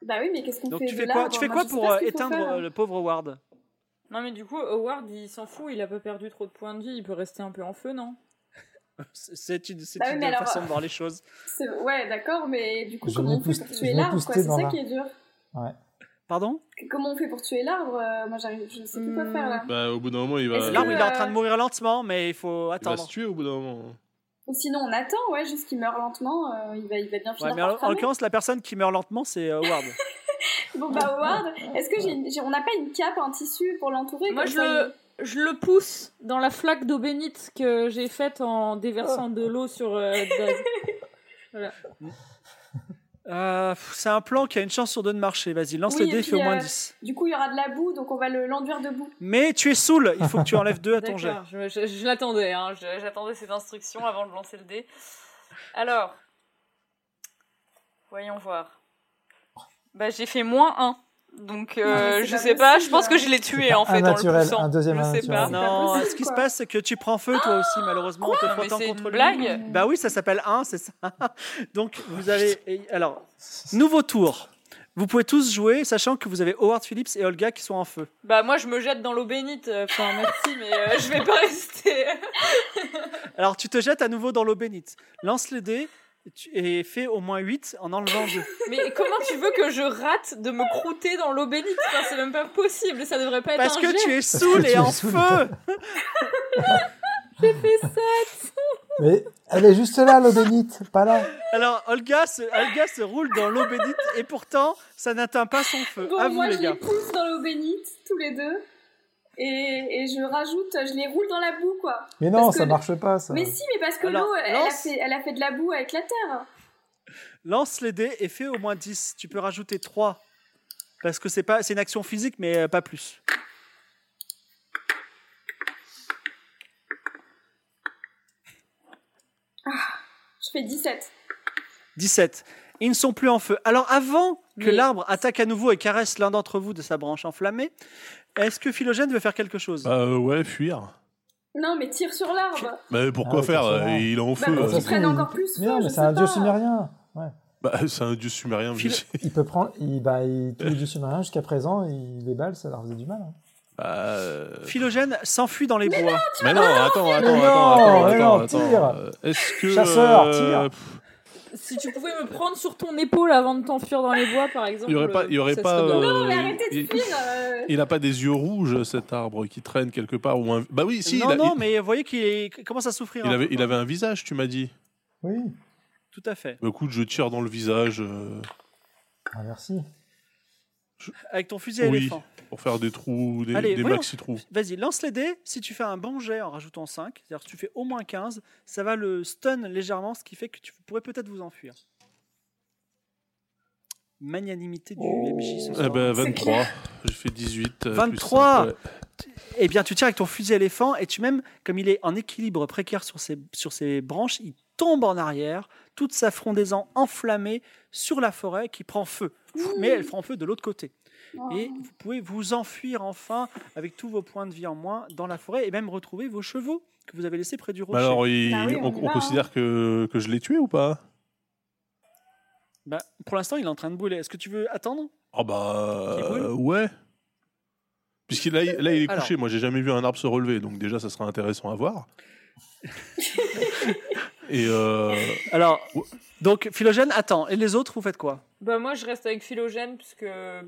[SPEAKER 4] Bah oui, mais qu'est-ce qu'on
[SPEAKER 1] Donc
[SPEAKER 4] fait
[SPEAKER 1] tu
[SPEAKER 4] de
[SPEAKER 1] fais quoi,
[SPEAKER 4] l'arbre
[SPEAKER 1] tu fais
[SPEAKER 4] Moi,
[SPEAKER 1] quoi
[SPEAKER 4] je sais
[SPEAKER 1] pour
[SPEAKER 4] pas
[SPEAKER 1] euh,
[SPEAKER 4] ce qu'il faut
[SPEAKER 1] éteindre
[SPEAKER 4] faire. hein.
[SPEAKER 1] euh, le pauvre Howard
[SPEAKER 2] Non, mais du coup, Howard, il s'en fout. Il a pas perdu trop de points de vie. Il peut rester un peu en feu, non
[SPEAKER 1] C'est une, c'est
[SPEAKER 4] Bah oui,
[SPEAKER 1] une
[SPEAKER 4] mais alors-
[SPEAKER 1] façon de voir les choses.
[SPEAKER 4] C'est- Ouais, d'accord, mais du coup,
[SPEAKER 5] Je
[SPEAKER 4] comment on
[SPEAKER 5] m'épouste-
[SPEAKER 4] fait pour
[SPEAKER 5] je
[SPEAKER 4] tuer l'arbre
[SPEAKER 5] m'épouste
[SPEAKER 4] quoi C'est
[SPEAKER 5] dans
[SPEAKER 4] ça
[SPEAKER 5] l'arbre.
[SPEAKER 4] qui est dur.
[SPEAKER 1] Pardon
[SPEAKER 4] Comment on fait pour tuer l'arbre Euh, Moi, j'arrive, je sais plus quoi
[SPEAKER 2] Hmm.
[SPEAKER 4] faire là.
[SPEAKER 3] Bah, au bout d'un moment, il va,
[SPEAKER 4] Est-ce Euh,
[SPEAKER 1] L'arbre il est en train
[SPEAKER 4] euh,
[SPEAKER 1] de mourir lentement, mais il faut
[SPEAKER 3] il va se
[SPEAKER 1] attendre.
[SPEAKER 3] tuer au bout d'un moment.
[SPEAKER 4] Ou sinon, on attend, ouais, juste qu'il meurt lentement. euh, il va, il va bien
[SPEAKER 1] Ouais,
[SPEAKER 4] finir
[SPEAKER 1] mais
[SPEAKER 4] par
[SPEAKER 1] en, en
[SPEAKER 4] cramer.
[SPEAKER 1] l'occurrence, la personne qui meurt lentement, c'est euh, Howard.
[SPEAKER 4] Bon bah Howard, est-ce que j'ai, une- j'ai- on n'a pas une cape, un tissu pour l'entourer
[SPEAKER 2] Moi,
[SPEAKER 4] comme
[SPEAKER 2] je
[SPEAKER 4] ça,
[SPEAKER 2] le, je le pousse dans la flaque d'eau bénite que j'ai faite en
[SPEAKER 4] Oh.
[SPEAKER 2] déversant de l'eau sur euh, Daz.
[SPEAKER 1] Euh, pff, c'est un plan qui a une chance sur deux de marcher. Vas-y, lance
[SPEAKER 4] Oui,
[SPEAKER 1] le
[SPEAKER 4] et
[SPEAKER 1] dé,
[SPEAKER 4] puis,
[SPEAKER 1] fais au moins
[SPEAKER 4] euh,
[SPEAKER 1] 10.
[SPEAKER 4] il- Du coup, il y aura de la boue, donc on va le, l'enduire debout.
[SPEAKER 1] Mais tu es saoul, il faut que tu enlèves deux à ton jet.
[SPEAKER 2] D'accord, je, je- je l'attendais, hein, je- j'attendais ses instructions avant de lancer le dé. Alors, voyons voir. Bah, j'ai fait moins 1. Donc
[SPEAKER 4] Non,
[SPEAKER 2] euh,
[SPEAKER 4] mais
[SPEAKER 2] je
[SPEAKER 4] c'est
[SPEAKER 2] sais
[SPEAKER 4] pas
[SPEAKER 2] pas, hein. je
[SPEAKER 4] possible.
[SPEAKER 2] pense que je l'ai tué
[SPEAKER 5] pas
[SPEAKER 2] en fait
[SPEAKER 5] un
[SPEAKER 2] dans
[SPEAKER 5] naturel,
[SPEAKER 2] le poussant.
[SPEAKER 5] un deuxième
[SPEAKER 2] je
[SPEAKER 5] un
[SPEAKER 2] sais pas.
[SPEAKER 4] naturel.
[SPEAKER 1] Non,
[SPEAKER 4] possible,
[SPEAKER 1] ce qui se
[SPEAKER 4] quoi.
[SPEAKER 1] passe, c'est que tu prends feu toi aussi, malheureusement, en te
[SPEAKER 2] mais
[SPEAKER 1] frottant
[SPEAKER 2] c'est
[SPEAKER 1] contre
[SPEAKER 2] une
[SPEAKER 1] lui.
[SPEAKER 2] blague.
[SPEAKER 1] Bah oui, ça s'appelle 1, c'est ça. Donc, vous avez. et- Alors, nouveau tour. Vous pouvez tous jouer, sachant que vous avez Howard Phillips et Olga qui sont en feu.
[SPEAKER 2] Bah moi je me jette dans l'eau bénite. euh, Enfin merci, mais euh, je vais pas rester.
[SPEAKER 1] Alors, tu te jettes à nouveau dans l'eau bénite. Lance les dés et tu- et fais au moins 8 en enlevant 2.
[SPEAKER 2] Mais comment tu veux que je rate de me croûter dans l'eau bénite Enfin, C'est même pas possible. Ça devrait pas être
[SPEAKER 1] Parce
[SPEAKER 2] un
[SPEAKER 1] que
[SPEAKER 2] jet.
[SPEAKER 1] tu es saoul
[SPEAKER 5] que tu
[SPEAKER 1] et
[SPEAKER 5] es
[SPEAKER 1] en
[SPEAKER 5] saoul.
[SPEAKER 1] feu
[SPEAKER 5] Mais elle est juste là, l'eau bénite, pas là.
[SPEAKER 1] Alors, Olga se, Olga se roule dans l'eau bénite et pourtant, ça n'atteint pas son feu.
[SPEAKER 4] Bon,
[SPEAKER 1] à vous,
[SPEAKER 4] moi,
[SPEAKER 1] les
[SPEAKER 4] je les
[SPEAKER 1] gars.
[SPEAKER 4] pousse dans l'eau bénite, tous les deux. Et, et je rajoute, je les roule dans la boue, quoi.
[SPEAKER 5] Mais non,
[SPEAKER 4] Parce que
[SPEAKER 5] ça
[SPEAKER 4] le-
[SPEAKER 5] marche pas, ça.
[SPEAKER 4] Mais si, mais parce que
[SPEAKER 1] Alors,
[SPEAKER 4] l'eau, elle, a
[SPEAKER 1] lance.
[SPEAKER 4] fait- elle a fait de la boue avec la terre.
[SPEAKER 1] Lance les dés et fais au moins 10. Tu peux rajouter 3. Parce que c'est pas, c'est une action physique, mais euh, pas plus.
[SPEAKER 4] Je fais 17.
[SPEAKER 1] 17. Ils ne sont plus en feu. Alors, avant que
[SPEAKER 2] Mais-
[SPEAKER 1] l'arbre attaque à nouveau et caresse l'un d'entre vous de sa branche enflammée, est-ce que Philogène veut faire quelque chose
[SPEAKER 3] Bah euh, ouais, fuir.
[SPEAKER 4] Non, mais tire sur
[SPEAKER 1] Euh,
[SPEAKER 4] l'arbre.
[SPEAKER 3] Bah pourquoi
[SPEAKER 5] Ah,
[SPEAKER 3] faire
[SPEAKER 5] forcément.
[SPEAKER 3] euh, Il est en
[SPEAKER 4] Bah,
[SPEAKER 3] feu.
[SPEAKER 4] pour
[SPEAKER 3] euh.
[SPEAKER 4] qu'ils prennent encore plus feu.
[SPEAKER 5] Non,
[SPEAKER 4] je
[SPEAKER 5] mais c'est
[SPEAKER 4] sais
[SPEAKER 5] un dieu
[SPEAKER 4] pas.
[SPEAKER 5] sumérien.
[SPEAKER 3] Bah c'est un dieu sumérien. mais
[SPEAKER 1] Phil-
[SPEAKER 3] c'est-
[SPEAKER 5] Il peut prendre, il, bah, il, tous les dieux sumériens jusqu'à présent, il, les balles, ça leur faisait du mal. hein.
[SPEAKER 3] Bah, euh,
[SPEAKER 1] Philogène s'enfuit dans les bois.
[SPEAKER 3] Mais non, attends, attends,
[SPEAKER 5] Ah, Mais non,
[SPEAKER 3] attends,
[SPEAKER 5] mais
[SPEAKER 3] attends,
[SPEAKER 5] non,
[SPEAKER 3] attends,
[SPEAKER 5] tire.
[SPEAKER 3] Euh, Est-ce que
[SPEAKER 5] Chasseur,
[SPEAKER 3] euh,
[SPEAKER 2] Si tu pouvais me prendre sur ton épaule avant de t'enfuir dans les bois, par exemple.
[SPEAKER 3] il y aurait pas, il y aurait
[SPEAKER 2] ça
[SPEAKER 3] pas.
[SPEAKER 2] serait bien.
[SPEAKER 3] euh,
[SPEAKER 4] Oh, Mais arrêtez de
[SPEAKER 3] il-
[SPEAKER 4] fuir. euh.
[SPEAKER 3] Il n'a pas des yeux rouges, cet arbre qui traîne quelque part ou un... Bah oui, si,
[SPEAKER 1] non,
[SPEAKER 3] il, a-
[SPEAKER 1] non,
[SPEAKER 3] il-
[SPEAKER 1] mais vous voyez qu'il est- commence à souffrir.
[SPEAKER 3] il
[SPEAKER 1] un
[SPEAKER 3] avait,
[SPEAKER 1] peu.
[SPEAKER 3] il avait un visage, tu m'as dit.
[SPEAKER 5] Oui.
[SPEAKER 1] Tout à fait.
[SPEAKER 3] Bah, écoute, je tire dans le visage euh,
[SPEAKER 5] Ah, merci.
[SPEAKER 1] Avec ton fusil à
[SPEAKER 3] Oui.
[SPEAKER 1] éléphant.
[SPEAKER 3] pour faire des trous, des,
[SPEAKER 1] Allez,
[SPEAKER 3] des
[SPEAKER 1] voyons.
[SPEAKER 3] maxi-trous.
[SPEAKER 1] Vas-y, lance les dés. Si tu fais un bon jet en rajoutant 5, c'est-à-dire si tu fais au moins 15, ça va le stun légèrement, ce qui fait que tu pourrais peut-être vous enfuir. Magnanimité du MJ ce soir.
[SPEAKER 3] Eh ben,
[SPEAKER 4] C'est
[SPEAKER 3] 23. J'ai fait 18. euh, plus
[SPEAKER 1] 23.
[SPEAKER 3] cinq, ouais.
[SPEAKER 1] Eh bien, tu tiens avec ton fusil éléphant et tu même, comme il est en équilibre précaire sur ses, sur ses branches, il tombe en arrière, toute sa frondaison enflammée sur la forêt qui prend feu. Mais elle prend feu de l'autre côté. Et vous pouvez vous enfuir enfin avec tous vos points de vie en moins dans la forêt et même retrouver vos chevaux que vous avez laissés près du
[SPEAKER 3] Bah
[SPEAKER 1] rocher.
[SPEAKER 3] alors, il-
[SPEAKER 4] Bah oui,
[SPEAKER 3] on,
[SPEAKER 4] on y
[SPEAKER 3] on
[SPEAKER 4] va, hein.
[SPEAKER 3] considère que, que je l'ai tué ou pas
[SPEAKER 1] Bah, pour l'instant, il est en train de brûler. Est-ce que tu veux attendre
[SPEAKER 3] Ah bah
[SPEAKER 1] Qui brûle
[SPEAKER 3] euh, ouais. Puisqu'il là, il- là, il est
[SPEAKER 1] Alors.
[SPEAKER 3] couché. Moi, j'ai jamais vu un arbre se relever, donc déjà, ça sera intéressant à voir. Et euh,
[SPEAKER 1] Alors,
[SPEAKER 3] Ouais.
[SPEAKER 1] donc Philogène, attends. Et les autres, vous faites quoi
[SPEAKER 2] Bah moi je reste avec Philogène parce que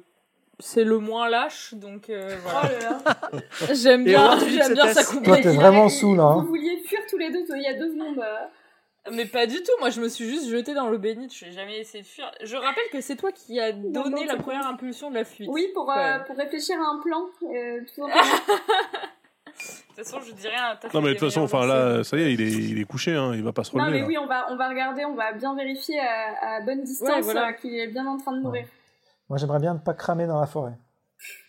[SPEAKER 2] c'est le moins lâche donc euh,
[SPEAKER 4] Oh
[SPEAKER 2] voilà. J'aime
[SPEAKER 1] Et
[SPEAKER 2] bien,
[SPEAKER 1] Howard Phillips
[SPEAKER 2] j'aime bien
[SPEAKER 1] était-
[SPEAKER 2] sa
[SPEAKER 5] Toi,
[SPEAKER 2] compagnie.
[SPEAKER 5] t'es
[SPEAKER 4] Il
[SPEAKER 5] vraiment
[SPEAKER 4] avait-
[SPEAKER 5] saoul, hein.
[SPEAKER 4] Vous vouliez fuir tous les deux il y a deux secondes. euh.
[SPEAKER 2] Mais pas du tout, moi je me suis juste jetée dans le bénite, je n'ai jamais essayé de fuir. Je rappelle que c'est toi qui as
[SPEAKER 4] non,
[SPEAKER 2] donné
[SPEAKER 4] c'est
[SPEAKER 2] la
[SPEAKER 4] bon.
[SPEAKER 2] première impulsion de la fuite.
[SPEAKER 4] Oui, pour, euh,
[SPEAKER 2] Ouais.
[SPEAKER 4] pour réfléchir à un plan. euh, tout simplement.
[SPEAKER 2] De toute façon, je dirais un
[SPEAKER 3] non, mais de toute façon, enfin là, ça y est, il est, il est couché. Hein, il va pas se
[SPEAKER 4] non,
[SPEAKER 3] relever.
[SPEAKER 4] mais
[SPEAKER 3] là.
[SPEAKER 4] oui, on va, on va regarder, on va bien vérifier euh, à, à bonne distance
[SPEAKER 2] Ouais, voilà.
[SPEAKER 4] euh, qu'il est bien en train de mourir.
[SPEAKER 5] Moi, j'aimerais bien ne pas cramer dans la forêt.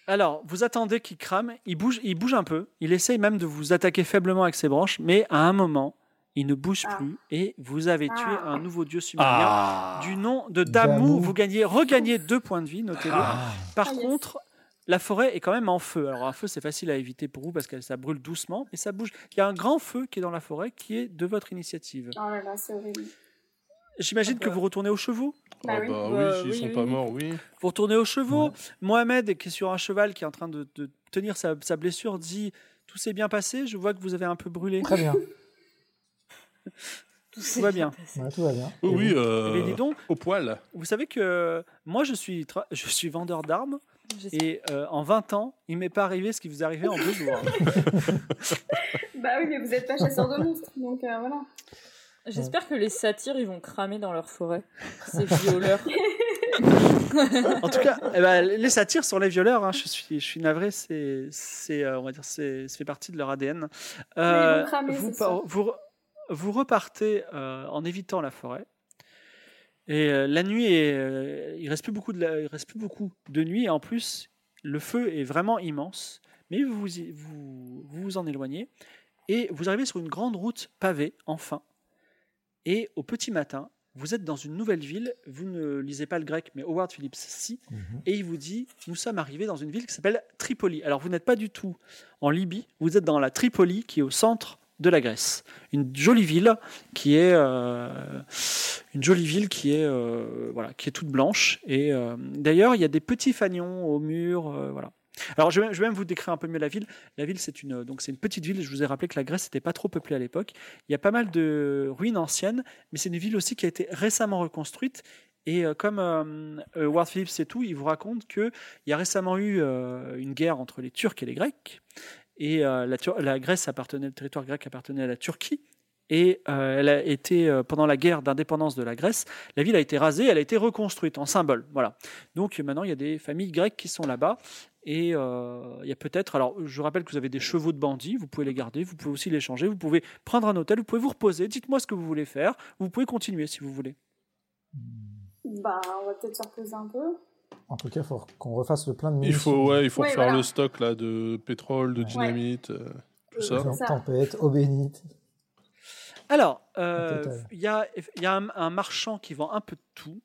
[SPEAKER 1] Alors, vous attendez qu'il crame, il bouge, il bouge un peu, il essaye même de vous attaquer faiblement avec ses branches, mais à un moment, il ne bouge
[SPEAKER 4] Ah.
[SPEAKER 1] plus et vous avez tué
[SPEAKER 4] Ah.
[SPEAKER 1] un nouveau dieu sumérien
[SPEAKER 3] Ah.
[SPEAKER 1] du nom de
[SPEAKER 5] Damu.
[SPEAKER 1] Damu. Vous gagnez, regagnez deux points de vie, notez-le.
[SPEAKER 3] Ah.
[SPEAKER 1] Par
[SPEAKER 4] Ah, yes.
[SPEAKER 1] contre, la forêt est quand même en feu. Alors, un feu, c'est facile à éviter pour vous parce que ça brûle doucement, mais ça bouge. Il y a un grand feu qui est dans la forêt qui est de votre initiative.
[SPEAKER 4] Oh là là, c'est horrible.
[SPEAKER 1] J'imagine
[SPEAKER 2] Ah
[SPEAKER 1] que
[SPEAKER 2] bah.
[SPEAKER 1] vous retournez aux chevaux
[SPEAKER 4] Bah
[SPEAKER 3] Ah
[SPEAKER 4] oui.
[SPEAKER 2] Bah,
[SPEAKER 3] bah oui, s'ils
[SPEAKER 2] oui,
[SPEAKER 3] sont
[SPEAKER 2] oui,
[SPEAKER 3] pas
[SPEAKER 2] oui.
[SPEAKER 3] morts, oui.
[SPEAKER 1] Vous retournez aux chevaux.
[SPEAKER 5] Ouais.
[SPEAKER 1] Mohamed, qui est sur un cheval, qui est en train de, de tenir sa, sa blessure, dit Tout s'est bien passé, je vois que vous avez un peu brûlé.
[SPEAKER 5] Très bien.
[SPEAKER 1] Tout va bien.
[SPEAKER 5] Ouais, tout va bien.
[SPEAKER 3] Oui,
[SPEAKER 5] Et
[SPEAKER 3] oui,
[SPEAKER 5] vous
[SPEAKER 3] euh,
[SPEAKER 1] Mais Eh ben, dis donc,
[SPEAKER 3] au poil.
[SPEAKER 1] vous savez que euh, moi, je suis, tra- je suis vendeur d'armes
[SPEAKER 2] Je sais
[SPEAKER 1] et euh, en 20 ans, il m'est pas arrivé ce qui vous est arrivé en deux jours.
[SPEAKER 4] Bah oui, mais vous n'êtes pas chasseur de monstres, donc euh, voilà.
[SPEAKER 2] J'espère que les satyres ils vont cramer dans leur forêt. Ces violeurs.
[SPEAKER 1] En tout cas, eh ben, les satires sont les violeurs. hein. Je, suis, je suis navré, c'est, c'est, euh, on va dire, c'est, ça fait partie de leur ADN. Euh,
[SPEAKER 4] ils vont cramer,
[SPEAKER 1] vous,
[SPEAKER 4] c'est
[SPEAKER 1] par-
[SPEAKER 4] sûr.
[SPEAKER 1] vous, re- vous repartez euh, en évitant la forêt. Et euh, la nuit, est, euh, il reste plus beaucoup de la- il reste plus beaucoup de nuit. Et en plus, le feu est vraiment immense. Mais vous vous, y- vous, vous vous en éloignez et vous arrivez sur une grande route pavée enfin. Et au petit matin, Vous êtes dans une nouvelle ville, vous ne lisez pas le grec, mais Howard Phillips, si,
[SPEAKER 5] Mhm.
[SPEAKER 1] et il vous dit Nous sommes arrivés dans une ville qui s'appelle Tripoli. Alors, vous n'êtes pas du tout en Libye, vous êtes dans la Tripoli qui est au centre de la Grèce. Une jolie ville qui est, euh, une jolie ville qui est, euh, voilà, qui est toute blanche. Et euh, d'ailleurs, il y a des petits fanions au mur. euh, voilà. Alors, je vais, je vais même vous décrire un peu mieux la ville. La ville, c'est une, donc c'est une petite ville. Je vous ai rappelé que la Grèce n'était pas trop peuplée à l'époque. Il y a pas mal de ruines anciennes, mais c'est une ville aussi qui a été récemment reconstruite. Et euh, comme euh, euh, Ward Phillips et tout, il vous raconte qu'il y a récemment eu euh, une guerre entre les Turcs et les Grecs. Et euh, la, Tur- la Grèce appartenait, le territoire grec appartenait à la Turquie. Et euh, elle a été, euh, pendant la guerre d'indépendance de la Grèce, la ville a été rasée, elle a été reconstruite en symbole. Voilà. Donc euh, maintenant, il y a des familles grecques qui sont là-bas. Et euh, il y a peut-être, alors je rappelle que vous avez des chevaux de bandits, vous pouvez les garder, vous pouvez aussi les changer, vous pouvez prendre un hôtel, vous pouvez vous reposer, dites-moi ce que vous voulez faire, vous pouvez continuer si vous voulez.
[SPEAKER 4] Bah, on va peut-être se reposer un peu.
[SPEAKER 5] En tout cas, faut qu'on refasse le plein de
[SPEAKER 3] Il faut, ouais, il faut
[SPEAKER 4] Ouais,
[SPEAKER 3] refaire
[SPEAKER 4] voilà.
[SPEAKER 3] le stock là, de pétrole, de dynamite, euh, tout ça.
[SPEAKER 4] Ouais.
[SPEAKER 5] Genre Tempête, eau bénite.
[SPEAKER 1] Alors, euh,
[SPEAKER 5] Total.
[SPEAKER 1] il y a, il y a un, un marchand qui vend un peu de tout,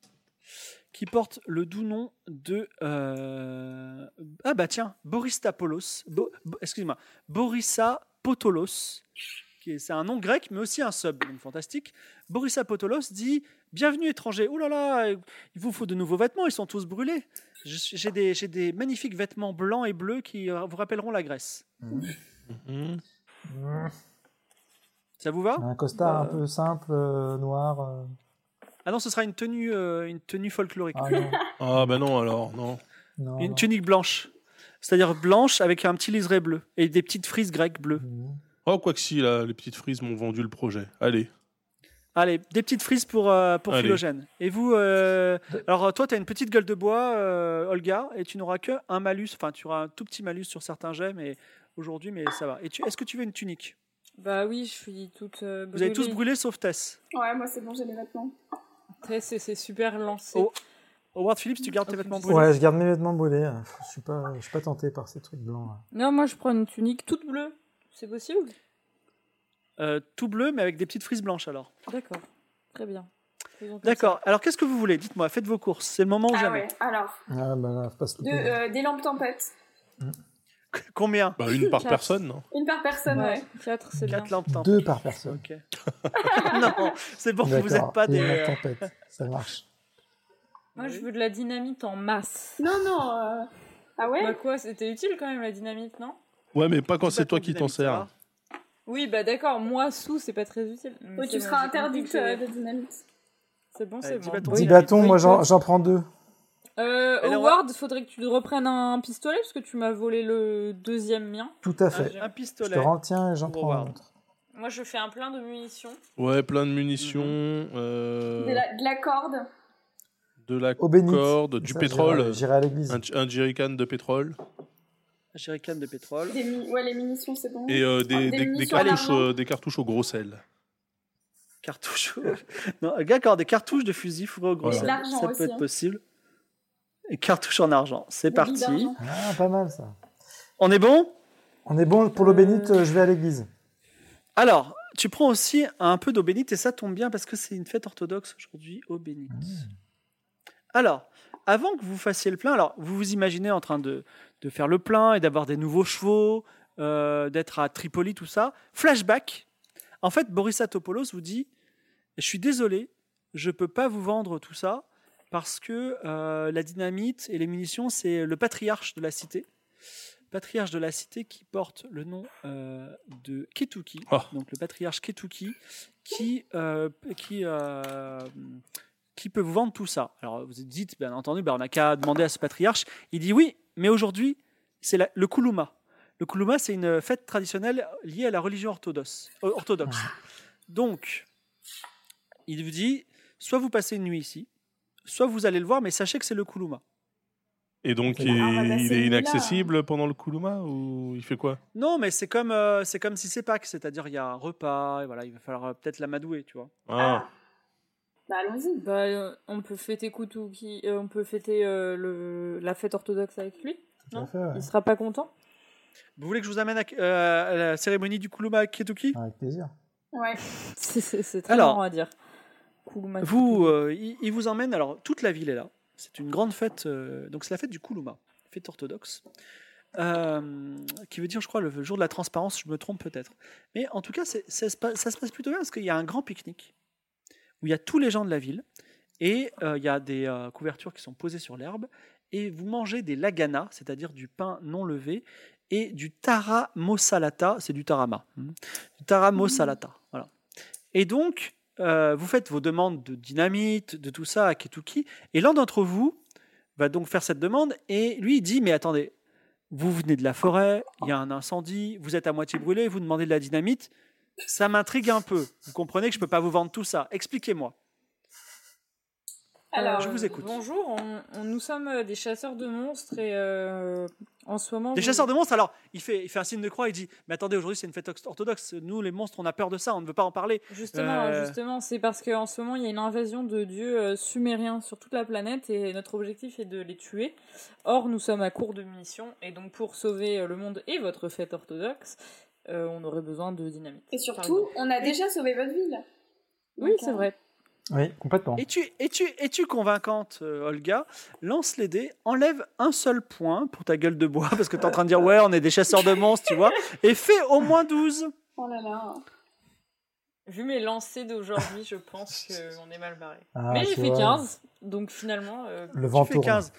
[SPEAKER 1] qui porte le doux nom de... euh, ah bah tiens, Boris Tapolos, Bo- Bo- excusez-moi, Borissa Potolos, qui est- c'est un nom grec, mais aussi un sub, donc fantastique. Borissa Potolos dit « Bienvenue étranger, oh là là, euh, il vous faut de nouveaux vêtements, ils sont tous brûlés. Je suis- J'ai des, j'ai des magnifiques vêtements blancs et bleus qui euh, vous rappelleront la Grèce.
[SPEAKER 3] Mhm.
[SPEAKER 5] Mmh.
[SPEAKER 1] Ça vous va
[SPEAKER 5] Un costard un
[SPEAKER 1] Bah.
[SPEAKER 5] peu simple, euh, noir. euh.
[SPEAKER 1] Ah non, ce sera une tenue, euh, une tenue folklorique.
[SPEAKER 5] Ah non,
[SPEAKER 3] Ah bah non alors, non.
[SPEAKER 5] non.
[SPEAKER 1] Une
[SPEAKER 5] non.
[SPEAKER 1] tunique blanche. C'est-à-dire blanche avec un petit liseré bleu et des petites frises grecques bleues.
[SPEAKER 5] Mmh.
[SPEAKER 3] Oh quoi que si, là, les petites frises m'ont vendu le projet. Allez.
[SPEAKER 1] Allez, des petites frises pour, euh, pour
[SPEAKER 3] Allez.
[SPEAKER 1] Philogène. Et vous, euh, alors toi, tu as une petite gueule de bois, euh, Olga, et tu n'auras que un malus, enfin, tu auras un tout petit malus sur certains jets, mais aujourd'hui, mais ça va. Et tu, est-ce que tu veux une tunique
[SPEAKER 6] Bah oui, je suis toute euh,
[SPEAKER 1] Vous avez tous
[SPEAKER 6] brûlée.
[SPEAKER 1] brûlé sauf Tess.
[SPEAKER 4] Ouais, moi c'est bon, j'ai les vêtements.
[SPEAKER 6] Ouais, C'est c'est super lancé.
[SPEAKER 1] Oh. Howard Phillips, tu gardes tes vêtements brûlés.
[SPEAKER 5] Ouais, je garde mes vêtements brûlés. hein. Je suis pas, je suis pas tenté par ces trucs blancs. hein. là.
[SPEAKER 6] Non, moi je prends une tunique toute bleue. C'est possible
[SPEAKER 1] Euh, tout bleu, mais avec des petites frises blanches alors.
[SPEAKER 6] D'accord. Très bien. Faisons comme
[SPEAKER 1] D'accord. Alors, qu'est-ce que vous voulez Dites-moi, faites vos courses. C'est le moment ou
[SPEAKER 4] Ah
[SPEAKER 1] jamais.
[SPEAKER 4] ouais, alors,
[SPEAKER 5] Ah bah là, faut pas se
[SPEAKER 4] de,
[SPEAKER 5] louper.
[SPEAKER 4] euh, des lampes tempête.
[SPEAKER 1] Combien
[SPEAKER 3] Bah, une par
[SPEAKER 6] Quatre.
[SPEAKER 3] personne, non
[SPEAKER 4] Une par
[SPEAKER 6] ça.
[SPEAKER 4] personne, ouais.
[SPEAKER 6] Ouais, Quatre, c'est bien.
[SPEAKER 1] Quatre lampes tempêtes.
[SPEAKER 5] Deux par personne.
[SPEAKER 1] Ok. non, c'est bon, vous
[SPEAKER 5] D'accord,
[SPEAKER 1] n'êtes pas
[SPEAKER 5] et
[SPEAKER 1] des.
[SPEAKER 5] la
[SPEAKER 1] euh,
[SPEAKER 5] tempête, ça marche.
[SPEAKER 6] Moi je veux de la dynamite en masse.
[SPEAKER 4] Non, non. euh, Ah ouais
[SPEAKER 6] Bah quoi, c'était utile quand même la dynamite, non
[SPEAKER 3] Ouais, mais pas
[SPEAKER 1] Tout
[SPEAKER 3] quand
[SPEAKER 1] à
[SPEAKER 3] c'est toi
[SPEAKER 1] ton
[SPEAKER 3] qui t'en
[SPEAKER 1] dynamique, ça va.
[SPEAKER 3] sers.
[SPEAKER 6] Oui, bah d'accord, moi sous c'est pas très utile. Mais
[SPEAKER 4] Oui,
[SPEAKER 6] c'est
[SPEAKER 4] tu
[SPEAKER 6] bon,
[SPEAKER 4] seras
[SPEAKER 6] j'ai compris
[SPEAKER 4] interdite
[SPEAKER 6] que
[SPEAKER 4] euh,
[SPEAKER 6] c'est-
[SPEAKER 4] de dynamite.
[SPEAKER 6] C'est bon, c'est
[SPEAKER 1] Allez, dix
[SPEAKER 6] bon.
[SPEAKER 1] bâtons.
[SPEAKER 5] Dix
[SPEAKER 1] Oui,
[SPEAKER 5] bâtons,
[SPEAKER 6] oui,
[SPEAKER 5] moi
[SPEAKER 6] oui.
[SPEAKER 5] j'en j'en prends deux.
[SPEAKER 6] Euh,
[SPEAKER 1] Alors,
[SPEAKER 6] Howard, faudrait que tu te reprennes un pistolet parce que tu m'as volé le deuxième mien.
[SPEAKER 5] Tout à fait.
[SPEAKER 1] Un, un
[SPEAKER 5] Ah, Je
[SPEAKER 1] pistolet.
[SPEAKER 5] te rends le tien et j'en
[SPEAKER 1] pour
[SPEAKER 5] prends un
[SPEAKER 1] Howard.
[SPEAKER 5] autre.
[SPEAKER 2] Moi, je fais un plein de munitions.
[SPEAKER 3] Ouais, plein de munitions, euh,
[SPEAKER 4] De, la, de la corde.
[SPEAKER 3] de la
[SPEAKER 5] Au bénite.
[SPEAKER 3] corde, du
[SPEAKER 5] Ça,
[SPEAKER 3] pétrole,
[SPEAKER 5] j'irai- J'irai à l'église.
[SPEAKER 3] un, un jerrycan de pétrole
[SPEAKER 1] Un jerrycan de pétrole.
[SPEAKER 4] Des mi- ouais, les munitions, c'est bon.
[SPEAKER 3] et euh, des,
[SPEAKER 4] Des
[SPEAKER 3] des- des
[SPEAKER 4] munitions à
[SPEAKER 3] cartouches,
[SPEAKER 4] l'argent.
[SPEAKER 3] euh, des cartouches au gros sel.
[SPEAKER 1] Cartouches. non, d'accord, des cartouches de fusil fourrées au gros
[SPEAKER 3] Voilà.
[SPEAKER 1] sel.
[SPEAKER 4] Et de l'argent
[SPEAKER 1] Ça peut
[SPEAKER 4] aussi,
[SPEAKER 1] être
[SPEAKER 4] hein.
[SPEAKER 1] possible. Et cartouches en argent. C'est
[SPEAKER 4] Des billes
[SPEAKER 1] parti.
[SPEAKER 4] d'argent.
[SPEAKER 5] Ah, pas mal ça.
[SPEAKER 1] On est bon
[SPEAKER 5] On est bon pour l'eau bénite, euh, je vais à l'église.
[SPEAKER 1] Alors, tu prends aussi un peu d'eau bénite et ça tombe bien parce que c'est une fête orthodoxe aujourd'hui, eau bénite. Alors, avant que vous fassiez le plein, alors vous vous imaginez en train de, de faire le plein et d'avoir des nouveaux chevaux, euh, d'être à Tripoli, tout ça. Flashback. En fait, Boris Topoulos vous dit Je suis désolé, je peux pas vous vendre tout ça parce que euh, la dynamite et les munitions, c'est le patriarche de la cité. Patriarche de la cité qui porte le nom euh, de Ketuki,
[SPEAKER 3] Ah.
[SPEAKER 1] donc le patriarche Ketuki, qui, euh, qui, euh, qui peut vous vendre tout ça. Alors vous dites, bien entendu, ben, on n'a qu'à demander à ce patriarche. Il dit oui, mais aujourd'hui, c'est la- le Kuluma. Le Kuluma, c'est une fête traditionnelle liée à la religion orthodoxe. euh, orthodoxe. Donc, il vous dit soit vous passez une nuit ici, soit vous allez le voir, mais sachez que c'est le Kuluma.
[SPEAKER 3] Et donc,
[SPEAKER 5] Ah,
[SPEAKER 3] il,
[SPEAKER 4] bah,
[SPEAKER 3] il
[SPEAKER 4] c'est
[SPEAKER 3] est
[SPEAKER 4] lui, là.
[SPEAKER 3] inaccessible pendant le Kuluma ou il fait quoi
[SPEAKER 1] Non, mais c'est comme, euh, c'est comme si c'est Pâques, c'est-à-dire il y a un repas, et voilà, il va falloir euh, peut-être l'amadouer, tu vois.
[SPEAKER 3] ah.
[SPEAKER 4] Bah, allons-y.
[SPEAKER 6] Bah, euh, on peut fêter Kutuki, euh, on peut fêter euh, le, la fête orthodoxe avec lui.
[SPEAKER 5] Tout à
[SPEAKER 6] Non.
[SPEAKER 5] fait, ouais.
[SPEAKER 6] Il sera pas content.
[SPEAKER 1] Vous voulez que je vous amène à, euh, à la cérémonie du Kuluma à Ketuki
[SPEAKER 5] Avec plaisir.
[SPEAKER 4] Ouais.
[SPEAKER 6] C'est- C'est c'est très
[SPEAKER 1] Alors.
[SPEAKER 6] marrant à dire. Koulouma.
[SPEAKER 1] Vous, euh, il, il vous emmène. Alors, toute la ville est là. C'est une grande fête. euh, donc, c'est la fête du Koulouma, fête orthodoxe. Euh, qui veut dire, je crois, le jour de la transparence, je me trompe peut-être. Mais en tout cas, c'est- ça se, passe, ça se passe plutôt bien parce qu'il y a un grand pique-nique où il y a tous les gens de la ville et euh, il y a des euh, couvertures qui sont posées sur l'herbe et vous mangez des laganas, c'est-à-dire du pain non levé et du tara mosalata, c'est du tarama, hein, du tara mosalata, voilà. Et donc, euh, vous faites vos demandes de dynamite, de tout ça à Ketuki, et l'un d'entre vous va donc faire cette demande, et lui il dit, mais attendez, vous venez de la forêt, il y a un incendie, vous êtes à moitié brûlé, vous demandez de la dynamite, ça m'intrigue un peu, vous comprenez que je ne peux pas vous vendre tout ça, expliquez-moi.
[SPEAKER 2] Alors,
[SPEAKER 1] je vous écoute.
[SPEAKER 6] Bonjour, on- on- nous sommes euh, des chasseurs de monstres et euh, en ce moment.
[SPEAKER 1] Des chasseurs de monstres, alors, il fait, il fait un signe de croix, il dit, mais attendez, aujourd'hui c'est une fête orthodoxe, nous les monstres on a peur de ça, on ne veut pas en parler.
[SPEAKER 6] Justement,
[SPEAKER 1] Euh.
[SPEAKER 6] justement, c'est parce qu'en ce moment il y a une invasion de dieux euh, sumériens sur toute la planète et notre objectif est de les tuer. Or, nous sommes à court de munitions et donc pour sauver euh, le monde et votre fête orthodoxe, euh, on aurait besoin de dynamite.
[SPEAKER 4] Et
[SPEAKER 6] Par
[SPEAKER 4] surtout,
[SPEAKER 6] exemple.
[SPEAKER 4] on a déjà sauvé votre ville.
[SPEAKER 6] oui,
[SPEAKER 4] Donc,
[SPEAKER 6] c'est
[SPEAKER 4] euh,
[SPEAKER 6] vrai.
[SPEAKER 5] Oui, complètement.
[SPEAKER 1] Es-tu es-tu- es-tu convaincante, euh, Olga Lance les dés, enlève un seul point pour ta gueule de bois, parce que t'es en train de dire ouais, on est des chasseurs de monstres, tu vois, et fais au moins 12.
[SPEAKER 4] Oh là là.
[SPEAKER 6] Vu mes lancers d'aujourd'hui, je pense qu'on est mal barré.
[SPEAKER 5] Ah,
[SPEAKER 6] Mais j'ai
[SPEAKER 5] tu
[SPEAKER 6] fait
[SPEAKER 5] vois,
[SPEAKER 6] 15, donc finalement. euh,
[SPEAKER 5] Le
[SPEAKER 1] Tu
[SPEAKER 5] vent
[SPEAKER 1] fais
[SPEAKER 5] tourne.
[SPEAKER 1] 15.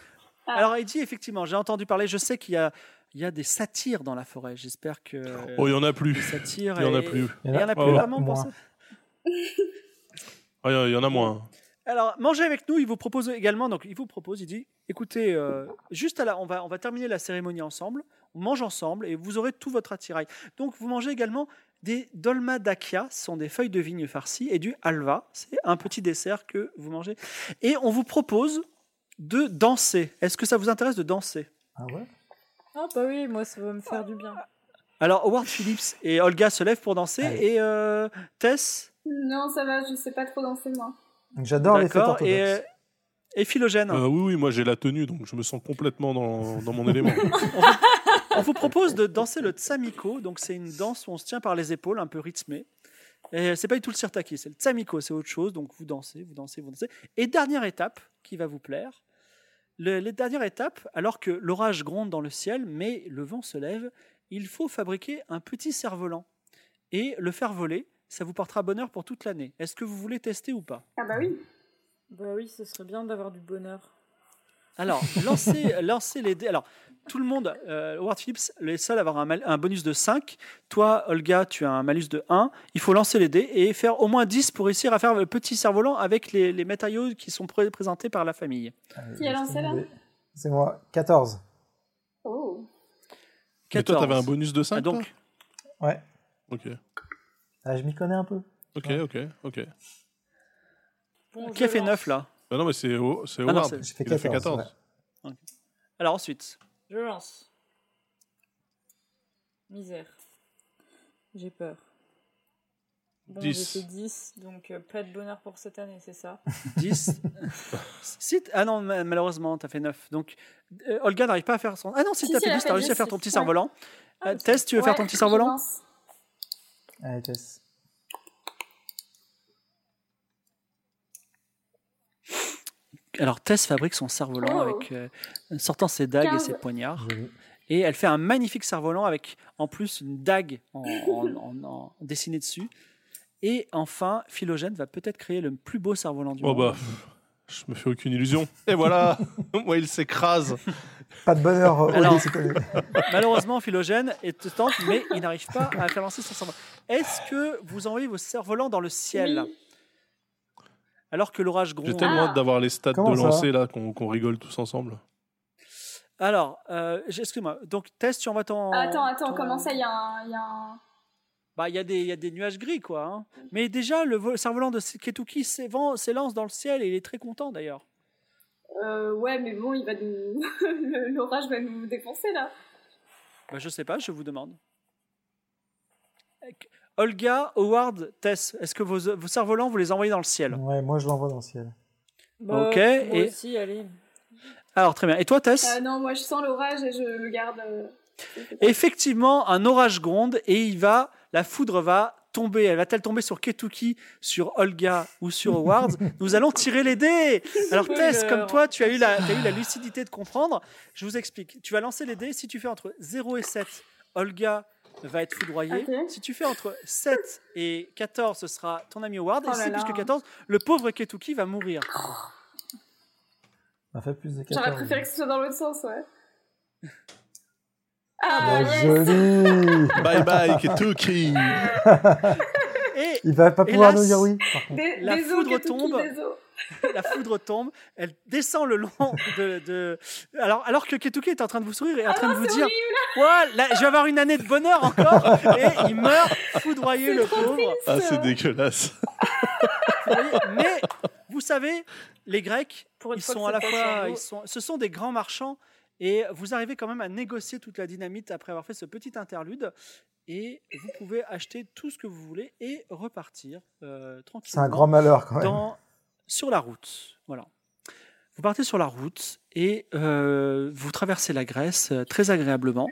[SPEAKER 4] Ah.
[SPEAKER 1] Alors, il dit effectivement, j'ai entendu parler, je sais qu'il y a, il y a des satires dans la forêt, j'espère que.
[SPEAKER 3] Oh, il y en a
[SPEAKER 1] les
[SPEAKER 3] plus.
[SPEAKER 1] satires
[SPEAKER 3] Il y en a
[SPEAKER 1] Ah, et-
[SPEAKER 3] plus.
[SPEAKER 1] Il y en a plus Ah,
[SPEAKER 3] Oh,
[SPEAKER 1] vraiment pour
[SPEAKER 5] moins.
[SPEAKER 1] ça.
[SPEAKER 3] Ah, Il y en a moins.
[SPEAKER 1] Alors, mangez avec nous. Il vous propose également, donc il vous propose, il dit, écoutez, euh, juste à la, on va, on va terminer la cérémonie ensemble. On mange ensemble et vous aurez tout votre attirail. Donc, vous mangez également des dolma d'akia, ce sont des feuilles de vigne farcies, et du halva, c'est un petit dessert que vous mangez. Et on vous propose de danser. Est-ce que ça vous intéresse de danser
[SPEAKER 5] Ah ouais
[SPEAKER 6] Ah bah oui, moi ça va me faire du bien.
[SPEAKER 1] Alors, Howard Phillips et Olga se lèvent pour danser
[SPEAKER 5] Allez.
[SPEAKER 1] et euh, Tess,
[SPEAKER 4] Non, ça va, je sais pas trop danser moi.
[SPEAKER 5] Donc, J'adore les fêtes
[SPEAKER 1] d'accord,
[SPEAKER 5] orthodoxes.
[SPEAKER 1] et, euh, et Philogène.
[SPEAKER 3] Euh, oui, oui, moi j'ai la tenue, donc je me sens complètement dans, dans mon élément.
[SPEAKER 1] On vous propose de danser le tsamiko, donc c'est une danse où on se tient par les épaules, un peu rythmée. Et c'est pas du tout le sirtaki, c'est le tsamiko, c'est autre chose. Donc vous dansez, vous dansez, vous dansez. Et dernière étape qui va vous plaire. Le, les dernières étapes, alors que l'orage gronde dans le ciel, mais le vent se lève, il faut fabriquer un petit cerf-volant et le faire voler. Ça vous portera bonheur pour toute l'année. Est-ce que vous voulez tester ou pas
[SPEAKER 4] Ah bah oui.
[SPEAKER 6] Bah oui, ce serait bien d'avoir du bonheur.
[SPEAKER 1] Alors, lancez, lancez les dés. Alors, tout le monde, euh, Howard Phillips, les seuls à avoir un, mal- un bonus de 5. Toi, Olga, tu as un malus de 1. Il faut lancer les dés et faire au moins 10 pour réussir à faire le petit cerf-volant avec les, les matériaux qui sont pré- présentés par la famille.
[SPEAKER 5] Allez,
[SPEAKER 4] Qui a lancé, là
[SPEAKER 5] C'est moi. 14.
[SPEAKER 4] Oh.
[SPEAKER 3] Mais toi,
[SPEAKER 1] 14.
[SPEAKER 3] t'avais un bonus de 5
[SPEAKER 1] Ah, donc,
[SPEAKER 5] Ouais.
[SPEAKER 3] Ok,
[SPEAKER 5] Ah, je m'y connais un peu.
[SPEAKER 3] ok,
[SPEAKER 5] Ouais.
[SPEAKER 3] ok. ok.
[SPEAKER 6] Bon,
[SPEAKER 1] qui a
[SPEAKER 6] je
[SPEAKER 1] fait
[SPEAKER 6] lance.
[SPEAKER 1] 9 là
[SPEAKER 3] Ah non, mais c'est Ho- c'est
[SPEAKER 1] non,
[SPEAKER 3] Howard.
[SPEAKER 1] c'est-
[SPEAKER 5] J'ai fait
[SPEAKER 3] Il a fait
[SPEAKER 5] 14,
[SPEAKER 3] 14.
[SPEAKER 1] Alors ensuite,
[SPEAKER 6] Je lance. Misère. J'ai peur. Bon, j'ai
[SPEAKER 3] Dix.
[SPEAKER 6] fait 10, donc euh, pas de bonheur pour cette année, c'est ça
[SPEAKER 1] 10. Si t- ah non, ma- malheureusement, t'as fait 9 Donc, euh, Olga n'arrive pas à faire son. Ah non, si,
[SPEAKER 4] Si,
[SPEAKER 1] t'as
[SPEAKER 4] si,
[SPEAKER 1] fait
[SPEAKER 4] elle a
[SPEAKER 1] 10,
[SPEAKER 4] fait
[SPEAKER 1] t'as réussi à
[SPEAKER 4] 10,
[SPEAKER 1] faire ton petit
[SPEAKER 4] ouais.
[SPEAKER 1] cerf-volant.
[SPEAKER 6] Ah,
[SPEAKER 1] Euh, Tess, tu veux faire
[SPEAKER 4] Ouais,
[SPEAKER 1] ton petit
[SPEAKER 4] je
[SPEAKER 1] cerf-volant
[SPEAKER 4] danse.
[SPEAKER 5] Allez, Tess.
[SPEAKER 1] Alors Tess fabrique son cerf-volant
[SPEAKER 4] Oh.
[SPEAKER 1] avec euh, sortant ses dagues et
[SPEAKER 4] Quinze.
[SPEAKER 1] ses poignards.
[SPEAKER 5] Joli.
[SPEAKER 1] Et elle fait un magnifique cerf-volant avec en plus une dague en, en- en- en- dessinée dessus. Et enfin, Philogène va peut-être créer le plus beau cerf-volant du
[SPEAKER 3] Oh
[SPEAKER 1] monde.
[SPEAKER 3] bah, pff, je me fais aucune illusion. Et voilà Moi, il s'écrase.
[SPEAKER 5] Pas de bonheur, euh,
[SPEAKER 1] Alors-
[SPEAKER 5] Oli, c'est connu.
[SPEAKER 3] bah.
[SPEAKER 1] Malheureusement, Philogène est tente, mais il n'arrive pas à faire lancer son cerf-volant. Est-ce que vous envoyez vos cerfs-volants dans le ciel
[SPEAKER 4] Oui.
[SPEAKER 1] alors que l'orage gronde
[SPEAKER 3] J'ai tellement
[SPEAKER 4] Ah.
[SPEAKER 3] hâte d'avoir les stats
[SPEAKER 5] Comment
[SPEAKER 3] de
[SPEAKER 5] ça
[SPEAKER 3] lancer là qu'on qu'on rigole tous ensemble.
[SPEAKER 1] Alors, euh, j- excuse-moi. Donc Tess, tu envoies ton.
[SPEAKER 4] Ah, Attends, attends,
[SPEAKER 1] ton- euh,
[SPEAKER 4] comment ça, il y a un. il Y a un...
[SPEAKER 1] Bah, il y, a des- il y a des nuages gris, quoi. hein. Mais déjà, le vo- cerf-volant de Ketuki s'évan- s'élance dans le ciel et il est très content, d'ailleurs.
[SPEAKER 4] Euh, ouais, mais bon, il va nous. le- L'orage va nous défoncer là.
[SPEAKER 1] Bah, je sais pas, je vous demande. Ec- Olga, Howard, Tess, est-ce que vos, vos cerfs-volants, vous les envoyez dans le ciel
[SPEAKER 5] Ouais, moi je l'envoie dans le ciel.
[SPEAKER 6] Bah,
[SPEAKER 1] Ok,
[SPEAKER 6] Moi
[SPEAKER 1] et-
[SPEAKER 6] aussi, allez.
[SPEAKER 1] Alors, très bien. Et toi, Tess
[SPEAKER 4] Ah non, moi je sens l'orage et je le garde. euh,
[SPEAKER 1] Effectivement, un orage gronde et il va, la foudre va tomber Elle va-t-elle tomber sur Ketuki, sur Olga ou sur Howard Nous allons tirer les dés Alors Tess, comme toi, tu as eu, la, tu as eu la lucidité de comprendre. Je vous explique. Tu vas lancer les dés. Si tu fais entre 0 et 7, Olga va être foudroyée.
[SPEAKER 4] Ok.
[SPEAKER 1] Si tu fais entre 7 et 14, ce sera ton ami Howard.
[SPEAKER 2] Oh
[SPEAKER 1] et
[SPEAKER 2] là
[SPEAKER 1] si plus que
[SPEAKER 2] là.
[SPEAKER 1] 14, le pauvre Ketuki va mourir.
[SPEAKER 5] On a fait plus de 14.
[SPEAKER 4] J'aurais préféré que ce soit dans l'autre sens, ouais.
[SPEAKER 5] Ah,
[SPEAKER 3] bah,
[SPEAKER 4] Ah, yes.
[SPEAKER 5] bah, joli
[SPEAKER 3] Bye bye, Ketuki
[SPEAKER 1] Et
[SPEAKER 5] Il va pas pouvoir
[SPEAKER 1] Hélas.
[SPEAKER 5] nous dire oui, par contre.
[SPEAKER 4] Des,
[SPEAKER 1] La
[SPEAKER 4] des os,
[SPEAKER 1] foudre
[SPEAKER 4] Ketuki,
[SPEAKER 1] tombe.
[SPEAKER 4] des os.
[SPEAKER 1] la foudre tombe, elle descend le long de. de- Alors, alors que Ketuki est en train de vous sourire et
[SPEAKER 2] Ah
[SPEAKER 1] en train de vous
[SPEAKER 4] C'est
[SPEAKER 1] dire
[SPEAKER 4] horrible.
[SPEAKER 1] Ouah, là, je vais avoir une année de bonheur encore Et il meurt foudroyé, le pauvre.
[SPEAKER 3] Ah, c'est dégueulasse.
[SPEAKER 1] Oui, Mais vous savez, les Grecs,
[SPEAKER 2] Pour une
[SPEAKER 1] ils
[SPEAKER 2] fois
[SPEAKER 1] sont
[SPEAKER 2] que
[SPEAKER 1] à la
[SPEAKER 2] ça passe sur
[SPEAKER 1] fois.
[SPEAKER 2] nous.
[SPEAKER 1] Ils sont, ce sont des grands marchands et vous arrivez quand même à négocier toute la dynamite après avoir fait ce petit interlude. Et vous pouvez acheter tout ce que vous voulez et repartir euh,
[SPEAKER 5] C'est
[SPEAKER 1] tranquillement.
[SPEAKER 5] un grand malheur, quand même.
[SPEAKER 1] dans- sur la route. Voilà. Vous partez sur la route et euh, vous traversez la Grèce euh, très agréablement.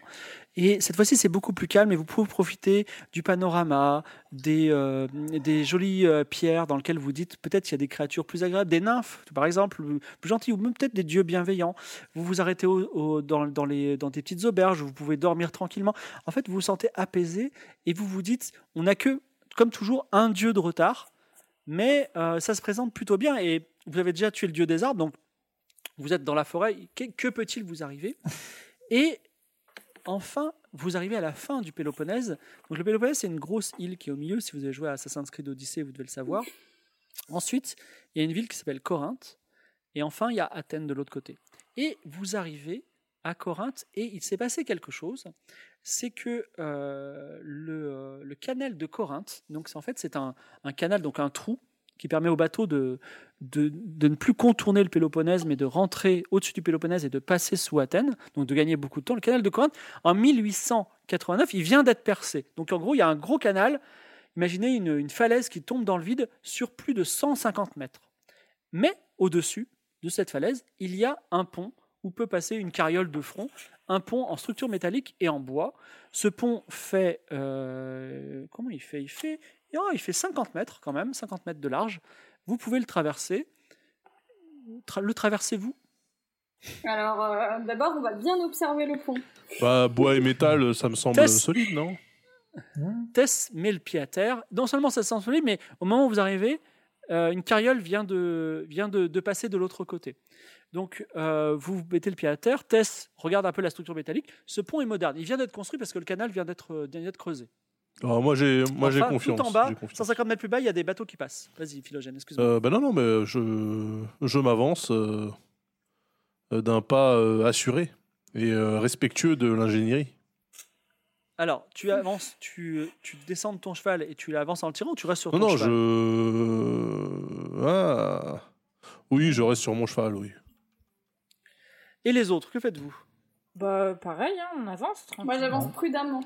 [SPEAKER 1] Et cette fois-ci, c'est beaucoup plus calme et vous pouvez profiter du panorama, des, euh, des jolies euh, pierres dans lesquelles vous dites peut-être qu'il y a des créatures plus agréables, des nymphes par exemple, ou plus gentilles, ou même peut-être des dieux bienveillants. Vous vous arrêtez au- au- dans, dans, les, dans des petites auberges où vous pouvez dormir tranquillement. En fait, vous vous sentez apaisé et vous vous dites on n'a que, comme toujours, un dieu de retard mais euh, ça se présente plutôt bien et vous avez déjà tué le dieu des arbres, donc vous êtes dans la forêt, que, que peut-il vous arriver Et enfin, vous arrivez à la fin du Péloponnèse. Donc le Péloponnèse, c'est une grosse île qui est au milieu, si vous avez joué à Assassin's Creed Odyssey, vous devez le savoir. Ensuite, il y a une ville qui s'appelle Corinthe, et enfin, il y a Athènes de l'autre côté. Et vous arrivez à Corinthe, et il s'est passé quelque chose, c'est que euh, le, le canal de Corinthe, donc c'est- en fait c'est un, un canal, donc un trou, qui permet au bateau de, de, de ne plus contourner le Péloponnèse, mais de rentrer au-dessus du Péloponnèse et de passer sous Athènes, donc de gagner beaucoup de temps. Le canal de Corinthe, en 1889, il vient d'être percé. Donc en gros, il y a un gros canal. Imaginez une, une falaise qui tombe dans le vide sur plus de 150 mètres. Mais au-dessus de cette falaise, il y a un pont où peut passer une carriole de front, un pont en structure métallique et en bois. Ce pont fait... euh, comment il fait Il fait et, oh, il fait 50 mètres quand même, 50 mètres de large. Vous pouvez le traverser. Tra- le traversez-vous
[SPEAKER 4] Alors, euh, d'abord, on va bien observer le pont.
[SPEAKER 3] Bah, bois et métal, ça me semble
[SPEAKER 1] Tess.
[SPEAKER 3] solide, non
[SPEAKER 1] Tess met le pied à terre. Non seulement ça s'ensoleille, mais au moment où vous arrivez, euh, une carriole vient de, vient de, de passer de l'autre côté. Donc, euh, vous mettez le pied à terre. Tess regarde un peu la structure métallique. Ce pont est moderne. Il vient d'être construit parce que le canal vient d'être euh, vient d'être creusé.
[SPEAKER 3] Ah, Moi, j'ai moi, j'ai
[SPEAKER 1] Enfin,
[SPEAKER 3] confiance.
[SPEAKER 1] Tout en bas,
[SPEAKER 3] j'ai confiance.
[SPEAKER 1] 150 mètres plus bas, il y a des bateaux qui passent. Vas-y, Philogène, excuse-moi.
[SPEAKER 3] Euh, bah non, non, mais je, je m'avance euh, euh, d'un pas euh, assuré et euh, respectueux de l'ingénierie.
[SPEAKER 1] Alors, tu avances, tu, tu descends de ton cheval et tu avances en le tirant ou tu restes sur
[SPEAKER 3] Non,
[SPEAKER 1] ton
[SPEAKER 3] non,
[SPEAKER 1] cheval
[SPEAKER 3] je. Ah. Oui, je reste sur mon cheval, oui.
[SPEAKER 1] Et les autres, que faites-vous
[SPEAKER 6] Bah, pareil, hein, on avance tranquille.
[SPEAKER 4] Moi, j'avance prudemment.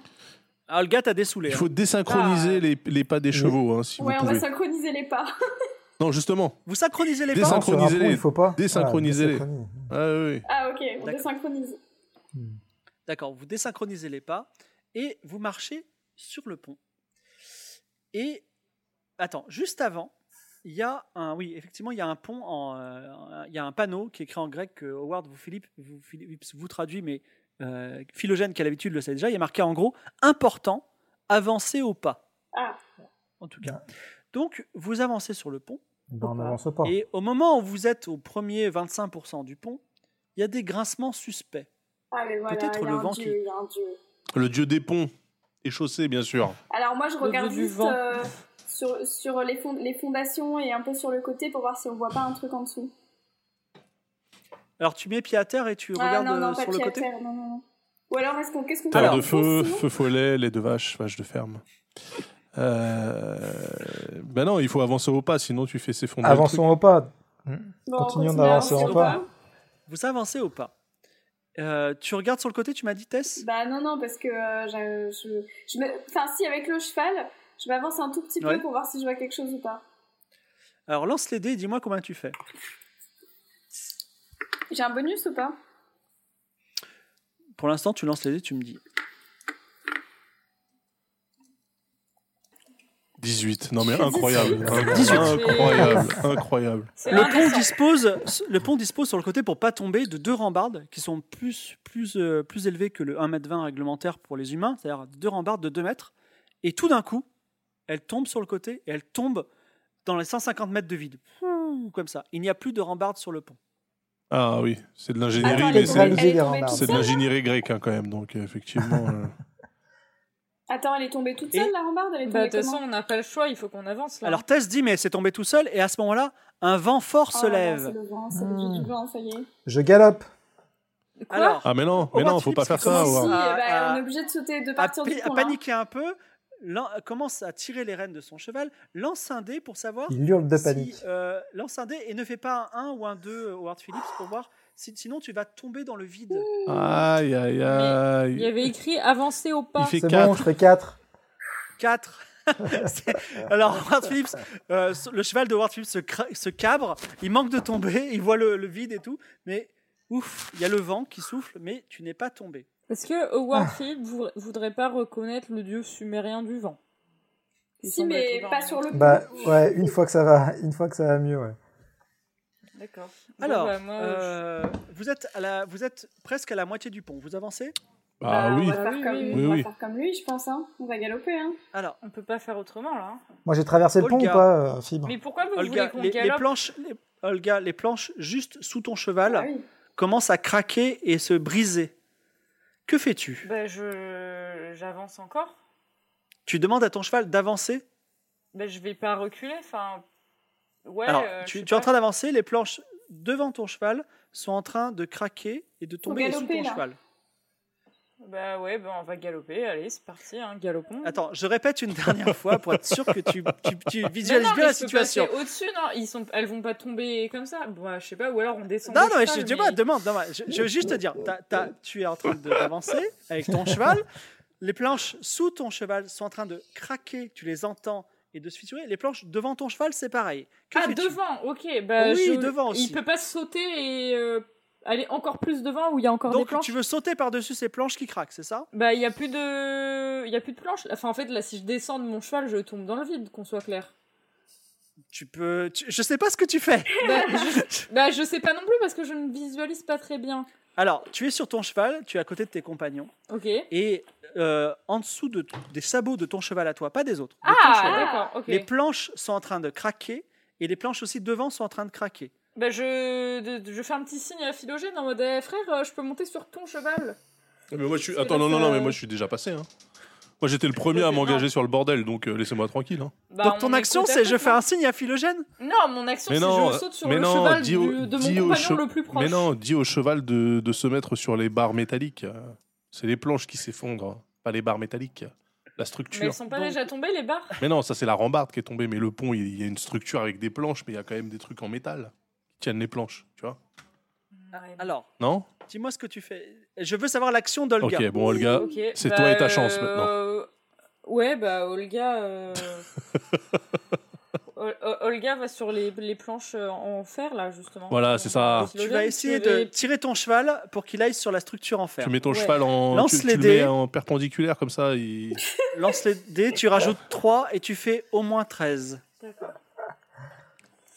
[SPEAKER 1] Ah, le gars t'a dessoulé.
[SPEAKER 3] Il
[SPEAKER 1] hein.
[SPEAKER 3] faut désynchroniser
[SPEAKER 6] Ah.
[SPEAKER 3] les, les pas des chevaux, hein, si
[SPEAKER 4] ouais,
[SPEAKER 3] vous
[SPEAKER 4] on va
[SPEAKER 3] pouvez.
[SPEAKER 4] synchroniser les pas.
[SPEAKER 3] Non, justement,
[SPEAKER 1] Vous synchronisez les
[SPEAKER 3] Descends.
[SPEAKER 1] pas
[SPEAKER 5] Non, sur un
[SPEAKER 3] Synchronisez-les.
[SPEAKER 5] pont, il faut pas.
[SPEAKER 3] Désynchronisez-les.
[SPEAKER 5] Ah, désynchronie.
[SPEAKER 3] ah, oui.
[SPEAKER 4] Ah, ok, on
[SPEAKER 1] D'accord.
[SPEAKER 4] désynchronise.
[SPEAKER 1] D'accord, vous désynchronisez les pas et vous marchez sur le pont. Et attends, juste avant, il y a un oui, effectivement, il y a un pont en euh, il y a un panneau qui est écrit en grec que Howard vous Philippe vous Philippe vous traduit mais euh, Philogène qui a l'habitude le sait déjà, il est marqué en gros important, avancer au pas.
[SPEAKER 4] Ah.
[SPEAKER 1] En tout cas. Donc vous avancez sur le pont
[SPEAKER 5] Ben, on n'avance pas.
[SPEAKER 1] et au moment où vous êtes au premier 25% du pont, il y a des grincements suspects.
[SPEAKER 4] Ah, mais voilà,
[SPEAKER 1] Peut-être
[SPEAKER 4] il y a
[SPEAKER 1] le
[SPEAKER 4] un
[SPEAKER 1] vent
[SPEAKER 4] dieu,
[SPEAKER 1] qui-
[SPEAKER 4] il y a un dieu.
[SPEAKER 3] Le dieu des ponts et chaussées, bien sûr.
[SPEAKER 4] Alors, moi, je
[SPEAKER 6] Le
[SPEAKER 4] regarde
[SPEAKER 6] dieu du
[SPEAKER 4] juste
[SPEAKER 6] vent.
[SPEAKER 4] euh, sur, sur les, fond- les fondations et un peu sur le côté pour voir si on voit pas un truc en dessous.
[SPEAKER 1] Alors tu mets pied à terre et tu
[SPEAKER 4] ah,
[SPEAKER 1] regardes
[SPEAKER 4] non, non,
[SPEAKER 1] euh,
[SPEAKER 4] pas
[SPEAKER 1] sur le
[SPEAKER 4] pied à
[SPEAKER 1] côté.
[SPEAKER 4] terre, non, non, non. Ou alors, est-ce qu'on... Qu'est-ce qu'on
[SPEAKER 3] Terre
[SPEAKER 1] Alors,
[SPEAKER 3] de feu,
[SPEAKER 4] sinon
[SPEAKER 3] feu follet, lait de vache, vache de ferme. Euh, Ben non, il faut avancer au pas, sinon tu fais s'effondrer. le truc.
[SPEAKER 5] Avançons au pas.
[SPEAKER 4] Bon, on
[SPEAKER 5] Continuons
[SPEAKER 4] continue à
[SPEAKER 5] d'avancer
[SPEAKER 4] avancer
[SPEAKER 5] en
[SPEAKER 4] ou
[SPEAKER 5] pas.
[SPEAKER 1] Vous avancez ou pas Euh, Tu regardes sur le côté, tu m'as dit Tess
[SPEAKER 4] Bah non, non, parce que euh, je, je, je me... Enfin, si, avec le cheval, je m'avance un tout petit
[SPEAKER 1] Ouais.
[SPEAKER 4] peu pour voir si je vois quelque chose ou pas.
[SPEAKER 1] Alors lance les dés et dis-moi combien tu fais.
[SPEAKER 4] J'ai un bonus ou pas
[SPEAKER 1] Pour l'instant, tu lances les dés, tu me dis.
[SPEAKER 3] 18. Non mais
[SPEAKER 2] J'ai dit
[SPEAKER 3] incroyable.
[SPEAKER 1] 18.
[SPEAKER 3] Incroyable. Incroyable.
[SPEAKER 2] C'est
[SPEAKER 1] Le pont,
[SPEAKER 2] indécent.
[SPEAKER 1] dispose, le pont dispose sur le côté pour pas tomber de deux rambardes qui sont plus, plus, euh, plus élevées que le 1m20 réglementaire pour les humains, c'est-à-dire deux rambardes de 2 mètres. Et tout d'un coup, elle tombe sur le côté et elle tombe dans les 150 mètres de vide. Ouh, Comme ça. Il n'y a plus de rambardes sur le pont.
[SPEAKER 3] Ah oui, c'est de l'ingénierie,
[SPEAKER 7] Attends, elle
[SPEAKER 3] mais
[SPEAKER 7] est
[SPEAKER 5] c'est-
[SPEAKER 7] tombée,
[SPEAKER 3] c'est
[SPEAKER 7] elle
[SPEAKER 5] elle
[SPEAKER 7] est
[SPEAKER 5] est
[SPEAKER 7] tombée
[SPEAKER 5] rarement.
[SPEAKER 7] toute
[SPEAKER 3] c'est de
[SPEAKER 7] seule.
[SPEAKER 3] l'ingénierie grecque hein, quand même. Donc euh, effectivement. euh,
[SPEAKER 4] Attends, elle est tombée toute
[SPEAKER 1] Et-
[SPEAKER 4] seule, la rambarde Elle est
[SPEAKER 2] Bah, de
[SPEAKER 4] tombée
[SPEAKER 2] toute façon,
[SPEAKER 4] comment
[SPEAKER 2] on n'a pas le choix, il faut qu'on avance. Là.
[SPEAKER 1] Alors Tess dit, mais c'est tombé tout seul. Et à ce moment-là, un vent fort
[SPEAKER 4] Oh
[SPEAKER 1] se
[SPEAKER 4] là là, C'est
[SPEAKER 1] lève.
[SPEAKER 4] le vent, c'est le
[SPEAKER 5] Hmm.
[SPEAKER 4] du vent, ça y est.
[SPEAKER 5] Je galope.
[SPEAKER 2] Quoi
[SPEAKER 1] Alors,
[SPEAKER 3] Ah mais non, mais
[SPEAKER 1] Aura
[SPEAKER 3] non, faut pas
[SPEAKER 1] Phillips
[SPEAKER 3] faire
[SPEAKER 1] qui
[SPEAKER 3] ça.
[SPEAKER 1] commence
[SPEAKER 3] Aura.
[SPEAKER 4] Si,
[SPEAKER 1] Ah,
[SPEAKER 4] eh ben,
[SPEAKER 1] ah,
[SPEAKER 4] on est obligé de sauter, de
[SPEAKER 1] à,
[SPEAKER 4] partir du hein.
[SPEAKER 1] pi- à
[SPEAKER 4] pont. là.
[SPEAKER 1] paniquer un peu, lan- commence à tirer les rênes de son cheval, lance un dé pour savoir
[SPEAKER 5] Il hurle de
[SPEAKER 1] si,
[SPEAKER 5] panique.
[SPEAKER 1] euh, lance un dé et ne fais pas un 1 ou un 2 Howard Phillips pour voir. si- sinon, tu vas tomber dans le vide.
[SPEAKER 3] Aïe aïe
[SPEAKER 2] Il y
[SPEAKER 3] aïe.
[SPEAKER 2] avait écrit avancer au pas.
[SPEAKER 3] Il fait
[SPEAKER 5] C'est
[SPEAKER 3] quatre.
[SPEAKER 5] bon, je fais 4.
[SPEAKER 1] 4. Alors, Howard Phillips, euh, le cheval de Howard Phillips se, cra- se cabre. Il manque de tomber. Il voit le, le vide et tout. Mais ouf, il y a le vent qui souffle, mais tu n'es pas tombé.
[SPEAKER 2] Est-ce que
[SPEAKER 1] Ah.
[SPEAKER 2] Howard Phillips vou- voudrait pas reconnaître le dieu sumérien du vent Il
[SPEAKER 4] Si,
[SPEAKER 2] semble
[SPEAKER 4] mais
[SPEAKER 2] être au
[SPEAKER 4] pas
[SPEAKER 2] vent.
[SPEAKER 4] sur le pont.
[SPEAKER 5] Bah ouais, une fois que ça va, une fois que ça va mieux, ouais.
[SPEAKER 2] D'accord. Bon,
[SPEAKER 1] Alors,
[SPEAKER 2] bah, moi, je-
[SPEAKER 1] euh, vous, êtes à la, vous êtes presque à la moitié du pont. Vous avancez
[SPEAKER 3] Ah
[SPEAKER 4] Bah,
[SPEAKER 3] oui.
[SPEAKER 4] On va,
[SPEAKER 2] Ah
[SPEAKER 4] faire,
[SPEAKER 2] oui,
[SPEAKER 4] comme,
[SPEAKER 2] oui,
[SPEAKER 3] oui.
[SPEAKER 4] on va
[SPEAKER 3] Oui, oui.
[SPEAKER 4] faire comme lui, je pense. Hein. On va galoper. Hein.
[SPEAKER 1] Alors,
[SPEAKER 2] on peut pas faire autrement là. hein.
[SPEAKER 5] Moi j'ai traversé le pont ou
[SPEAKER 1] Olga.
[SPEAKER 5] pas, euh, Fibre
[SPEAKER 2] Mais pourquoi vous
[SPEAKER 1] Olga,
[SPEAKER 2] voulez qu'on
[SPEAKER 1] Ah, les, les
[SPEAKER 2] galope
[SPEAKER 1] planches, les- Olga, les planches juste sous ton cheval
[SPEAKER 4] Ah oui.
[SPEAKER 1] commencent à craquer et se briser. Que fais-tu
[SPEAKER 2] Bah je j'avance encore.
[SPEAKER 1] Tu demandes à ton cheval d'avancer
[SPEAKER 2] Bah je vais pas reculer. Enfin ouais.
[SPEAKER 1] Alors,
[SPEAKER 2] euh, je
[SPEAKER 1] tu,
[SPEAKER 2] sais
[SPEAKER 1] tu es en
[SPEAKER 2] pas.
[SPEAKER 1] train d'avancer, les planches devant ton cheval sont en train de craquer et de tomber
[SPEAKER 4] Faut
[SPEAKER 1] sous
[SPEAKER 4] galoper,
[SPEAKER 1] ton
[SPEAKER 4] là.
[SPEAKER 1] cheval.
[SPEAKER 2] Bah ouais, bah on va galoper. Allez, c'est parti, hein, galopons.
[SPEAKER 1] Attends, je répète une dernière fois pour être sûr que tu, tu- tu
[SPEAKER 2] Mais
[SPEAKER 1] visualises
[SPEAKER 2] non,
[SPEAKER 1] bien la
[SPEAKER 2] mais je peux passer
[SPEAKER 1] situation.
[SPEAKER 2] Au-dessus, non, ils sont, elles vont pas tomber comme ça. Bah, je sais pas, ou alors on descend.
[SPEAKER 1] Non,
[SPEAKER 2] du
[SPEAKER 1] non, mais
[SPEAKER 2] cheval,
[SPEAKER 1] je, je-
[SPEAKER 2] mais-
[SPEAKER 1] bah, demande. non, mais je, je veux juste te dire, t'as- t'as- tu es en train de- d'avancer avec ton cheval. Les planches sous ton cheval sont en train de craquer, tu les entends et de se fissurer. Les planches devant ton cheval, c'est pareil. Que
[SPEAKER 2] Ah,
[SPEAKER 1] fais-tu Oh
[SPEAKER 2] devant, ok. Bah,
[SPEAKER 1] Oui,
[SPEAKER 2] je-
[SPEAKER 1] devant aussi.
[SPEAKER 2] Il peut pas sauter et euh, aller encore plus devant où il y a encore des
[SPEAKER 1] Donc,
[SPEAKER 2] planches.
[SPEAKER 1] tu veux sauter par-dessus ces planches qui craquent, c'est ça
[SPEAKER 2] Bah, il y a plus de, il y a plus de planches. Enfin, en fait, là, si je descends de mon cheval, je tombe dans le vide, qu'on soit clair.
[SPEAKER 1] Tu peux. tu- je sais pas ce que tu fais.
[SPEAKER 2] Bah, je... bah, je sais pas non plus parce que je ne visualise pas très bien.
[SPEAKER 1] Alors, tu es sur ton cheval, tu es à côté de tes compagnons.
[SPEAKER 2] Ok.
[SPEAKER 1] et euh, en dessous de, des sabots de ton cheval à toi, pas des autres. de ton
[SPEAKER 2] Ah,
[SPEAKER 1] cheval,
[SPEAKER 2] d'accord, ok.
[SPEAKER 1] Les planches sont en train de craquer et les planches aussi devant sont en train de craquer.
[SPEAKER 2] Bah, je... de- je fais un petit signe à Philogène en mode, eh, frère, euh, je peux monter sur ton cheval.
[SPEAKER 3] Ah, Mais moi je suis.
[SPEAKER 2] Parce que
[SPEAKER 3] Attends
[SPEAKER 2] là,
[SPEAKER 3] non non
[SPEAKER 2] ça-
[SPEAKER 3] non mais moi je suis déjà passé. Hein. Moi j'étais le premier à
[SPEAKER 2] Non.
[SPEAKER 3] m'engager sur le bordel donc euh, laissez-moi tranquille. Hein.
[SPEAKER 2] Bah,
[SPEAKER 1] Donc
[SPEAKER 2] on
[SPEAKER 1] ton
[SPEAKER 2] est
[SPEAKER 1] action,
[SPEAKER 2] côte à
[SPEAKER 1] c'est je
[SPEAKER 2] côte,
[SPEAKER 1] fais un signe à Philogène
[SPEAKER 2] Non, mon action,
[SPEAKER 3] Mais
[SPEAKER 2] c'est
[SPEAKER 3] non, euh,
[SPEAKER 2] je saute sur
[SPEAKER 3] mais
[SPEAKER 2] le
[SPEAKER 3] non,
[SPEAKER 2] cheval
[SPEAKER 3] dis au-
[SPEAKER 2] du- de mon
[SPEAKER 3] dis au
[SPEAKER 2] compagnon
[SPEAKER 3] che-
[SPEAKER 2] le plus proche.
[SPEAKER 3] Mais non, dis au cheval de, de se mettre sur les barres métalliques. euh, C'est les planches qui s'effondrent, pas les barres métalliques. La
[SPEAKER 2] Mais
[SPEAKER 3] structure.
[SPEAKER 2] elles sont pas
[SPEAKER 1] Donc-
[SPEAKER 2] déjà tombées, les barres
[SPEAKER 3] Mais non, ça c'est la rambarde qui est tombée, mais le pont, il il y a une structure avec des planches, mais il y a quand même des trucs en métal qui tiennent les planches, tu vois.
[SPEAKER 1] Alors,
[SPEAKER 3] Non
[SPEAKER 1] dis-moi ce que tu fais. Je veux savoir l'action d'Olga.
[SPEAKER 3] Ok, bon Olga,
[SPEAKER 2] Ok,
[SPEAKER 3] Ah, c'est
[SPEAKER 2] bah,
[SPEAKER 3] toi et ta chance,
[SPEAKER 2] euh, Ouais, bah Olga... euh, Ol- Ol- Olga va sur les, les planches euh, en fer, là, justement.
[SPEAKER 3] Voilà, c'est ça.
[SPEAKER 1] Donc, tu vas essayer de tirer ton cheval pour qu'il aille sur la structure en fer.
[SPEAKER 3] tu mets ton
[SPEAKER 2] Ouais.
[SPEAKER 3] cheval en,
[SPEAKER 1] Lance
[SPEAKER 3] tu-
[SPEAKER 1] les
[SPEAKER 3] tu le
[SPEAKER 1] dés.
[SPEAKER 3] mets en perpendiculaire comme ça. il-
[SPEAKER 1] Lance les dés, tu rajoutes 3 et tu fais au moins 13.
[SPEAKER 2] D'accord.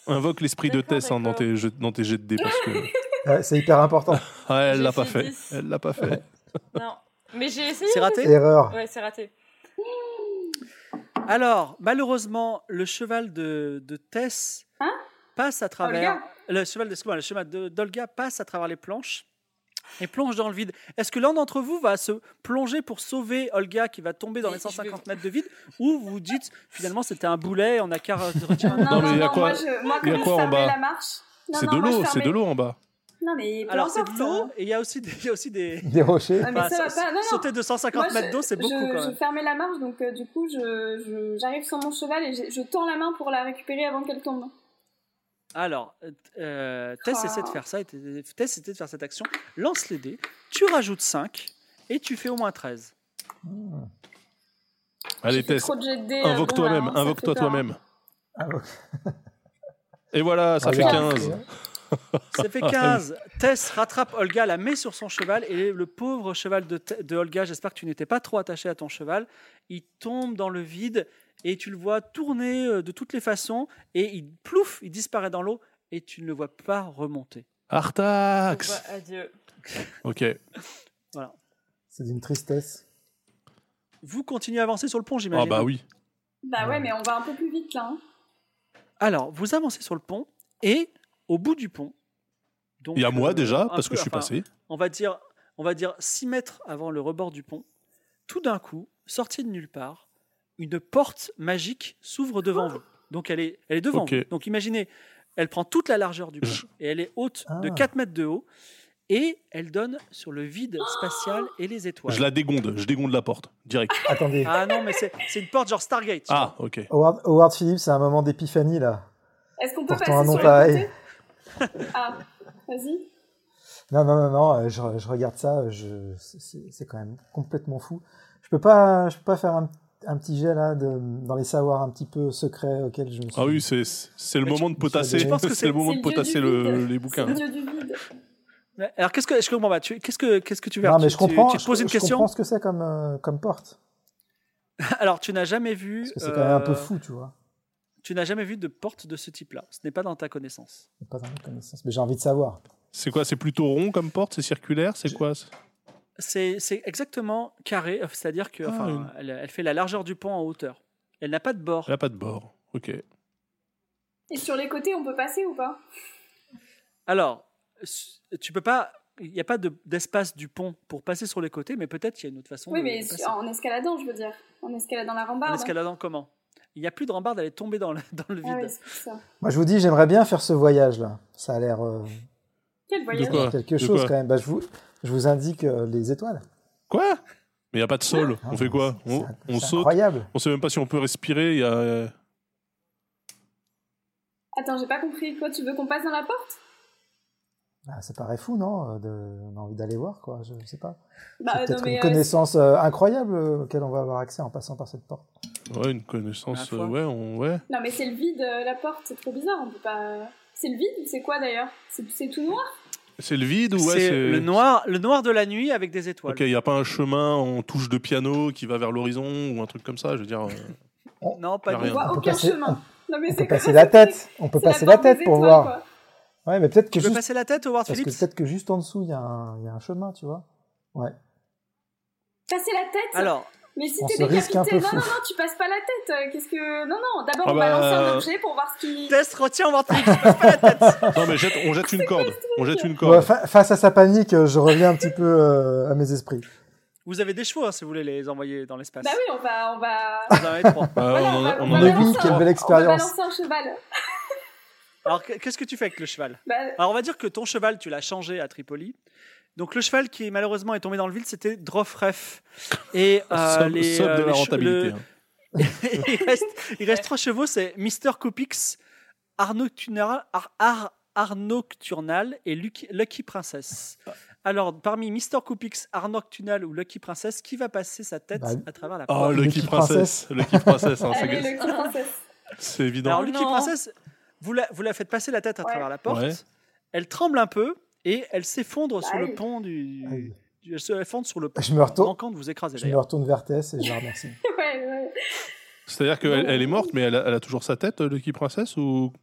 [SPEAKER 3] Invoque l'esprit de
[SPEAKER 2] D'accord,
[SPEAKER 3] Tess hein, dans,
[SPEAKER 2] d'accord.
[SPEAKER 3] tes jeux- dans tes jets de dés parce que
[SPEAKER 5] Ouais, c'est hyper important.
[SPEAKER 3] Ah, elle
[SPEAKER 2] J'ai
[SPEAKER 3] l'a pas
[SPEAKER 2] fait
[SPEAKER 3] fait.
[SPEAKER 2] 10.
[SPEAKER 3] Elle l'a pas fait.
[SPEAKER 2] Non, mais j'ai essayé.
[SPEAKER 1] C'est raté
[SPEAKER 5] Erreur.
[SPEAKER 2] Ouais, c'est raté.
[SPEAKER 1] Alors, malheureusement, le cheval de, de Tess
[SPEAKER 4] Hein
[SPEAKER 1] passe à travers. Le cheval, de- excuse-moi, le cheval de- d'Olga passe à travers les planches et plonge dans le vide. Est-ce que l'un d'entre vous va se plonger pour sauver Olga qui va tomber dans
[SPEAKER 2] Et
[SPEAKER 1] les
[SPEAKER 2] je vais-
[SPEAKER 1] 150 mètres de vide ou vous dites finalement c'était un boulet, on a qu'à re- retirer un.
[SPEAKER 4] Non,
[SPEAKER 3] Non,
[SPEAKER 4] non,
[SPEAKER 3] mais
[SPEAKER 4] mais
[SPEAKER 3] il y a quoi-
[SPEAKER 4] moi, je, moi
[SPEAKER 3] il y a
[SPEAKER 4] comme je
[SPEAKER 3] quoi en
[SPEAKER 4] fermais
[SPEAKER 3] bas
[SPEAKER 4] la marche. Non,
[SPEAKER 3] C'est
[SPEAKER 4] non,
[SPEAKER 3] de
[SPEAKER 4] moi, je
[SPEAKER 3] l'eau, c'est
[SPEAKER 4] fermais-
[SPEAKER 3] de l'eau en bas.
[SPEAKER 4] Non, mais peu
[SPEAKER 1] Alors c'est de
[SPEAKER 4] importe,
[SPEAKER 1] l'eau
[SPEAKER 4] hein.
[SPEAKER 1] et il y a aussi des. il y a aussi des...
[SPEAKER 5] Des rochers.
[SPEAKER 4] Ah, mais
[SPEAKER 3] Bah,
[SPEAKER 4] ça
[SPEAKER 1] Enfin,
[SPEAKER 4] va
[SPEAKER 1] sa-
[SPEAKER 4] pas. Non, non.
[SPEAKER 1] Sauter de 150
[SPEAKER 4] Moi, je-
[SPEAKER 1] mètres d'eau, c'est beaucoup
[SPEAKER 4] je,
[SPEAKER 1] quand
[SPEAKER 4] je
[SPEAKER 1] même.
[SPEAKER 4] fermais la marche, donc euh, du coup, je- je- j'arrive sur mon cheval et je, je tends la main pour la récupérer avant qu'elle tombe.
[SPEAKER 1] Alors, euh, euh, Tess
[SPEAKER 4] Ah.
[SPEAKER 1] essaie de faire ça, et t- Tess essaie de faire cette action. Lance les dés, tu rajoutes 5 et tu fais au moins 13.
[SPEAKER 3] Allez
[SPEAKER 4] J'ai fait
[SPEAKER 3] Tess,
[SPEAKER 4] trop de jets de dés, euh,
[SPEAKER 3] invoque
[SPEAKER 4] bon,
[SPEAKER 3] toi-même,
[SPEAKER 4] là, hein, ça
[SPEAKER 3] invoque-toi
[SPEAKER 4] fait peur.
[SPEAKER 3] toi-même.
[SPEAKER 5] Invoque.
[SPEAKER 3] Et voilà, ça fait
[SPEAKER 5] Regarde.
[SPEAKER 3] 15.
[SPEAKER 1] Ça fait 15. Tess rattrape Olga, la met sur son cheval et le pauvre cheval de, Te- de Olga, j'espère que tu n'étais pas trop attaché à ton cheval, il tombe dans le vide et tu le vois tourner euh, de toutes les façons, et il plouf, il disparaît dans l'eau, et tu ne le vois pas remonter.
[SPEAKER 3] Artax
[SPEAKER 6] Bah, adieu.
[SPEAKER 4] bah,
[SPEAKER 3] Ok.
[SPEAKER 5] C'est d'une tristesse.
[SPEAKER 1] Vous continuez à avancer sur le pont, j'imagine.
[SPEAKER 3] Ah bah oui.
[SPEAKER 4] Bah ouais, mais on va un peu plus vite là. hein.
[SPEAKER 1] Alors, vous avancez sur le pont, et au bout du pont. donc,
[SPEAKER 3] Il y a
[SPEAKER 1] euh,
[SPEAKER 3] moi déjà,
[SPEAKER 1] un
[SPEAKER 3] parce
[SPEAKER 1] peu,
[SPEAKER 3] que je suis
[SPEAKER 1] enfin,
[SPEAKER 3] passé.
[SPEAKER 1] on va dire, on va dire 6 mètres avant le rebord du pont, tout d'un coup, sortie de nulle part, une porte magique s'ouvre devant vous. Donc elle est, elle est devant
[SPEAKER 3] Ok.
[SPEAKER 1] vous. Donc imaginez, elle prend toute la largeur du pont
[SPEAKER 3] Je-
[SPEAKER 1] et elle est haute de
[SPEAKER 5] Ah.
[SPEAKER 1] 4 mètres de haut et elle donne sur le vide spatial et les étoiles.
[SPEAKER 3] Je la dégonde, je dégonde la porte, direct.
[SPEAKER 5] Attendez.
[SPEAKER 1] Ah non, mais c'est c'est une porte genre Stargate. tu
[SPEAKER 3] Ah, ok.
[SPEAKER 5] Howard, Howard Phillips, c'est un moment d'épiphanie là.
[SPEAKER 4] Est-ce qu'on peut
[SPEAKER 5] Portant un
[SPEAKER 4] passer
[SPEAKER 5] nom
[SPEAKER 4] sur le
[SPEAKER 5] pareil.
[SPEAKER 4] côté Ah, vas-y.
[SPEAKER 5] Non, non, non, non, euh, je, je regarde ça, euh, je, c'est- c'est c'est quand même complètement fou. Je peux pas, je peux pas faire un, un petit jet là de, dans les savoirs un petit peu secrets auxquels je me suis.
[SPEAKER 3] Ah oui, c'est c'est le
[SPEAKER 1] Mais tu-
[SPEAKER 3] moment de potasser.
[SPEAKER 5] tu penses
[SPEAKER 1] que
[SPEAKER 3] C'est le moment de
[SPEAKER 4] c'est le dieu
[SPEAKER 3] potasser
[SPEAKER 4] du
[SPEAKER 3] le-
[SPEAKER 4] vide.
[SPEAKER 3] les
[SPEAKER 4] C'est
[SPEAKER 3] bouquins.
[SPEAKER 4] le dieu du vide.
[SPEAKER 1] vois. Alors qu'est-ce que je comprends pas tu- Qu'est-ce que qu'est-ce que tu veux
[SPEAKER 5] non,
[SPEAKER 1] tu-
[SPEAKER 5] mais je
[SPEAKER 1] tu-
[SPEAKER 5] comprends.
[SPEAKER 1] Tu, te poses
[SPEAKER 5] je-
[SPEAKER 1] une
[SPEAKER 5] je
[SPEAKER 1] question.
[SPEAKER 5] comprends ce que c'est comme, euh, comme porte.
[SPEAKER 1] Alors tu n'as jamais vu.
[SPEAKER 5] Parce que c'est quand même un peu
[SPEAKER 1] euh,
[SPEAKER 5] fou, tu vois.
[SPEAKER 1] Tu n'as jamais vu de porte de ce type-là. Ce n'est pas dans ta connaissance.
[SPEAKER 5] C'est Pas dans mes connaissances. Mais j'ai envie de savoir.
[SPEAKER 3] C'est quoi C'est plutôt rond comme porte C'est circulaire C'est quoi c'est-
[SPEAKER 1] C'est c'est exactement carré, euh, c'est-à-dire que
[SPEAKER 3] Ah,
[SPEAKER 1] enfin,
[SPEAKER 3] une-
[SPEAKER 1] elle, elle fait la largeur du pont en hauteur. Elle n'a pas de bord.
[SPEAKER 3] Elle a pas de bord. Ok.
[SPEAKER 4] Et sur les côtés, on peut passer ou pas
[SPEAKER 1] Alors, s- tu peux pas, il n'y a pas de- d'espace du pont pour passer sur les côtés, mais peut-être qu'il y a une autre façon
[SPEAKER 4] Oui,
[SPEAKER 1] de
[SPEAKER 4] mais
[SPEAKER 1] passer.
[SPEAKER 4] en en escaladant, je veux dire. En escaladant la rambarde.
[SPEAKER 1] En
[SPEAKER 4] hein.
[SPEAKER 1] escaladant comment Il n'y a plus de rambarde, elle est tombée dans le, dans le
[SPEAKER 4] Ah
[SPEAKER 1] vide.
[SPEAKER 4] oui, c'est pour ça.
[SPEAKER 5] Moi, je vous dis, j'aimerais bien faire ce voyage là. Ça a l'air euh,
[SPEAKER 4] Quel voyage
[SPEAKER 3] quoi
[SPEAKER 5] quelque
[SPEAKER 3] De
[SPEAKER 5] chose
[SPEAKER 3] quoi
[SPEAKER 5] quand même. Bah, je vous, je vous indique euh, les étoiles.
[SPEAKER 3] Quoi Mais il a pas de sol.
[SPEAKER 5] Ah,
[SPEAKER 3] On fait quoi
[SPEAKER 5] c'est-
[SPEAKER 3] On,
[SPEAKER 5] c'est
[SPEAKER 3] on saute
[SPEAKER 5] Incroyable.
[SPEAKER 3] On sait même pas si on peut respirer. il Y a... euh,
[SPEAKER 4] Attends, j'ai pas compris. Quoi, tu veux qu'on passe dans la porte
[SPEAKER 5] Ah, ça paraît fou, non euh, de- On a envie d'aller voir, quoi. Je sais pas.
[SPEAKER 4] Bah,
[SPEAKER 5] C'est
[SPEAKER 4] euh,
[SPEAKER 5] peut-être une
[SPEAKER 4] euh,
[SPEAKER 5] connaissance euh, incroyable euh, auquel on va avoir accès en passant par cette porte.
[SPEAKER 3] Ouais, une connaissance.
[SPEAKER 1] Ma foi.
[SPEAKER 3] euh, ouais, on... ouais.
[SPEAKER 4] Non, mais c'est le vide, euh, la porte, c'est trop bizarre, on peut pas. euh, C'est le vide ou c'est quoi d'ailleurs C'est c'est tout noir
[SPEAKER 3] C'est le vide ou ouais
[SPEAKER 1] c'est le noir, le noir de la nuit avec des étoiles.
[SPEAKER 3] Ok, il n'y a pas un chemin en touche de piano qui va vers l'horizon ou un truc comme ça. Je veux dire, euh,
[SPEAKER 1] Non, pas
[SPEAKER 3] Y
[SPEAKER 1] du
[SPEAKER 3] a
[SPEAKER 4] On
[SPEAKER 3] rien.
[SPEAKER 1] tout.
[SPEAKER 4] voit
[SPEAKER 5] On peut
[SPEAKER 4] aucun
[SPEAKER 5] passer-
[SPEAKER 4] chemin. Non, mais
[SPEAKER 5] On peut
[SPEAKER 4] c'est
[SPEAKER 5] passer
[SPEAKER 4] quoi
[SPEAKER 5] la
[SPEAKER 4] ce truc
[SPEAKER 5] tête. On peut
[SPEAKER 4] C'est la
[SPEAKER 5] passer la
[SPEAKER 4] porte des
[SPEAKER 5] tête pour
[SPEAKER 4] étoiles,
[SPEAKER 5] voir.
[SPEAKER 4] quoi.
[SPEAKER 5] Ouais, mais peut-être que
[SPEAKER 1] Tu peux
[SPEAKER 5] juste...
[SPEAKER 1] passer la tête, Howard
[SPEAKER 5] parce que
[SPEAKER 1] Phillips
[SPEAKER 5] peut-être que juste en dessous, il y, a un- il y a un chemin, tu vois. Ouais.
[SPEAKER 4] Passer la tête
[SPEAKER 1] Alors,
[SPEAKER 4] Mais si
[SPEAKER 5] On
[SPEAKER 4] t'es
[SPEAKER 5] se risque
[SPEAKER 4] décapité,
[SPEAKER 5] un peu
[SPEAKER 4] non,
[SPEAKER 5] fou.
[SPEAKER 4] non, non, tu passes pas la tête. euh, Qu'est-ce que. Non, non, d'abord
[SPEAKER 3] Ah
[SPEAKER 4] on va
[SPEAKER 3] bah,
[SPEAKER 4] lancer un
[SPEAKER 3] euh,
[SPEAKER 4] objet pour voir ce qui.
[SPEAKER 1] test, retiens Howard Phillips, tu passes pas la tête.
[SPEAKER 3] non mais jette- on jette une corde. On jette une
[SPEAKER 5] Ouais,
[SPEAKER 3] corde.
[SPEAKER 5] fa- face à sa panique, euh, je reviens un petit peu euh, à mes esprits.
[SPEAKER 1] Vous avez des chevaux hein, si vous voulez les envoyer dans l'espace.
[SPEAKER 4] Bah oui, on va. On va...
[SPEAKER 1] Vous en avez trois.
[SPEAKER 3] Bah,
[SPEAKER 4] Voilà,
[SPEAKER 3] on en a-
[SPEAKER 4] on
[SPEAKER 3] on
[SPEAKER 4] va
[SPEAKER 3] en a
[SPEAKER 5] Mais
[SPEAKER 4] balancer
[SPEAKER 5] oui,
[SPEAKER 3] vu
[SPEAKER 5] quelle
[SPEAKER 3] trois.
[SPEAKER 5] belle
[SPEAKER 4] on va
[SPEAKER 5] expérience.
[SPEAKER 4] balancer un cheval.
[SPEAKER 1] Alors, qu'est-ce que tu fais avec le cheval
[SPEAKER 4] Bah,
[SPEAKER 1] Alors on va dire que ton cheval, tu l'as changé à Tripoli. Donc le cheval qui malheureusement est tombé dans le vide, c'était Drofref. Et euh,
[SPEAKER 3] Somme-
[SPEAKER 1] les,
[SPEAKER 3] somme
[SPEAKER 1] euh,
[SPEAKER 3] de la
[SPEAKER 1] les che-
[SPEAKER 3] rentabilité.
[SPEAKER 1] le-
[SPEAKER 3] hein.
[SPEAKER 1] il reste, il reste trois chevaux, c'est Mister Coupix, Arnaud Nocturnal Ar- Ar- Arnaud Nocturnal et Lucky, Lucky Princess.
[SPEAKER 3] Ah.
[SPEAKER 1] Alors parmi Mister Coupix, Arnaud Nocturnal ou Lucky Princess, qui va passer sa tête
[SPEAKER 5] Bah,
[SPEAKER 1] à travers la
[SPEAKER 3] Oh,
[SPEAKER 1] porte
[SPEAKER 3] le
[SPEAKER 5] Lucky
[SPEAKER 3] Kid Princess. Le Kid Princess,
[SPEAKER 1] Ah,
[SPEAKER 3] hein,
[SPEAKER 4] allez,
[SPEAKER 3] c'est-
[SPEAKER 4] le petit princesse.
[SPEAKER 3] c'est évident.
[SPEAKER 1] Alors Lucky
[SPEAKER 6] non.
[SPEAKER 1] Princess, vous la, vous la faites passer la tête à
[SPEAKER 4] Ouais.
[SPEAKER 1] travers la porte.
[SPEAKER 3] Ouais.
[SPEAKER 1] Elle tremble un peu et elle s'effondre sur le
[SPEAKER 4] Aïe.
[SPEAKER 1] pont du...
[SPEAKER 5] Aïe.
[SPEAKER 1] Elle se effondre sur le pont,
[SPEAKER 5] Je me retourne,
[SPEAKER 1] manquant de vous écraser.
[SPEAKER 5] je me
[SPEAKER 1] d'ailleurs.
[SPEAKER 5] retourne vers Tess et je la remercie.
[SPEAKER 4] Ouais, ouais.
[SPEAKER 3] C'est-à-dire qu'elle elle est morte, mais elle a, elle a toujours sa tête, le Kid Princess ou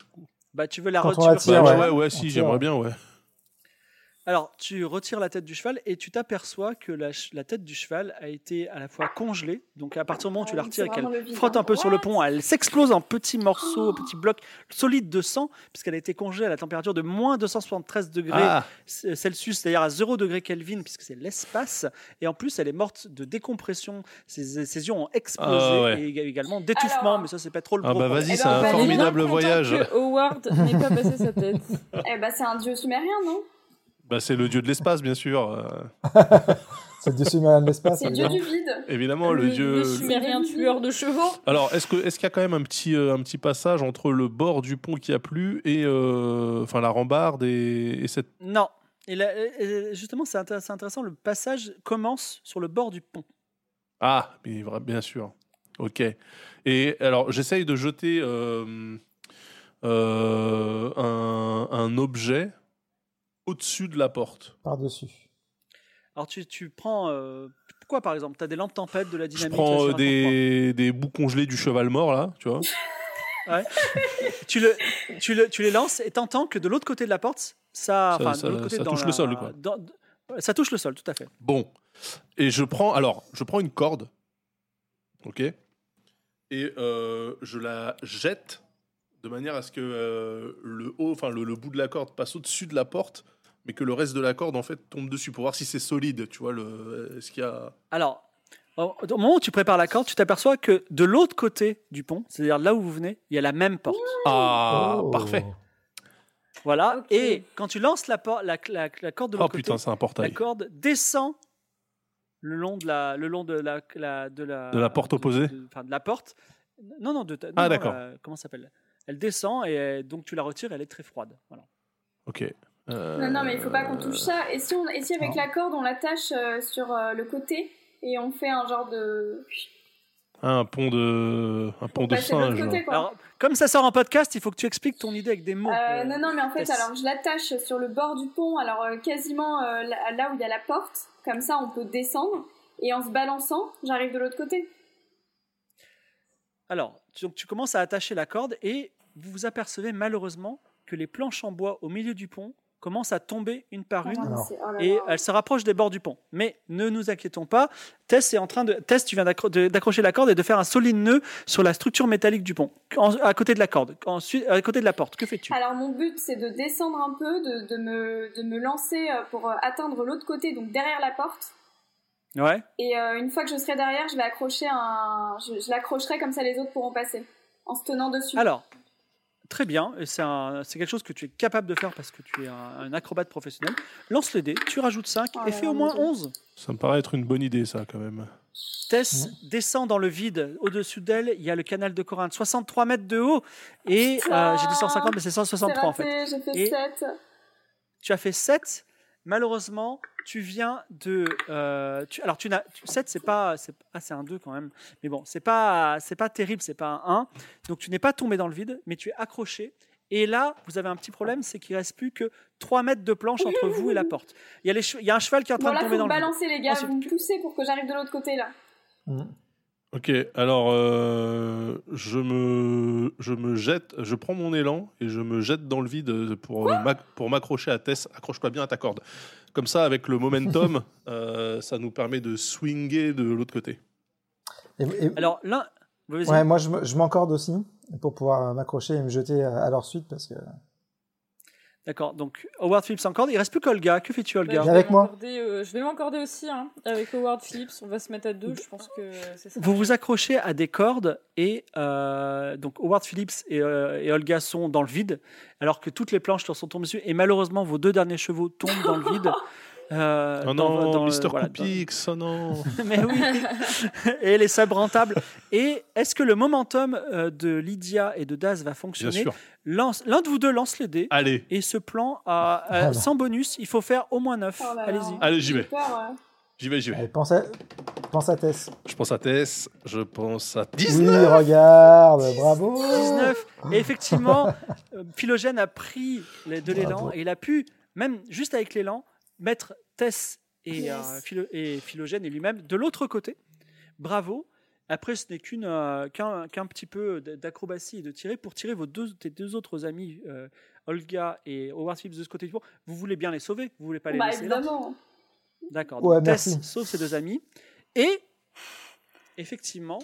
[SPEAKER 1] Bah, tu veux la
[SPEAKER 5] Quand on
[SPEAKER 1] retirer.
[SPEAKER 5] l'attire, Si,
[SPEAKER 3] Bah,
[SPEAKER 5] ouais.
[SPEAKER 3] ouais, ouais,
[SPEAKER 5] On tire.
[SPEAKER 3] si, j'aimerais bien, ouais.
[SPEAKER 1] Alors, tu retires la tête du cheval et tu t'aperçois que la, ch- la tête du cheval a été à la fois congelée. Donc, à partir du moment où tu
[SPEAKER 4] Ah
[SPEAKER 1] la
[SPEAKER 4] oui,
[SPEAKER 1] retires et
[SPEAKER 4] c'est
[SPEAKER 1] qu'elle
[SPEAKER 4] vraiment le vide,
[SPEAKER 1] frotte un
[SPEAKER 4] hein.
[SPEAKER 1] peu sur le pont, elle s'explose en petits morceaux, petits blocs solides de sang, puisqu'elle a été congelée à la température de moins 273 degrés
[SPEAKER 3] Ah,
[SPEAKER 1] C- Celsius, c'est-à-dire à 0 degré Kelvin, puisque c'est l'espace. Et en plus, elle est morte de décompression. Ses, ses yeux ont explosé
[SPEAKER 3] Ah ouais.
[SPEAKER 1] et ég- également d'étouffement,
[SPEAKER 4] Alors-
[SPEAKER 1] mais ça, c'est pas trop le
[SPEAKER 3] Ah
[SPEAKER 1] gros
[SPEAKER 3] bah,
[SPEAKER 1] problème.
[SPEAKER 3] vas-y,
[SPEAKER 4] Eh
[SPEAKER 3] c'est
[SPEAKER 4] ben,
[SPEAKER 3] un
[SPEAKER 4] bah, les gens
[SPEAKER 3] formidable voyage.
[SPEAKER 6] Que Howard n'ait pas passé sa tête.
[SPEAKER 4] Eh bah, c'est un dieu sumérien, non
[SPEAKER 3] Bah, c'est le dieu de l'espace, bien sûr. euh,
[SPEAKER 5] C'est le dessus mal de l'espace.
[SPEAKER 4] C'est
[SPEAKER 5] Ah, ça
[SPEAKER 4] dieu
[SPEAKER 5] veut dire.
[SPEAKER 4] du vide.
[SPEAKER 3] évidemment, Oh, le, dieu.
[SPEAKER 6] sumérien tueur de chevaux.
[SPEAKER 3] Alors, est-ce que- est-ce qu'il y a quand même un petit, euh, un petit passage entre le bord du pont qui a plu et euh, enfin la rambarde et, et cette.
[SPEAKER 1] Non. Et là, euh, euh, justement, c'est intér- c'est intéressant. Le passage commence sur le bord du pont.
[SPEAKER 3] Ah, mais vra- bien sûr. Ok. Et alors, j'essaye de jeter euh, euh, un, un objet au-dessus de la porte.
[SPEAKER 5] Par-dessus.
[SPEAKER 1] Alors, tu, tu prends. euh, quoi, par exemple T'as des lampes tempêtes, de la
[SPEAKER 3] Je
[SPEAKER 1] dynamite
[SPEAKER 3] prends
[SPEAKER 1] sur
[SPEAKER 3] euh,
[SPEAKER 1] un
[SPEAKER 3] des, des bouts congelés du cheval mort, là, tu vois.
[SPEAKER 1] comptoir. Tu, le, tu, le, tu les lances et t'entends que de l'autre côté de la porte, ça,
[SPEAKER 3] Ça-
[SPEAKER 1] enfin, de
[SPEAKER 3] ça-
[SPEAKER 1] l'autre côté,
[SPEAKER 3] ça
[SPEAKER 1] dans
[SPEAKER 3] touche
[SPEAKER 1] la-
[SPEAKER 3] le sol, quoi.
[SPEAKER 1] dans- ça touche le sol, tout à fait.
[SPEAKER 3] Bon. Et je prends, alors, je prends une corde. Ok. Et euh, je la jette de manière à ce que euh, le haut, enfin, le, le bout de la corde passe au-dessus de la porte, mais que le reste de la corde, en fait, tombe dessus pour voir si c'est solide, tu vois, le, est-ce qu'il y a.
[SPEAKER 1] Alors, au au moment où tu prépares la corde, tu t'aperçois que de l'autre côté du pont, c'est-à-dire là où vous venez, il y a la même porte.
[SPEAKER 3] Ah,
[SPEAKER 5] Oh.
[SPEAKER 3] parfait.
[SPEAKER 1] Voilà.
[SPEAKER 6] Ok.
[SPEAKER 1] Et quand tu lances la, por- la, la- la corde de
[SPEAKER 3] Oh
[SPEAKER 1] l'autre côté,
[SPEAKER 3] putain, c'est un
[SPEAKER 1] la
[SPEAKER 3] portail.
[SPEAKER 1] corde descend le long de la, le long de la, la- de la,
[SPEAKER 3] De la porte opposée
[SPEAKER 1] de- Enfin, de la porte. Non, non, de ta- non,
[SPEAKER 3] Ah,
[SPEAKER 1] non,
[SPEAKER 3] d'accord.
[SPEAKER 1] la- Comment ça s'appelle Elle descend et euh, donc tu la retires, elle est très froide. Voilà.
[SPEAKER 3] Ok. Euh,
[SPEAKER 4] Non, non, mais il faut pas qu'on touche ça. Et si, on, et si avec
[SPEAKER 5] Non.
[SPEAKER 4] la corde, on l'attache euh, sur euh, le côté et on fait un genre de.
[SPEAKER 3] Euh, Un pont de, un pont de
[SPEAKER 4] Bah, c'est de l'autre
[SPEAKER 3] singe. hein.
[SPEAKER 4] côté, quoi.
[SPEAKER 1] Alors, comme ça sort en podcast, il faut que tu expliques ton idée avec des mots.
[SPEAKER 4] Euh,
[SPEAKER 1] Euh,
[SPEAKER 4] non, non, mais en fait,
[SPEAKER 1] Yes.
[SPEAKER 4] alors je l'attache sur le bord du pont, alors euh, quasiment euh, là, là où il y a la porte, comme ça on peut descendre, et en se balançant, j'arrive de l'autre côté.
[SPEAKER 1] Alors, tu, donc, tu commences à attacher la corde et vous vous apercevez malheureusement que les planches en bois au milieu du pont commencent à tomber une par une.
[SPEAKER 4] Enfin,
[SPEAKER 5] non.
[SPEAKER 4] c'est- oh là
[SPEAKER 1] et euh,
[SPEAKER 4] là.
[SPEAKER 1] elle se rapproche des bords du pont. Mais ne nous inquiétons pas, Tess est en train de Tess, tu viens d'accro- de- d'accrocher la corde et de faire un solide nœud sur la structure métallique du pont, en- à côté de la corde, ensuite à côté de la porte. Que fais-tu
[SPEAKER 4] Alors mon but c'est de descendre un peu, de, de me, de me lancer euh, pour euh, atteindre l'autre côté, donc derrière la porte.
[SPEAKER 1] Ouais.
[SPEAKER 4] Et euh, une fois que je serai derrière, je vais accrocher un, je, je l'accrocherai comme ça les autres pourront passer, en se tenant dessus.
[SPEAKER 1] Alors, très bien, et c'est un- c'est quelque chose que tu es capable de faire parce que tu es un, un acrobate professionnel. Lance le dé, tu rajoutes 5
[SPEAKER 4] Oh
[SPEAKER 1] et
[SPEAKER 4] là
[SPEAKER 1] fais
[SPEAKER 4] là,
[SPEAKER 1] au
[SPEAKER 4] mon
[SPEAKER 1] moins
[SPEAKER 4] Dieu.
[SPEAKER 1] 11.
[SPEAKER 3] Ça me paraît être une bonne idée, ça, quand même.
[SPEAKER 1] Tess descend dans le vide. Au-dessus d'elle, il y a le canal de Corinthe, 63 mètres de haut. Et euh, j'ai dit 150, mais c'est
[SPEAKER 4] C'est
[SPEAKER 1] 163 en fait.
[SPEAKER 4] raté, j'ai fait
[SPEAKER 1] Et-
[SPEAKER 4] 7.
[SPEAKER 1] Tu as fait 7. Malheureusement, tu viens de. euh, tu- alors, tu n'as. 7, c'est pas. c'est- Ah, c'est un 2 quand même. Mais bon, c'est pas, c'est pas terrible, c'est pas un 1. Donc, tu n'es pas tombé dans le vide, mais tu es accroché. Et là, vous avez un petit problème, c'est qu'il reste plus que 3 mètres de planche entre vous et la porte. Il y a, les che- il y a un cheval qui est en train
[SPEAKER 4] Bon là
[SPEAKER 1] de
[SPEAKER 4] faut
[SPEAKER 1] tomber dans
[SPEAKER 4] me
[SPEAKER 1] le vide. Ah,
[SPEAKER 4] balancer les gars,
[SPEAKER 1] Ensuite,
[SPEAKER 4] vous me
[SPEAKER 1] tu-
[SPEAKER 4] poussez pour que j'arrive de l'autre côté là.
[SPEAKER 5] Mm.
[SPEAKER 3] Ok, alors euh, je me je me jette, je prends mon élan et je me jette dans le vide euh, pour euh, m'ac- pour m'accrocher à Tess. Accroche-toi bien à ta corde. Comme ça, avec le momentum, euh, ça nous permet de swinguer de l'autre côté.
[SPEAKER 5] Et- et-
[SPEAKER 1] Alors, là. Vas-y.
[SPEAKER 5] ouais, moi, je, me- je m'encorde aussi pour pouvoir euh, m'accrocher et me jeter euh, à, à leur suite parce que.
[SPEAKER 1] D'accord. Donc, Howard Phillips encore. Il reste plus qu'Olga. Que fais-tu,
[SPEAKER 6] Bah,
[SPEAKER 1] Olga
[SPEAKER 6] je vais
[SPEAKER 5] Avec moi.
[SPEAKER 6] m'encorder, euh, je vais m'encorder aussi, hein, avec Howard Phillips. On va se mettre à deux, je pense que c'est ça.
[SPEAKER 1] Vous vous accrochez à des cordes et euh, donc Howard Phillips et, euh, et Olga sont dans le vide alors que toutes les planches leur sont tombées dessus et malheureusement vos deux derniers chevaux tombent dans le vide. Euh,
[SPEAKER 3] oh
[SPEAKER 1] dans-
[SPEAKER 3] non,
[SPEAKER 1] dans-
[SPEAKER 3] Mister
[SPEAKER 1] voilà,
[SPEAKER 3] Coupix, oh non.
[SPEAKER 1] dans- Mais oui. et les sabres rentables. Et est-ce que le momentum euh, de Lydia et de Daz va
[SPEAKER 3] Bien
[SPEAKER 1] fonctionner
[SPEAKER 3] sûr. Ah.
[SPEAKER 1] Lance- L'un de vous deux lance les dés
[SPEAKER 3] Allez,
[SPEAKER 1] et ce plan a, a-
[SPEAKER 5] Voilà.
[SPEAKER 1] sans bonus, il faut faire au moins 9.
[SPEAKER 4] Oh là là.
[SPEAKER 1] Allez-y.
[SPEAKER 3] allez, j'y
[SPEAKER 4] J'ai
[SPEAKER 3] vais,
[SPEAKER 4] peur, euh. ouais.
[SPEAKER 3] j'y vais, j'y vais.
[SPEAKER 5] Allez, pense à, pense à Tess.
[SPEAKER 3] Je pense à Tess, je pense à
[SPEAKER 5] oui,
[SPEAKER 3] 19.
[SPEAKER 5] regarde, bravo.
[SPEAKER 1] 19. Et effectivement, euh, Philogène a pris les- de l'élan
[SPEAKER 5] Bravo.
[SPEAKER 1] et il a pu, même juste avec l'élan, mettre Tess et,
[SPEAKER 4] Yes.
[SPEAKER 1] euh, Philo- et Philogène et lui-même de l'autre côté. Bravo. Après, ce n'est qu'une, euh, qu'un, qu'un petit peu d- d'acrobatie et de tirer pour tirer vos deux, tes deux autres amis, euh, Olga et Howard Phillips, de ce côté du pont. Vous voulez bien les sauver, vous voulez pas les
[SPEAKER 4] Bah
[SPEAKER 1] laisser là.
[SPEAKER 4] évidemment.
[SPEAKER 1] D'accord.
[SPEAKER 5] Ouais,
[SPEAKER 1] donc Tess
[SPEAKER 5] merci.
[SPEAKER 1] sauve ses deux amis. Et effectivement,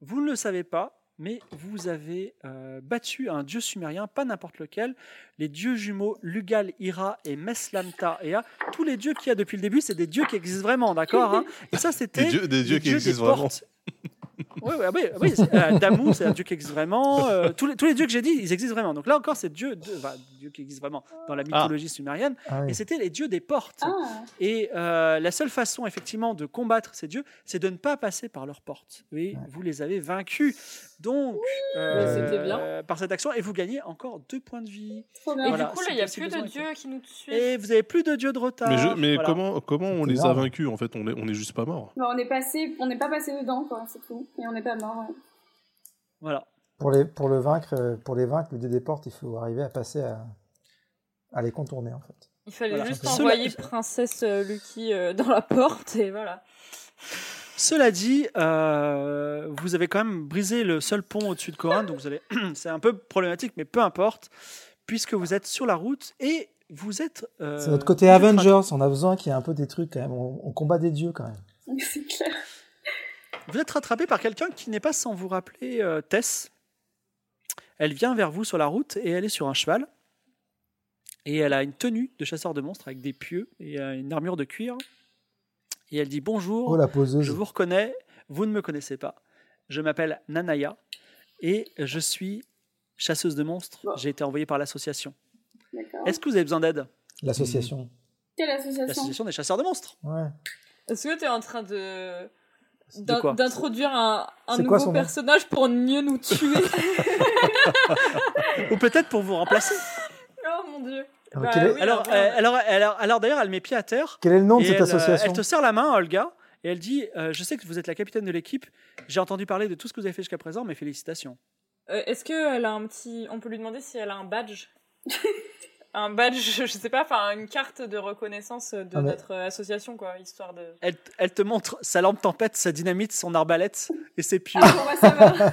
[SPEAKER 1] vous ne le savez pas, mais vous avez euh, battu un dieu sumérien, pas n'importe lequel. Les dieux jumeaux Lugal, Ira et Meslamta Ea. Tous les dieux qu'il y a depuis le début, c'est des dieux qui existent vraiment, d'accord hein Et ça, c'était.
[SPEAKER 3] Des dieux, des dieux
[SPEAKER 1] les
[SPEAKER 3] qui
[SPEAKER 1] dieux
[SPEAKER 3] existent
[SPEAKER 1] des
[SPEAKER 3] vraiment.
[SPEAKER 1] portes. Oui, oui, oui, oui, c'est- euh, Damu, c'est un dieu qui existe vraiment. euh, tous, les, tous les dieux que j'ai dit, ils existent vraiment. Donc là encore, c'est dieu, de, enfin, dieu qui existe vraiment dans la mythologie sumérienne.
[SPEAKER 5] Ah oui.
[SPEAKER 1] Et c'était les dieux des portes.
[SPEAKER 4] Ah,
[SPEAKER 1] Et euh, la seule façon, effectivement, de combattre ces dieux, c'est de ne pas passer par leurs portes. Oui, vous les avez vaincus. Donc, euh,
[SPEAKER 6] c'était bien.
[SPEAKER 1] par cette action, et vous gagnez encore deux points de vie.
[SPEAKER 4] trop
[SPEAKER 6] Et
[SPEAKER 4] bien.
[SPEAKER 1] Voilà,
[SPEAKER 6] du coup, là,
[SPEAKER 1] c'est
[SPEAKER 6] il n'y a
[SPEAKER 1] aussi
[SPEAKER 6] plus de
[SPEAKER 1] besoin que-
[SPEAKER 6] dieux qui nous tuent.
[SPEAKER 1] Et vous avez plus de dieux de retard.
[SPEAKER 3] Mais, je- mais
[SPEAKER 1] Voilà.
[SPEAKER 3] comment, comment on
[SPEAKER 5] C'est
[SPEAKER 3] les a
[SPEAKER 5] énorme.
[SPEAKER 3] vaincus en fait on, les, on est juste pas mort.
[SPEAKER 4] Bah, on est passé, on n'est pas passé dedans quoi, c'est tout. Et on n'est pas mort. ouais.
[SPEAKER 1] Voilà.
[SPEAKER 5] Pour les, pour le vaincre, euh, pour les vaincre, le dieu des portes, il faut arriver à passer à, à les contourner en fait.
[SPEAKER 6] Il fallait
[SPEAKER 1] Voilà.
[SPEAKER 6] juste
[SPEAKER 1] Cela-
[SPEAKER 6] envoyer Princesse euh, Lucky euh, dans la porte et voilà.
[SPEAKER 1] Cela dit, euh, vous avez quand même brisé le seul pont au-dessus de Corinne, donc vous allez, c'est un peu problématique, mais peu importe, puisque vous êtes sur la route et vous êtes. euh,
[SPEAKER 5] C'est notre côté
[SPEAKER 1] vous êtes
[SPEAKER 5] Avengers, on a besoin qu'il y ait un peu des trucs quand même. On, on combat des dieux quand même.
[SPEAKER 4] C'est clair.
[SPEAKER 1] Vous êtes rattrapé par quelqu'un qui n'est pas sans vous rappeler euh, Tess. Elle vient vers vous sur la route et elle est sur un cheval. Et elle a une tenue de chasseur de monstres avec des pieux et euh, une armure de cuir. Et elle dit bonjour,
[SPEAKER 5] Oh la
[SPEAKER 1] je
[SPEAKER 5] poseuse.
[SPEAKER 1] vous reconnais, vous ne me connaissez pas. Je m'appelle Nanaya et je suis chasseuse de monstres.
[SPEAKER 4] Bon.
[SPEAKER 1] J'ai été envoyée par l'association.
[SPEAKER 4] D'accord.
[SPEAKER 1] Est-ce que vous avez besoin d'aide
[SPEAKER 5] L'association.
[SPEAKER 4] Quelle association
[SPEAKER 1] L'association des chasseurs de monstres.
[SPEAKER 5] Ouais.
[SPEAKER 6] Est-ce que t'es en train de.
[SPEAKER 1] De
[SPEAKER 6] d'in-
[SPEAKER 1] quoi
[SPEAKER 6] D'introduire un, un
[SPEAKER 5] C'est
[SPEAKER 6] nouveau
[SPEAKER 5] quoi son nom
[SPEAKER 6] personnage pour mieux nous tuer.
[SPEAKER 1] Ou peut-être pour vous remplacer.
[SPEAKER 6] oh mon dieu.
[SPEAKER 5] Alors,
[SPEAKER 6] Bah
[SPEAKER 5] Ah, quel, est,
[SPEAKER 6] oui,
[SPEAKER 1] Alors,
[SPEAKER 6] alors,
[SPEAKER 1] euh, alors, alors, alors d'ailleurs, elle met pied à terre
[SPEAKER 5] quel est le nom de
[SPEAKER 1] Et
[SPEAKER 5] cette
[SPEAKER 1] elle, euh,
[SPEAKER 5] association
[SPEAKER 1] Elle te serre la main, Olga, et elle dit euh, Je sais que vous êtes la capitaine de l'équipe. J'ai entendu parler de tout ce que vous avez fait jusqu'à présent, mais félicitations.
[SPEAKER 6] Euh, Est-ce qu'elle a un petit. On peut lui demander si elle a un badge Un badge, je sais pas, enfin une carte de reconnaissance de
[SPEAKER 5] Ah, mais-
[SPEAKER 6] notre association, quoi, histoire de.
[SPEAKER 1] Elle, t- elle te montre sa lampe tempête, sa dynamite, son arbalète et ses pieux.
[SPEAKER 4] Ah, bon, bah, ça va.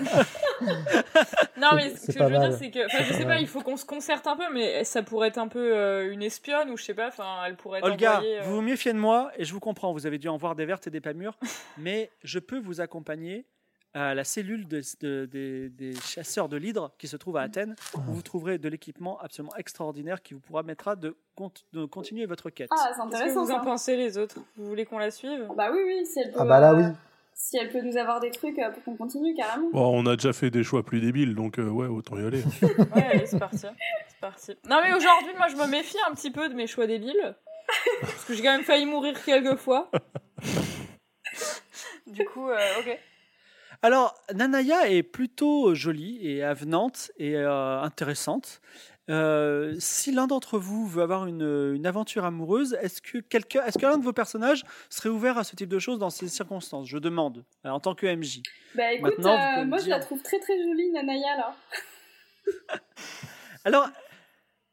[SPEAKER 6] Non,
[SPEAKER 5] C'est-
[SPEAKER 6] mais ce
[SPEAKER 5] c'est
[SPEAKER 6] que je
[SPEAKER 5] pas
[SPEAKER 6] veux
[SPEAKER 5] mal.
[SPEAKER 6] dire, c'est que. Enfin, je sais
[SPEAKER 5] pas
[SPEAKER 6] pas,
[SPEAKER 5] mal.
[SPEAKER 6] il faut qu'on se concerte un peu, mais ça pourrait être un peu euh, une espionne ou je sais pas, enfin, elle pourrait être.
[SPEAKER 1] Olga,
[SPEAKER 6] envoyée, euh,
[SPEAKER 1] vous vous méfiez de moi, et je vous comprends, vous avez dû en voir des vertes et des pas mûres, mais je peux vous accompagner à la cellule de- de- des- des chasseurs de l'hydre qui se trouve à Athènes, où vous trouverez de l'équipement absolument extraordinaire qui vous permettra de, cont- de continuer votre quête.
[SPEAKER 4] Ah, c'est
[SPEAKER 6] Qu'est-ce que
[SPEAKER 4] intéressant.
[SPEAKER 6] vous en
[SPEAKER 4] ça.
[SPEAKER 6] pensez, les autres Vous voulez qu'on la suive
[SPEAKER 4] Bah oui, oui, si elle peut.
[SPEAKER 5] Ah bah là oui.
[SPEAKER 4] euh, Si elle peut nous avoir des trucs euh, pour qu'on continue carrément.
[SPEAKER 3] Bon, on a déjà fait des choix plus débiles, donc euh, ouais, autant y aller.
[SPEAKER 6] Ouais, allez, c'est parti. C'est parti. Non, mais aujourd'hui, moi, je me méfie un petit peu de mes choix débiles. Parce que j'ai quand même failli mourir quelques fois. Du coup, euh, ok.
[SPEAKER 1] Alors, Nanaya est plutôt jolie et avenante et euh, intéressante. Euh, si l'un d'entre vous veut avoir une, une aventure amoureuse, est-ce que quelqu'un, est-ce que l'un de vos personnages serait ouvert à ce type de choses dans ces circonstances Je demande euh, en tant que MJ.
[SPEAKER 4] Bah écoute,
[SPEAKER 1] Maintenant, vous
[SPEAKER 4] euh,
[SPEAKER 1] pouvez me
[SPEAKER 4] moi je
[SPEAKER 1] dire. Ah.
[SPEAKER 4] la trouve très très jolie, Nanaya là.
[SPEAKER 1] Alors,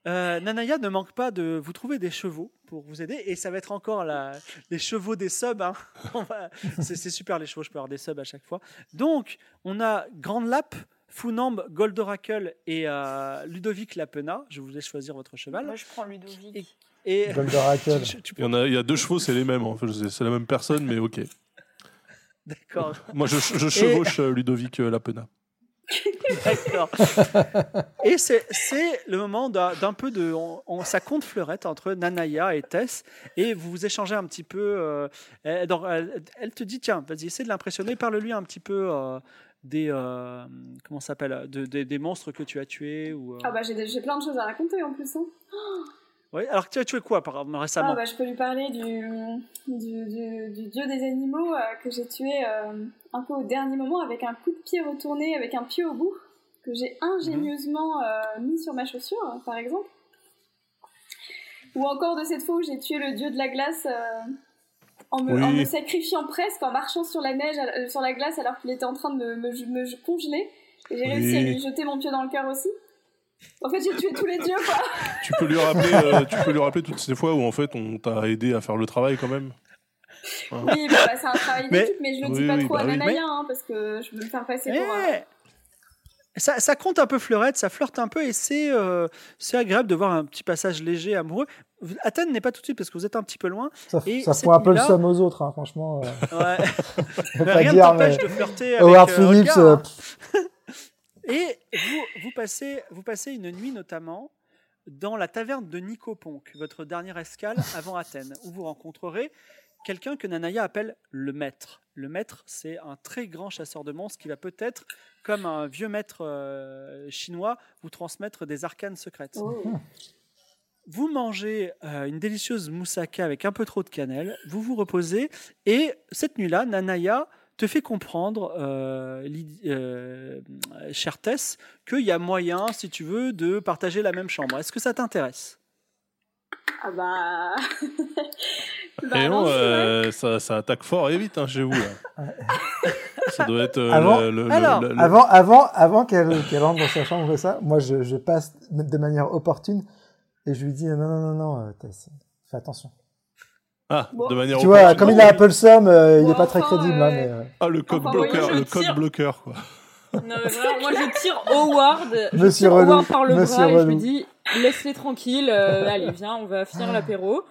[SPEAKER 1] euh, Nanaya ne manque pas de vous trouver des chevaux pour vous aider et ça va être encore la, les chevaux des subs. hein. On va- C'est c'est super les chevaux, je peux avoir des subs à chaque fois. Donc, on a Grande Lap, Funambe, Goldoracle et euh, Ludovic Lapena. Je vous laisse choisir votre cheval.
[SPEAKER 6] Moi, je prends Ludovic.
[SPEAKER 1] Et- Et
[SPEAKER 5] Goldoracle.
[SPEAKER 1] tu- tu-
[SPEAKER 3] Il y, en a, il y a deux chevaux, c'est les mêmes. hein. Enfin, je sais, c'est la même personne, mais ok.
[SPEAKER 1] D'accord,
[SPEAKER 3] Moi, je, je chevauche euh, Ludovic euh, Lapena.
[SPEAKER 1] d'accord. Et c'est c'est le moment d'un d'un peu de. On, on- ça compte fleurette entre Nanaya et Tess. Et vous vous échangez un petit peu. euh, elle, donc, elle- elle te dit tiens, vas-y, essaie de l'impressionner. Parle-lui un petit peu euh, des. euh, comment ça s'appelle de- des- Des monstres que tu as tués. Ou, euh,
[SPEAKER 4] Ah bah j'ai des- j'ai plein de choses à raconter en plus. Hein.
[SPEAKER 1] ouais, alors que tu as tué quoi par, récemment
[SPEAKER 4] Ah bah je peux lui parler du, du, du- du dieu des animaux euh, que j'ai tué euh, un peu au dernier moment avec un coup de pied retourné, avec un pied au bout, que j'ai ingénieusement
[SPEAKER 3] Mhm.
[SPEAKER 4] euh, mis sur ma chaussure, euh, par exemple. Ou encore de cette fois où j'ai tué le dieu de la glace euh, en, me, en
[SPEAKER 3] Oui.
[SPEAKER 4] me sacrifiant presque, en marchant sur la neige, euh, sur la glace alors qu'il était en train de me, me, me congeler. Et j'ai
[SPEAKER 3] Oui.
[SPEAKER 4] réussi à lui jeter mon pied dans le cœur aussi. En fait, j'ai tué tous les dieux, quoi.
[SPEAKER 3] Tu peux lui rappeler, euh, tu peux lui rappeler toutes ces fois où en fait on t'a aidé à faire le travail quand même.
[SPEAKER 4] Oui, bah, bah, c'est un travail
[SPEAKER 1] Mais-
[SPEAKER 4] d'équipe, mais, je le dis
[SPEAKER 3] Oui,
[SPEAKER 4] pas
[SPEAKER 3] oui,
[SPEAKER 4] trop
[SPEAKER 3] bah
[SPEAKER 4] à
[SPEAKER 3] oui.
[SPEAKER 4] Nanaya,
[SPEAKER 1] Mais-
[SPEAKER 4] hein, parce que je veux me faire passer
[SPEAKER 1] Eh,
[SPEAKER 4] pour. euh,
[SPEAKER 1] ça, ça compte un peu fleurette, ça flirte un peu et c'est euh, c'est agréable de voir un petit passage léger, amoureux. Vous- Athènes n'est pas tout de suite parce que vous êtes un petit peu loin.
[SPEAKER 5] Ça,
[SPEAKER 1] Et
[SPEAKER 5] ça
[SPEAKER 1] cette
[SPEAKER 5] prend un peu le
[SPEAKER 1] nuit-là-
[SPEAKER 5] somme aux autres, hein, franchement. euh,
[SPEAKER 1] Ouais.
[SPEAKER 5] je
[SPEAKER 1] Mais
[SPEAKER 5] vais pas
[SPEAKER 1] rien ne
[SPEAKER 5] dire,
[SPEAKER 1] t'empêche
[SPEAKER 5] mais-
[SPEAKER 1] de flirter avec
[SPEAKER 5] Howard
[SPEAKER 1] euh,
[SPEAKER 5] Phillips,
[SPEAKER 1] Olga,
[SPEAKER 5] euh,
[SPEAKER 1] hein. Et vous, vous, passez, vous passez une nuit notamment dans la taverne de Nicoponk, votre dernière escale avant Athènes, où vous rencontrerez quelqu'un que Nanaya appelle le maître. Le maître, c'est un très grand chasseur de monstres qui va peut-être, comme un vieux maître euh, chinois, vous transmettre des arcanes secrètes.
[SPEAKER 4] oh.
[SPEAKER 1] Vous mangez euh, une délicieuse moussaka avec un peu trop de cannelle, vous vous reposez, et cette nuit-là, Nanaya te fait comprendre, euh, Lyd- euh, euh, chère Tess, qu'il y a moyen, si tu veux, de partager la même chambre. Est-ce que ça t'intéresse
[SPEAKER 4] Ah bah. bah
[SPEAKER 3] et
[SPEAKER 4] non,
[SPEAKER 3] non,
[SPEAKER 4] c'est vrai.
[SPEAKER 3] euh, ça, ça attaque fort et vite hein, chez vous. Là. ça doit être euh,
[SPEAKER 5] Avant-
[SPEAKER 3] le, le- le-
[SPEAKER 1] Alors,
[SPEAKER 3] le- le-
[SPEAKER 5] Avant, avant, avant qu'elle qu'elle entre dans sa chambre et ça, moi je, je passe de manière opportune et je lui dis non non non non euh, Tess, fais attention.
[SPEAKER 3] Ah,
[SPEAKER 4] Bon.
[SPEAKER 3] de manière
[SPEAKER 5] Tu vois,
[SPEAKER 3] opportune.
[SPEAKER 5] comme il a Apple Sum, euh, il
[SPEAKER 4] Bon,
[SPEAKER 5] n'est pas très
[SPEAKER 4] enfin,
[SPEAKER 5] crédible. hein,
[SPEAKER 4] euh,
[SPEAKER 5] mais, euh,
[SPEAKER 3] Ah, le coq
[SPEAKER 4] Enfin,
[SPEAKER 3] bloqueur,
[SPEAKER 2] voyons,
[SPEAKER 3] le
[SPEAKER 2] je
[SPEAKER 3] coq
[SPEAKER 2] tire.
[SPEAKER 3] bloqueur, quoi.
[SPEAKER 6] Non, mais vraiment, moi je tire Howard, je
[SPEAKER 5] Monsieur
[SPEAKER 6] tire Howard
[SPEAKER 5] Renaud,
[SPEAKER 6] par le
[SPEAKER 5] Monsieur
[SPEAKER 6] bras et je lui
[SPEAKER 5] Renaud.
[SPEAKER 6] dis laisse-les tranquilles, euh, allez viens, on va finir l'apéro.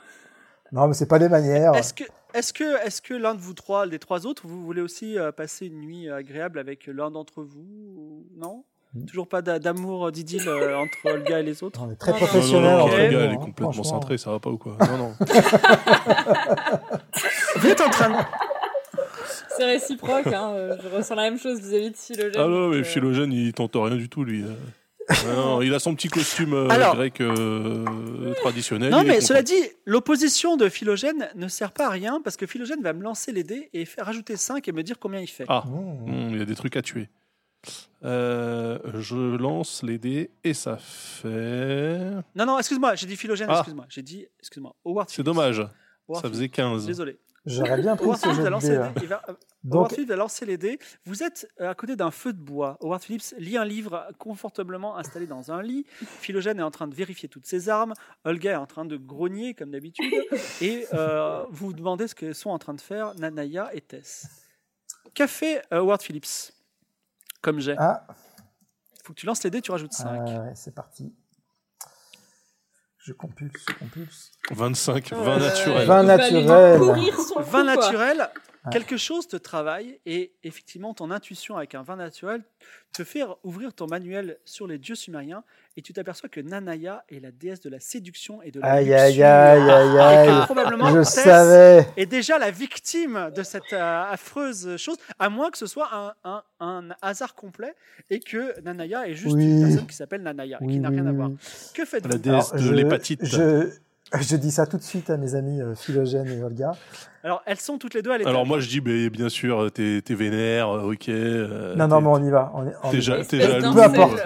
[SPEAKER 5] Non, mais c'est pas les manières.
[SPEAKER 1] Est-ce que, est-ce que, est-ce que l'un de vous trois, les trois autres, vous voulez aussi euh, passer une nuit agréable avec l'un d'entre vous ou- Non
[SPEAKER 5] Mm.
[SPEAKER 1] Toujours pas d'a- d'amour, d'idylle euh, entre Olga et les autres
[SPEAKER 5] On est très
[SPEAKER 6] Non, non,
[SPEAKER 3] Non, non,
[SPEAKER 5] professionnel.
[SPEAKER 3] non,
[SPEAKER 1] entre
[SPEAKER 5] entre
[SPEAKER 3] le
[SPEAKER 5] nous,
[SPEAKER 3] gars, elle
[SPEAKER 5] hein,
[SPEAKER 3] est complètement
[SPEAKER 5] franchement.
[SPEAKER 3] cintrée, ça va pas ou quoi Non, non.
[SPEAKER 1] Vous êtes en train de...
[SPEAKER 6] C'est réciproque, hein, euh, je ressens la même chose vis-à-vis de Philogène.
[SPEAKER 3] Ah non, mais
[SPEAKER 6] donc, euh,
[SPEAKER 3] Philogène, il tente rien du tout, lui. euh. Ah non, il a son petit costume euh,
[SPEAKER 1] Alors-
[SPEAKER 3] grec euh, traditionnel.
[SPEAKER 1] Non,
[SPEAKER 3] il est
[SPEAKER 1] mais cela
[SPEAKER 3] content.
[SPEAKER 1] dit, l'opposition de Philogène ne sert pas à rien parce que Philogène va me lancer les dés et faire rajouter 5 et me dire combien il fait.
[SPEAKER 3] Ah,
[SPEAKER 5] Mmh.
[SPEAKER 3] Mmh, il y a des trucs à tuer. Euh, je lance les dés et ça fait.
[SPEAKER 1] Non, non, excuse-moi, j'ai dit Philogène,
[SPEAKER 3] Ah.
[SPEAKER 1] excuse-moi. J'ai dit, excuse-moi, Howard
[SPEAKER 3] C'est
[SPEAKER 1] Phillips.
[SPEAKER 3] dommage,
[SPEAKER 1] Howard
[SPEAKER 3] ça faisait
[SPEAKER 1] Phillips.
[SPEAKER 3] 15.
[SPEAKER 1] Désolé.
[SPEAKER 5] J'aurais bien pris
[SPEAKER 1] Howard
[SPEAKER 5] ce
[SPEAKER 1] Phillips
[SPEAKER 5] jeu
[SPEAKER 1] va
[SPEAKER 5] de
[SPEAKER 1] lancer
[SPEAKER 5] dés,
[SPEAKER 1] les
[SPEAKER 5] là.
[SPEAKER 1] dés. il va- Howard
[SPEAKER 5] Donc,
[SPEAKER 1] Phillips va lancer les dés. Vous êtes euh, à côté d'un feu de bois. Howard Phillips lit un livre confortablement installé dans un lit. Philogène est en train de vérifier toutes ses armes. Olga est en train de grogner comme d'habitude. Et euh, vous vous demandez ce que sont en train de faire Nanaya et Tess. Qu'a fait euh, Howard Phillips comme j'ai
[SPEAKER 5] ah,
[SPEAKER 1] Faut que tu lances les dés, tu rajoutes 5.
[SPEAKER 5] euh, ouais, c'est parti. Je compulse, je compulse.
[SPEAKER 3] 25, 20
[SPEAKER 6] euh,
[SPEAKER 3] naturels.
[SPEAKER 5] Vingt
[SPEAKER 6] il va lui
[SPEAKER 5] naturels.
[SPEAKER 6] Courir son
[SPEAKER 1] 20
[SPEAKER 6] coup, quoi.
[SPEAKER 1] naturel, quelque chose te travaille et effectivement ton intuition avec un 20 naturel te fait ouvrir ton manuel sur les dieux sumériens et tu t'aperçois que Nanaya est la déesse de la séduction et de la
[SPEAKER 5] Aïe,
[SPEAKER 1] luxure.
[SPEAKER 5] aïe, aïe, aïe,
[SPEAKER 1] Et que
[SPEAKER 5] aïe.
[SPEAKER 1] probablement
[SPEAKER 5] Je
[SPEAKER 1] Tess
[SPEAKER 5] savais.
[SPEAKER 1] est déjà la victime de cette euh, affreuse chose, à moins que ce soit un, un- un hasard complet et que Nanaya est juste
[SPEAKER 5] Oui.
[SPEAKER 1] une personne qui s'appelle Nanaya, et
[SPEAKER 5] Oui,
[SPEAKER 1] qui n'a
[SPEAKER 5] oui,
[SPEAKER 1] rien à
[SPEAKER 5] oui,
[SPEAKER 1] voir.
[SPEAKER 5] oui.
[SPEAKER 1] Que
[SPEAKER 3] La
[SPEAKER 1] faites-vous
[SPEAKER 3] déesse
[SPEAKER 5] Alors,
[SPEAKER 3] de
[SPEAKER 5] je-
[SPEAKER 3] l'hépatite.
[SPEAKER 5] Je, je dis ça tout de suite à mes amis euh, Philogène et Olga.
[SPEAKER 1] Alors elles sont toutes les deux à l'étage.
[SPEAKER 3] Alors moi je dis, mais bien sûr, t'es t'es vénère, euh, ok. euh,
[SPEAKER 5] non, non,
[SPEAKER 3] t'es-
[SPEAKER 5] mais on y va. On, est- on
[SPEAKER 3] T'es
[SPEAKER 5] y
[SPEAKER 3] ja-
[SPEAKER 5] va.
[SPEAKER 3] t'es
[SPEAKER 6] Espèce
[SPEAKER 3] jaloux.
[SPEAKER 5] Peu
[SPEAKER 6] d'incel.
[SPEAKER 5] importe.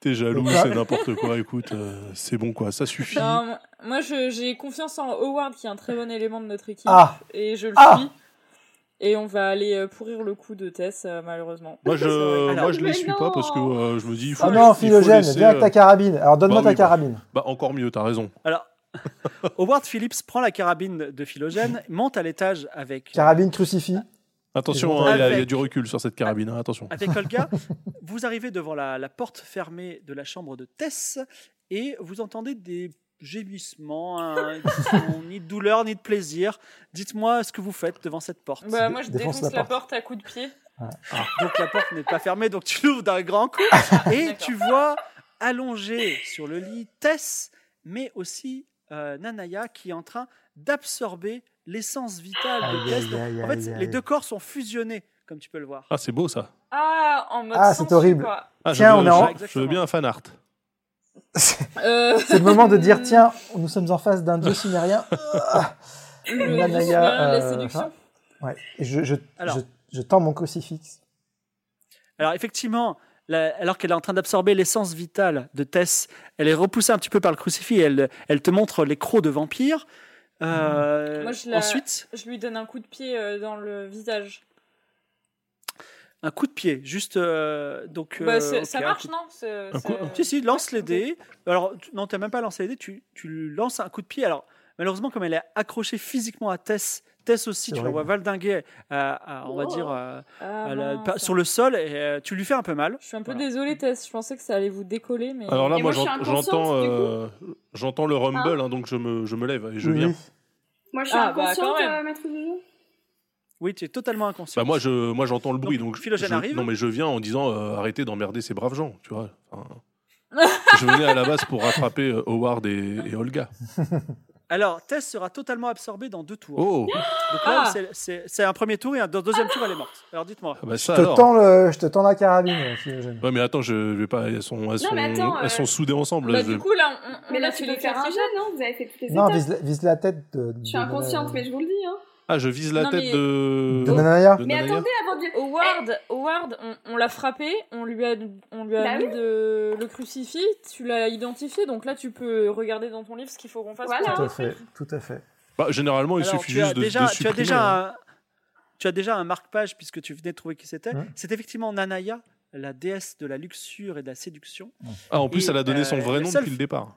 [SPEAKER 3] T'es jaloux,
[SPEAKER 5] Ah.
[SPEAKER 3] c'est n'importe quoi. Écoute, euh, c'est bon quoi, ça suffit.
[SPEAKER 6] Non, moi- moi je- j'ai confiance en Howard qui est un très bon élément de notre équipe
[SPEAKER 5] Ah,
[SPEAKER 6] et je le
[SPEAKER 5] Ah.
[SPEAKER 6] suis. Et on va aller euh, pourrir le coup de Tess euh, malheureusement.
[SPEAKER 3] Moi je,
[SPEAKER 1] Alors,
[SPEAKER 3] moi, je les
[SPEAKER 4] mais
[SPEAKER 3] suis pas parce que
[SPEAKER 4] non.
[SPEAKER 3] euh, je me dis, il faut.
[SPEAKER 5] ah
[SPEAKER 3] il
[SPEAKER 5] non,
[SPEAKER 3] faut
[SPEAKER 5] Philogène,
[SPEAKER 3] laisser,
[SPEAKER 5] viens avec ta
[SPEAKER 3] euh,
[SPEAKER 5] carabine. Alors donne-moi
[SPEAKER 3] bah
[SPEAKER 5] ta
[SPEAKER 3] oui, bah.
[SPEAKER 5] carabine.
[SPEAKER 3] Bah encore mieux, t'as raison.
[SPEAKER 1] Alors, Howard Phillips prend la carabine de Philogène, monte à l'étage avec, euh,
[SPEAKER 5] Carabine crucifie.
[SPEAKER 3] Attention,
[SPEAKER 5] bon.
[SPEAKER 3] hein, il y a- il y, a
[SPEAKER 1] Avec-
[SPEAKER 3] du recul sur cette carabine, hein, attention.
[SPEAKER 1] avec Olga. Vous arrivez devant la, la porte fermée de la chambre de Tess et vous entendez des gémissements, hein, qui sont ni de douleur ni de plaisir. Dites-moi ce que vous faites devant cette porte.
[SPEAKER 6] Bah, moi je
[SPEAKER 5] Défonce
[SPEAKER 6] défonce
[SPEAKER 5] la
[SPEAKER 6] la,
[SPEAKER 5] porte.
[SPEAKER 6] porte à coups de pied.
[SPEAKER 1] Donc la porte n'est pas fermée, donc tu l'ouvres d'un grand coup et
[SPEAKER 6] d'accord.
[SPEAKER 1] tu vois allongée sur le lit Tess, mais aussi euh, Nanaya qui est en train d'absorber l'essence vitale de
[SPEAKER 6] Ah,
[SPEAKER 5] Aïe,
[SPEAKER 1] Tess.
[SPEAKER 5] aïe,
[SPEAKER 1] Donc,
[SPEAKER 5] aïe,
[SPEAKER 1] en
[SPEAKER 5] aïe,
[SPEAKER 1] fait,
[SPEAKER 5] aïe.
[SPEAKER 1] les deux corps sont fusionnés, comme tu peux le voir.
[SPEAKER 3] Ah, c'est beau ça.
[SPEAKER 6] Ah, en mode.
[SPEAKER 5] Ah, c'est
[SPEAKER 6] sensu,
[SPEAKER 5] horrible.
[SPEAKER 6] quoi.
[SPEAKER 3] Ah, je
[SPEAKER 5] Tiens,
[SPEAKER 3] veux-
[SPEAKER 5] on est en-
[SPEAKER 3] je- Je veux bien un fan art.
[SPEAKER 6] Euh,
[SPEAKER 5] C'est le moment de dire tiens, nous sommes en face d'un dieu sumérien. Ah,
[SPEAKER 6] le
[SPEAKER 5] Nanaya,
[SPEAKER 6] Lucien, la
[SPEAKER 5] euh,
[SPEAKER 6] séduction.
[SPEAKER 5] ouais. Et je, je,
[SPEAKER 1] Alors.
[SPEAKER 5] je, je tends mon crucifix.
[SPEAKER 1] Alors effectivement, la- alors qu'elle est en train d'absorber l'essence vitale de Tess, elle est repoussée un petit peu par le crucifix. et Elle, elle te montre les crocs de vampire. Euh,
[SPEAKER 6] Moi, je la-
[SPEAKER 1] Ensuite,
[SPEAKER 6] Je lui donne un coup de pied euh, dans le visage.
[SPEAKER 1] un coup de pied, juste euh, donc.
[SPEAKER 6] Bah,
[SPEAKER 1] euh,
[SPEAKER 6] c'est- ça
[SPEAKER 1] ok, un
[SPEAKER 6] marche,
[SPEAKER 1] coup de-
[SPEAKER 6] non C'est-
[SPEAKER 3] Un coup-
[SPEAKER 6] c'est-
[SPEAKER 1] Si si, lance les
[SPEAKER 6] Ok.
[SPEAKER 1] dés. Alors tu- non, t'as même pas lancé les dés. Tu, tu lances un coup de pied. Alors malheureusement, comme elle est accrochée physiquement à Tess, Tess aussi,
[SPEAKER 5] C'est
[SPEAKER 1] tu la
[SPEAKER 5] horrible.
[SPEAKER 1] vois valdinguer, à- à- on va
[SPEAKER 4] Oh.
[SPEAKER 1] dire, à-
[SPEAKER 6] Ah,
[SPEAKER 1] à la-
[SPEAKER 6] mince.
[SPEAKER 1] pa- sur le sol, et euh, tu lui fais un peu mal.
[SPEAKER 6] Je suis un peu
[SPEAKER 1] Voilà.
[SPEAKER 6] désolée, Tess. Je pensais que ça allait vous décoller, mais.
[SPEAKER 3] Alors là,
[SPEAKER 4] Et
[SPEAKER 3] moi,
[SPEAKER 4] moi, je suis
[SPEAKER 3] j'en-
[SPEAKER 4] inconsciente,
[SPEAKER 3] j'entends,
[SPEAKER 4] du coup.
[SPEAKER 3] euh, j'entends le rumble, hein, donc je me, je me lève et je
[SPEAKER 5] Oui,
[SPEAKER 3] viens.
[SPEAKER 5] oui.
[SPEAKER 4] Moi, je suis
[SPEAKER 6] Ah, bah,
[SPEAKER 4] inconsciente,
[SPEAKER 6] quand même.
[SPEAKER 4] euh, maître du jeu.
[SPEAKER 1] Oui, tu es totalement inconscient.
[SPEAKER 3] Bah moi, je, moi, j'entends le bruit, donc, je-
[SPEAKER 1] Philogène
[SPEAKER 3] je-
[SPEAKER 1] arrive.
[SPEAKER 3] Non, mais je viens en disant euh, arrêtez d'emmerder ces braves gens, tu vois. Enfin, je venais à la base pour rattraper euh, Howard et, et Olga.
[SPEAKER 1] Alors, Tess sera totalement absorbée dans deux tours.
[SPEAKER 3] Oh,
[SPEAKER 1] Donc là,
[SPEAKER 6] Ah.
[SPEAKER 1] c'est- c'est c'est un premier tour et un dans le deuxième tour, elle est morte. Alors dites-moi.
[SPEAKER 3] ah bah
[SPEAKER 5] Je
[SPEAKER 3] ça
[SPEAKER 5] te,
[SPEAKER 3] alors.
[SPEAKER 5] tends le, je te tends la carabine, euh, Philogène.
[SPEAKER 6] Bah.
[SPEAKER 3] Ouais, mais attends, je vais pas. Elles sont, elles
[SPEAKER 4] Non,
[SPEAKER 3] sont,
[SPEAKER 4] mais attends,
[SPEAKER 3] elles
[SPEAKER 4] euh,
[SPEAKER 3] sont soudées ensemble.
[SPEAKER 6] Bah,
[SPEAKER 3] je-
[SPEAKER 6] du coup, là, on, on
[SPEAKER 4] Mais
[SPEAKER 6] a
[SPEAKER 4] là,
[SPEAKER 6] fait
[SPEAKER 4] tu peux
[SPEAKER 6] les
[SPEAKER 4] faire
[SPEAKER 6] quatre
[SPEAKER 4] un jet,
[SPEAKER 6] étapes.
[SPEAKER 4] non Vous avez fait toutes les
[SPEAKER 5] Non,
[SPEAKER 4] étapes.
[SPEAKER 5] vise la, vise la tête de.
[SPEAKER 4] Je suis inconsciente, mais je vous le dis. Hein.
[SPEAKER 3] Ah, je vise la
[SPEAKER 6] Non,
[SPEAKER 3] tête
[SPEAKER 6] mais-
[SPEAKER 3] de.
[SPEAKER 5] De Nanaya.
[SPEAKER 3] de
[SPEAKER 4] Mais
[SPEAKER 3] Nanaya.
[SPEAKER 4] attendez, avant de...
[SPEAKER 6] Howard, Howard, on, on l'a frappé, on lui a, on lui a
[SPEAKER 4] Bah
[SPEAKER 6] mis
[SPEAKER 4] oui.
[SPEAKER 6] de- le crucifix, tu l'as identifié, donc là tu peux regarder dans ton livre ce qu'il faut qu'on fasse. hein.
[SPEAKER 4] Voilà.
[SPEAKER 5] Tout à fait, tout à fait.
[SPEAKER 3] Bah, généralement, il
[SPEAKER 1] Alors,
[SPEAKER 3] suffit
[SPEAKER 1] tu as
[SPEAKER 3] juste de,
[SPEAKER 1] déjà,
[SPEAKER 3] de
[SPEAKER 1] tu as
[SPEAKER 3] supprimer. hein.
[SPEAKER 1] déjà, un, tu as déjà un marque-page puisque tu venais de trouver qui c'était.
[SPEAKER 5] Hein
[SPEAKER 1] C'est effectivement Nanaya, la déesse de la luxure et de la séduction.
[SPEAKER 3] Ah, en plus,
[SPEAKER 1] Et,
[SPEAKER 3] elle a donné son
[SPEAKER 1] euh,
[SPEAKER 3] vrai
[SPEAKER 1] le
[SPEAKER 3] nom
[SPEAKER 1] seul-
[SPEAKER 3] depuis le départ.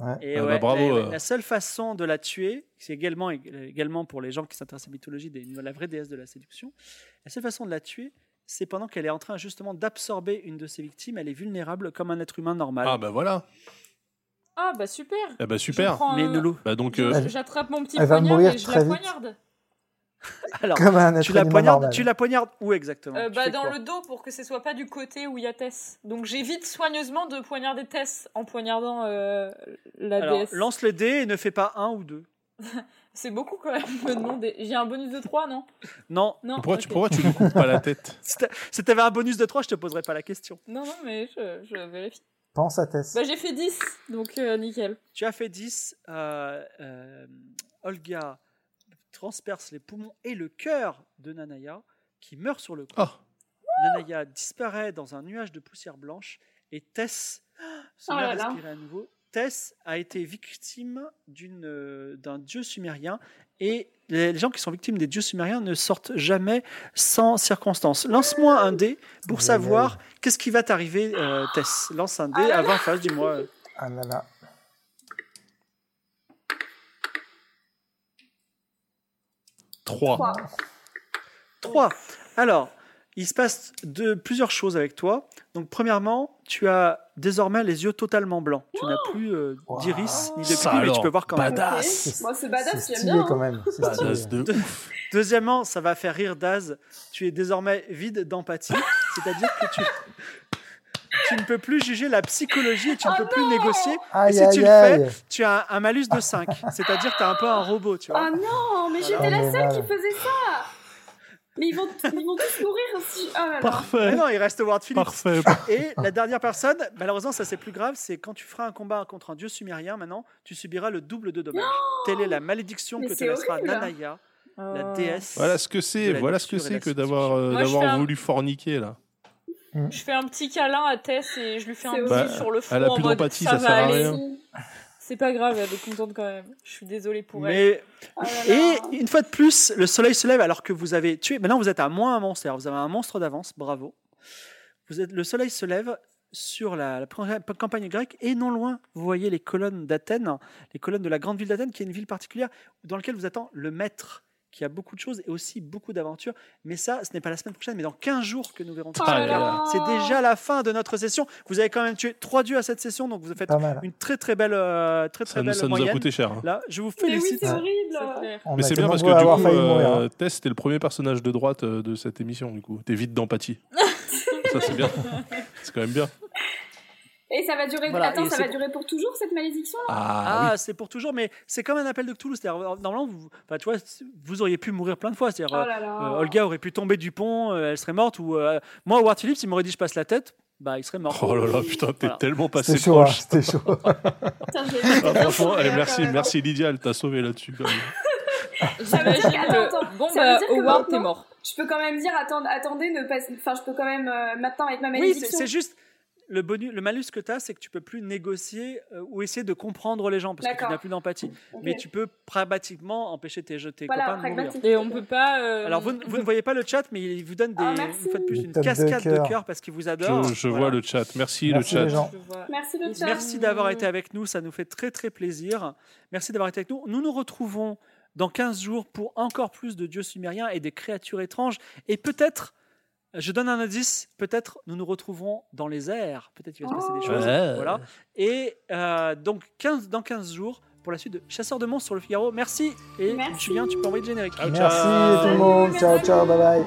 [SPEAKER 5] Ouais.
[SPEAKER 1] Et
[SPEAKER 3] Ah bah
[SPEAKER 1] ouais,
[SPEAKER 3] bravo,
[SPEAKER 1] et ouais,
[SPEAKER 3] euh.
[SPEAKER 1] La seule façon de la tuer, c'est également, également pour les gens qui s'intéressent à la mythologie, des, la vraie déesse de la séduction, la seule façon de la tuer, c'est pendant qu'elle est en train justement d'absorber une de ses victimes, elle est vulnérable comme un être humain normal.
[SPEAKER 3] Ah bah voilà.
[SPEAKER 6] Ah bah super
[SPEAKER 3] Ah bah super.
[SPEAKER 6] prends,
[SPEAKER 1] Mais
[SPEAKER 6] euh,
[SPEAKER 1] Noulou,
[SPEAKER 3] Bah donc
[SPEAKER 6] Je-
[SPEAKER 3] euh,
[SPEAKER 6] J'attrape mon petit
[SPEAKER 5] Elle va
[SPEAKER 6] poignard
[SPEAKER 5] mourir
[SPEAKER 6] et je
[SPEAKER 5] très
[SPEAKER 6] la
[SPEAKER 5] vite.
[SPEAKER 6] poignarde.
[SPEAKER 1] alors,
[SPEAKER 5] Comme un être
[SPEAKER 1] tu la,
[SPEAKER 5] humain
[SPEAKER 1] poignardes,
[SPEAKER 5] normal.
[SPEAKER 1] tu la poignardes où exactement
[SPEAKER 6] Euh,
[SPEAKER 1] Tu
[SPEAKER 6] bah
[SPEAKER 1] fais
[SPEAKER 6] dans le
[SPEAKER 1] quoi
[SPEAKER 6] dos pour que ce soit pas du côté où il y a Tess. Donc j'évite soigneusement de poignarder Tess en poignardant euh, la
[SPEAKER 1] Alors,
[SPEAKER 6] déesse.
[SPEAKER 1] lance les dés et ne fais pas un ou deux.
[SPEAKER 6] C'est beaucoup quand même de me demander. J'ai un bonus de 3, non
[SPEAKER 1] Non,
[SPEAKER 6] Non.
[SPEAKER 3] pourquoi,
[SPEAKER 6] ok.
[SPEAKER 3] tu, pourquoi tu lui coupes pas la tête
[SPEAKER 1] si t'a- si t'avais un bonus de 3, je te poserais pas la question.
[SPEAKER 6] Non, non, mais je, je vérifie.
[SPEAKER 5] Pense à Tess.
[SPEAKER 6] Bah j'ai fait 10, donc euh, nickel.
[SPEAKER 1] Tu as fait 10. euh, euh, Olga transperce les poumons et le cœur de Nanaya, qui meurt sur le coup.
[SPEAKER 3] Ah,
[SPEAKER 1] Nanaya disparaît dans un nuage de poussière blanche et Tess se
[SPEAKER 4] Oh
[SPEAKER 1] met à
[SPEAKER 4] là là.
[SPEAKER 1] respirer à nouveau. Tess a été victime d'une, euh, d'un dieu sumérien et les les gens qui sont victimes des dieux sumériens ne sortent jamais sans circonstance. Lance-moi un dé pour
[SPEAKER 5] Aïe,
[SPEAKER 1] savoir qu'est-ce qui va t'arriver, euh, Tess. Lance un dé
[SPEAKER 4] Ah là là.
[SPEAKER 1] avant phase, dis-moi. euh,
[SPEAKER 5] Ah là là.
[SPEAKER 3] Trois. oh,
[SPEAKER 1] 3.
[SPEAKER 4] Trois.
[SPEAKER 1] Alors, il se passe de, plusieurs choses avec toi. Donc, premièrement, tu as désormais les yeux totalement blancs. Tu n'as plus euh,
[SPEAKER 5] Wow.
[SPEAKER 1] d'iris ni de
[SPEAKER 3] Ça
[SPEAKER 1] pupille, mais tu
[SPEAKER 3] alors,
[SPEAKER 1] peux voir quand même.
[SPEAKER 3] Badass.
[SPEAKER 4] Moi, ce
[SPEAKER 5] C'est
[SPEAKER 4] badass, j'aime
[SPEAKER 5] stylé
[SPEAKER 4] bien.
[SPEAKER 5] quand
[SPEAKER 4] hein.
[SPEAKER 5] même. C'est
[SPEAKER 3] Badass
[SPEAKER 5] stylé.
[SPEAKER 3] de ouf.
[SPEAKER 1] Deuxièmement, ça va faire rire Daz. Tu es désormais vide d'empathie. C'est-à-dire que tu, tu ne peux plus juger la psychologie et tu ne
[SPEAKER 4] Oh
[SPEAKER 1] peux plus négocier.
[SPEAKER 5] Aïe,
[SPEAKER 1] si tu
[SPEAKER 5] aïe,
[SPEAKER 1] le
[SPEAKER 5] aïe.
[SPEAKER 1] Tu as un, un malus de 5. C'est-à-dire que tu es un peu un robot, tu vois.
[SPEAKER 4] Ah non, mais j'étais
[SPEAKER 5] Ah,
[SPEAKER 4] la seule
[SPEAKER 5] mais voilà.
[SPEAKER 4] qui faisait ça. Mais ils vont, ils vont tous mourir. Si... Ah là là.
[SPEAKER 1] Mais
[SPEAKER 3] Parfait.
[SPEAKER 1] non, il reste Ward Phillips.
[SPEAKER 3] Parfait.
[SPEAKER 1] Et la dernière personne, malheureusement, ça c'est plus grave, c'est quand tu feras un combat contre un dieu sumérien, maintenant, tu subiras le double de dommages. Telle est la malédiction
[SPEAKER 4] Mais
[SPEAKER 1] que te
[SPEAKER 4] c'est
[SPEAKER 1] laissera
[SPEAKER 4] horrible. Ah.
[SPEAKER 1] Nanaya, la
[SPEAKER 6] Euh,
[SPEAKER 1] déesse.
[SPEAKER 3] Voilà ce que
[SPEAKER 1] De
[SPEAKER 3] c'est.
[SPEAKER 1] la
[SPEAKER 3] Voilà ce que
[SPEAKER 1] nature et
[SPEAKER 3] c'est
[SPEAKER 1] la
[SPEAKER 3] que d'avoir euh,
[SPEAKER 6] Moi, je fais
[SPEAKER 3] d'avoir
[SPEAKER 6] un-
[SPEAKER 3] voulu forniquer là.
[SPEAKER 6] Je fais un petit câlin à Tess et je lui fais un
[SPEAKER 4] C'est
[SPEAKER 6] bisou
[SPEAKER 4] horrible.
[SPEAKER 6] sur le front.
[SPEAKER 3] elle a
[SPEAKER 6] en
[SPEAKER 3] plus
[SPEAKER 6] mode,
[SPEAKER 3] d'empathie,
[SPEAKER 6] ça,
[SPEAKER 3] ça
[SPEAKER 6] va
[SPEAKER 3] sert à
[SPEAKER 6] aller.
[SPEAKER 3] rien.
[SPEAKER 6] C'est pas grave, elle est contente quand même. Je suis désolée pour elle.
[SPEAKER 1] Mais
[SPEAKER 4] Ah là
[SPEAKER 1] Et
[SPEAKER 4] là.
[SPEAKER 1] une fois de plus, le soleil se lève alors que vous avez tué. Maintenant, vous êtes à moins un monstre. Alors, Vous avez un monstre d'avance. Bravo. Vous êtes... Le soleil se lève sur la, la première campagne grecque et non loin, vous voyez les colonnes d'Athènes, les colonnes de la grande ville d'Athènes, qui est une ville particulière dans laquelle vous attend le maître, qui a beaucoup de choses et aussi beaucoup d'aventures. Mais ça, ce n'est pas la semaine prochaine, mais dans 15 jours que nous verrons tout
[SPEAKER 4] Oh
[SPEAKER 1] ça.
[SPEAKER 3] Ah là
[SPEAKER 4] là.
[SPEAKER 1] C'est déjà la fin de notre session. Vous avez quand même tué trois dieux à cette session, donc vous faites
[SPEAKER 5] Pas mal.
[SPEAKER 1] une très très belle, euh, très, très
[SPEAKER 3] Ça nous,
[SPEAKER 1] belle
[SPEAKER 3] ça nous a
[SPEAKER 1] moyenne.
[SPEAKER 3] coûté cher. hein.
[SPEAKER 1] Là, je vous
[SPEAKER 4] Mais oui,
[SPEAKER 1] félicite.
[SPEAKER 4] c'est
[SPEAKER 6] C'est
[SPEAKER 4] horrible.
[SPEAKER 6] clair.
[SPEAKER 5] On
[SPEAKER 3] Mais
[SPEAKER 5] a
[SPEAKER 3] c'est
[SPEAKER 5] été
[SPEAKER 3] bien parce que
[SPEAKER 5] nombreux à
[SPEAKER 3] du
[SPEAKER 5] avoir
[SPEAKER 3] coup,
[SPEAKER 5] failli mourir,
[SPEAKER 3] euh,
[SPEAKER 5] hein.
[SPEAKER 3] Tess, t'es le premier personnage de droite euh, de cette émission du coup. T'es vite d'empathie. ça c'est bien. C'est quand même bien.
[SPEAKER 4] Et ça va durer.
[SPEAKER 1] Voilà,
[SPEAKER 4] Attends,
[SPEAKER 1] et
[SPEAKER 4] ça
[SPEAKER 1] c'est
[SPEAKER 4] va
[SPEAKER 1] pour-
[SPEAKER 4] durer pour toujours cette malédiction
[SPEAKER 3] Ah,
[SPEAKER 1] Ah, c'est pour toujours, mais c'est comme un appel de Cthulhu. C'est-à-dire, euh, normalement, vous, enfin, tu vois, c- vous auriez pu mourir plein de fois. C'est-à-dire,
[SPEAKER 4] Oh
[SPEAKER 1] euh,
[SPEAKER 4] là là.
[SPEAKER 1] euh, Olga aurait pu tomber du pont, euh, elle serait morte. Ou euh, moi, Howard Phillips, il m'aurait dit je passe la tête, bah il serait
[SPEAKER 3] oui.
[SPEAKER 1] mort.
[SPEAKER 3] Oh là là, putain, t'es
[SPEAKER 1] Voilà.
[SPEAKER 3] tellement passé
[SPEAKER 5] C'était chaud, hein,
[SPEAKER 3] proche.
[SPEAKER 5] c'était chaud.
[SPEAKER 4] Putain, j'ai-
[SPEAKER 3] Ah, franchement,
[SPEAKER 4] Bien
[SPEAKER 3] allez,
[SPEAKER 4] sûr,
[SPEAKER 3] merci,
[SPEAKER 4] quand même.
[SPEAKER 3] merci Lydia, elle t'a sauvé là-dessus. quand même.
[SPEAKER 6] J'imagine
[SPEAKER 4] dire que-
[SPEAKER 6] le-
[SPEAKER 4] attends, attends,
[SPEAKER 6] Bon
[SPEAKER 4] ça veut
[SPEAKER 6] bah,
[SPEAKER 4] dire que
[SPEAKER 6] Howard, t'es
[SPEAKER 4] maintenant-
[SPEAKER 6] mort.
[SPEAKER 4] Je peux quand même dire, attend- attendez, ne pas. Enfin, je peux quand même euh, maintenant avec ma
[SPEAKER 1] Oui, c'est
[SPEAKER 4] malédiction.
[SPEAKER 1] c'est juste le bonus, le malus que tu as, c'est que tu peux plus négocier euh, ou essayer de comprendre les gens parce que tu
[SPEAKER 4] D'accord.
[SPEAKER 1] n'as plus d'empathie.
[SPEAKER 4] Ok.
[SPEAKER 1] Mais tu peux pragmatiquement empêcher tes, tes
[SPEAKER 4] Voilà,
[SPEAKER 1] copains de mourir.
[SPEAKER 4] pragmatique.
[SPEAKER 6] Et on peut pas. euh,
[SPEAKER 1] Alors vous, ne- vous ne voyez pas le chat, mais il vous donne des,
[SPEAKER 4] Ah, merci.
[SPEAKER 1] une fois de plus
[SPEAKER 5] Des
[SPEAKER 1] une
[SPEAKER 5] tapes de
[SPEAKER 1] cascade de
[SPEAKER 5] cœur.
[SPEAKER 1] cœur parce qu'il vous adore.
[SPEAKER 3] Je, je
[SPEAKER 1] Voilà.
[SPEAKER 3] vois le chat. Merci,
[SPEAKER 5] Merci,
[SPEAKER 3] le
[SPEAKER 5] les
[SPEAKER 3] chat.
[SPEAKER 5] gens.
[SPEAKER 6] je vois.
[SPEAKER 4] Merci le chat.
[SPEAKER 1] Merci d'avoir été avec nous, ça nous fait très très plaisir. Merci d'avoir été avec nous. Nous nous retrouvons dans 15 jours pour encore plus de dieux sumériens et des créatures étranges. Et peut-être, je donne un indice, peut-être nous nous retrouverons dans les airs. Peut-être qu'il va se passer des
[SPEAKER 4] Oh.
[SPEAKER 1] choses.
[SPEAKER 3] Ouais.
[SPEAKER 1] Voilà. Et euh, donc 15, dans 15 jours pour la suite de Chasseurs de monstres sur le Figaro. Merci. Et
[SPEAKER 4] Merci.
[SPEAKER 1] Julien, tu peux envoyer le générique.
[SPEAKER 3] Ciao,
[SPEAKER 5] Ah, Merci
[SPEAKER 3] ciao.
[SPEAKER 5] tout le monde. Ciao, ciao, bye bye.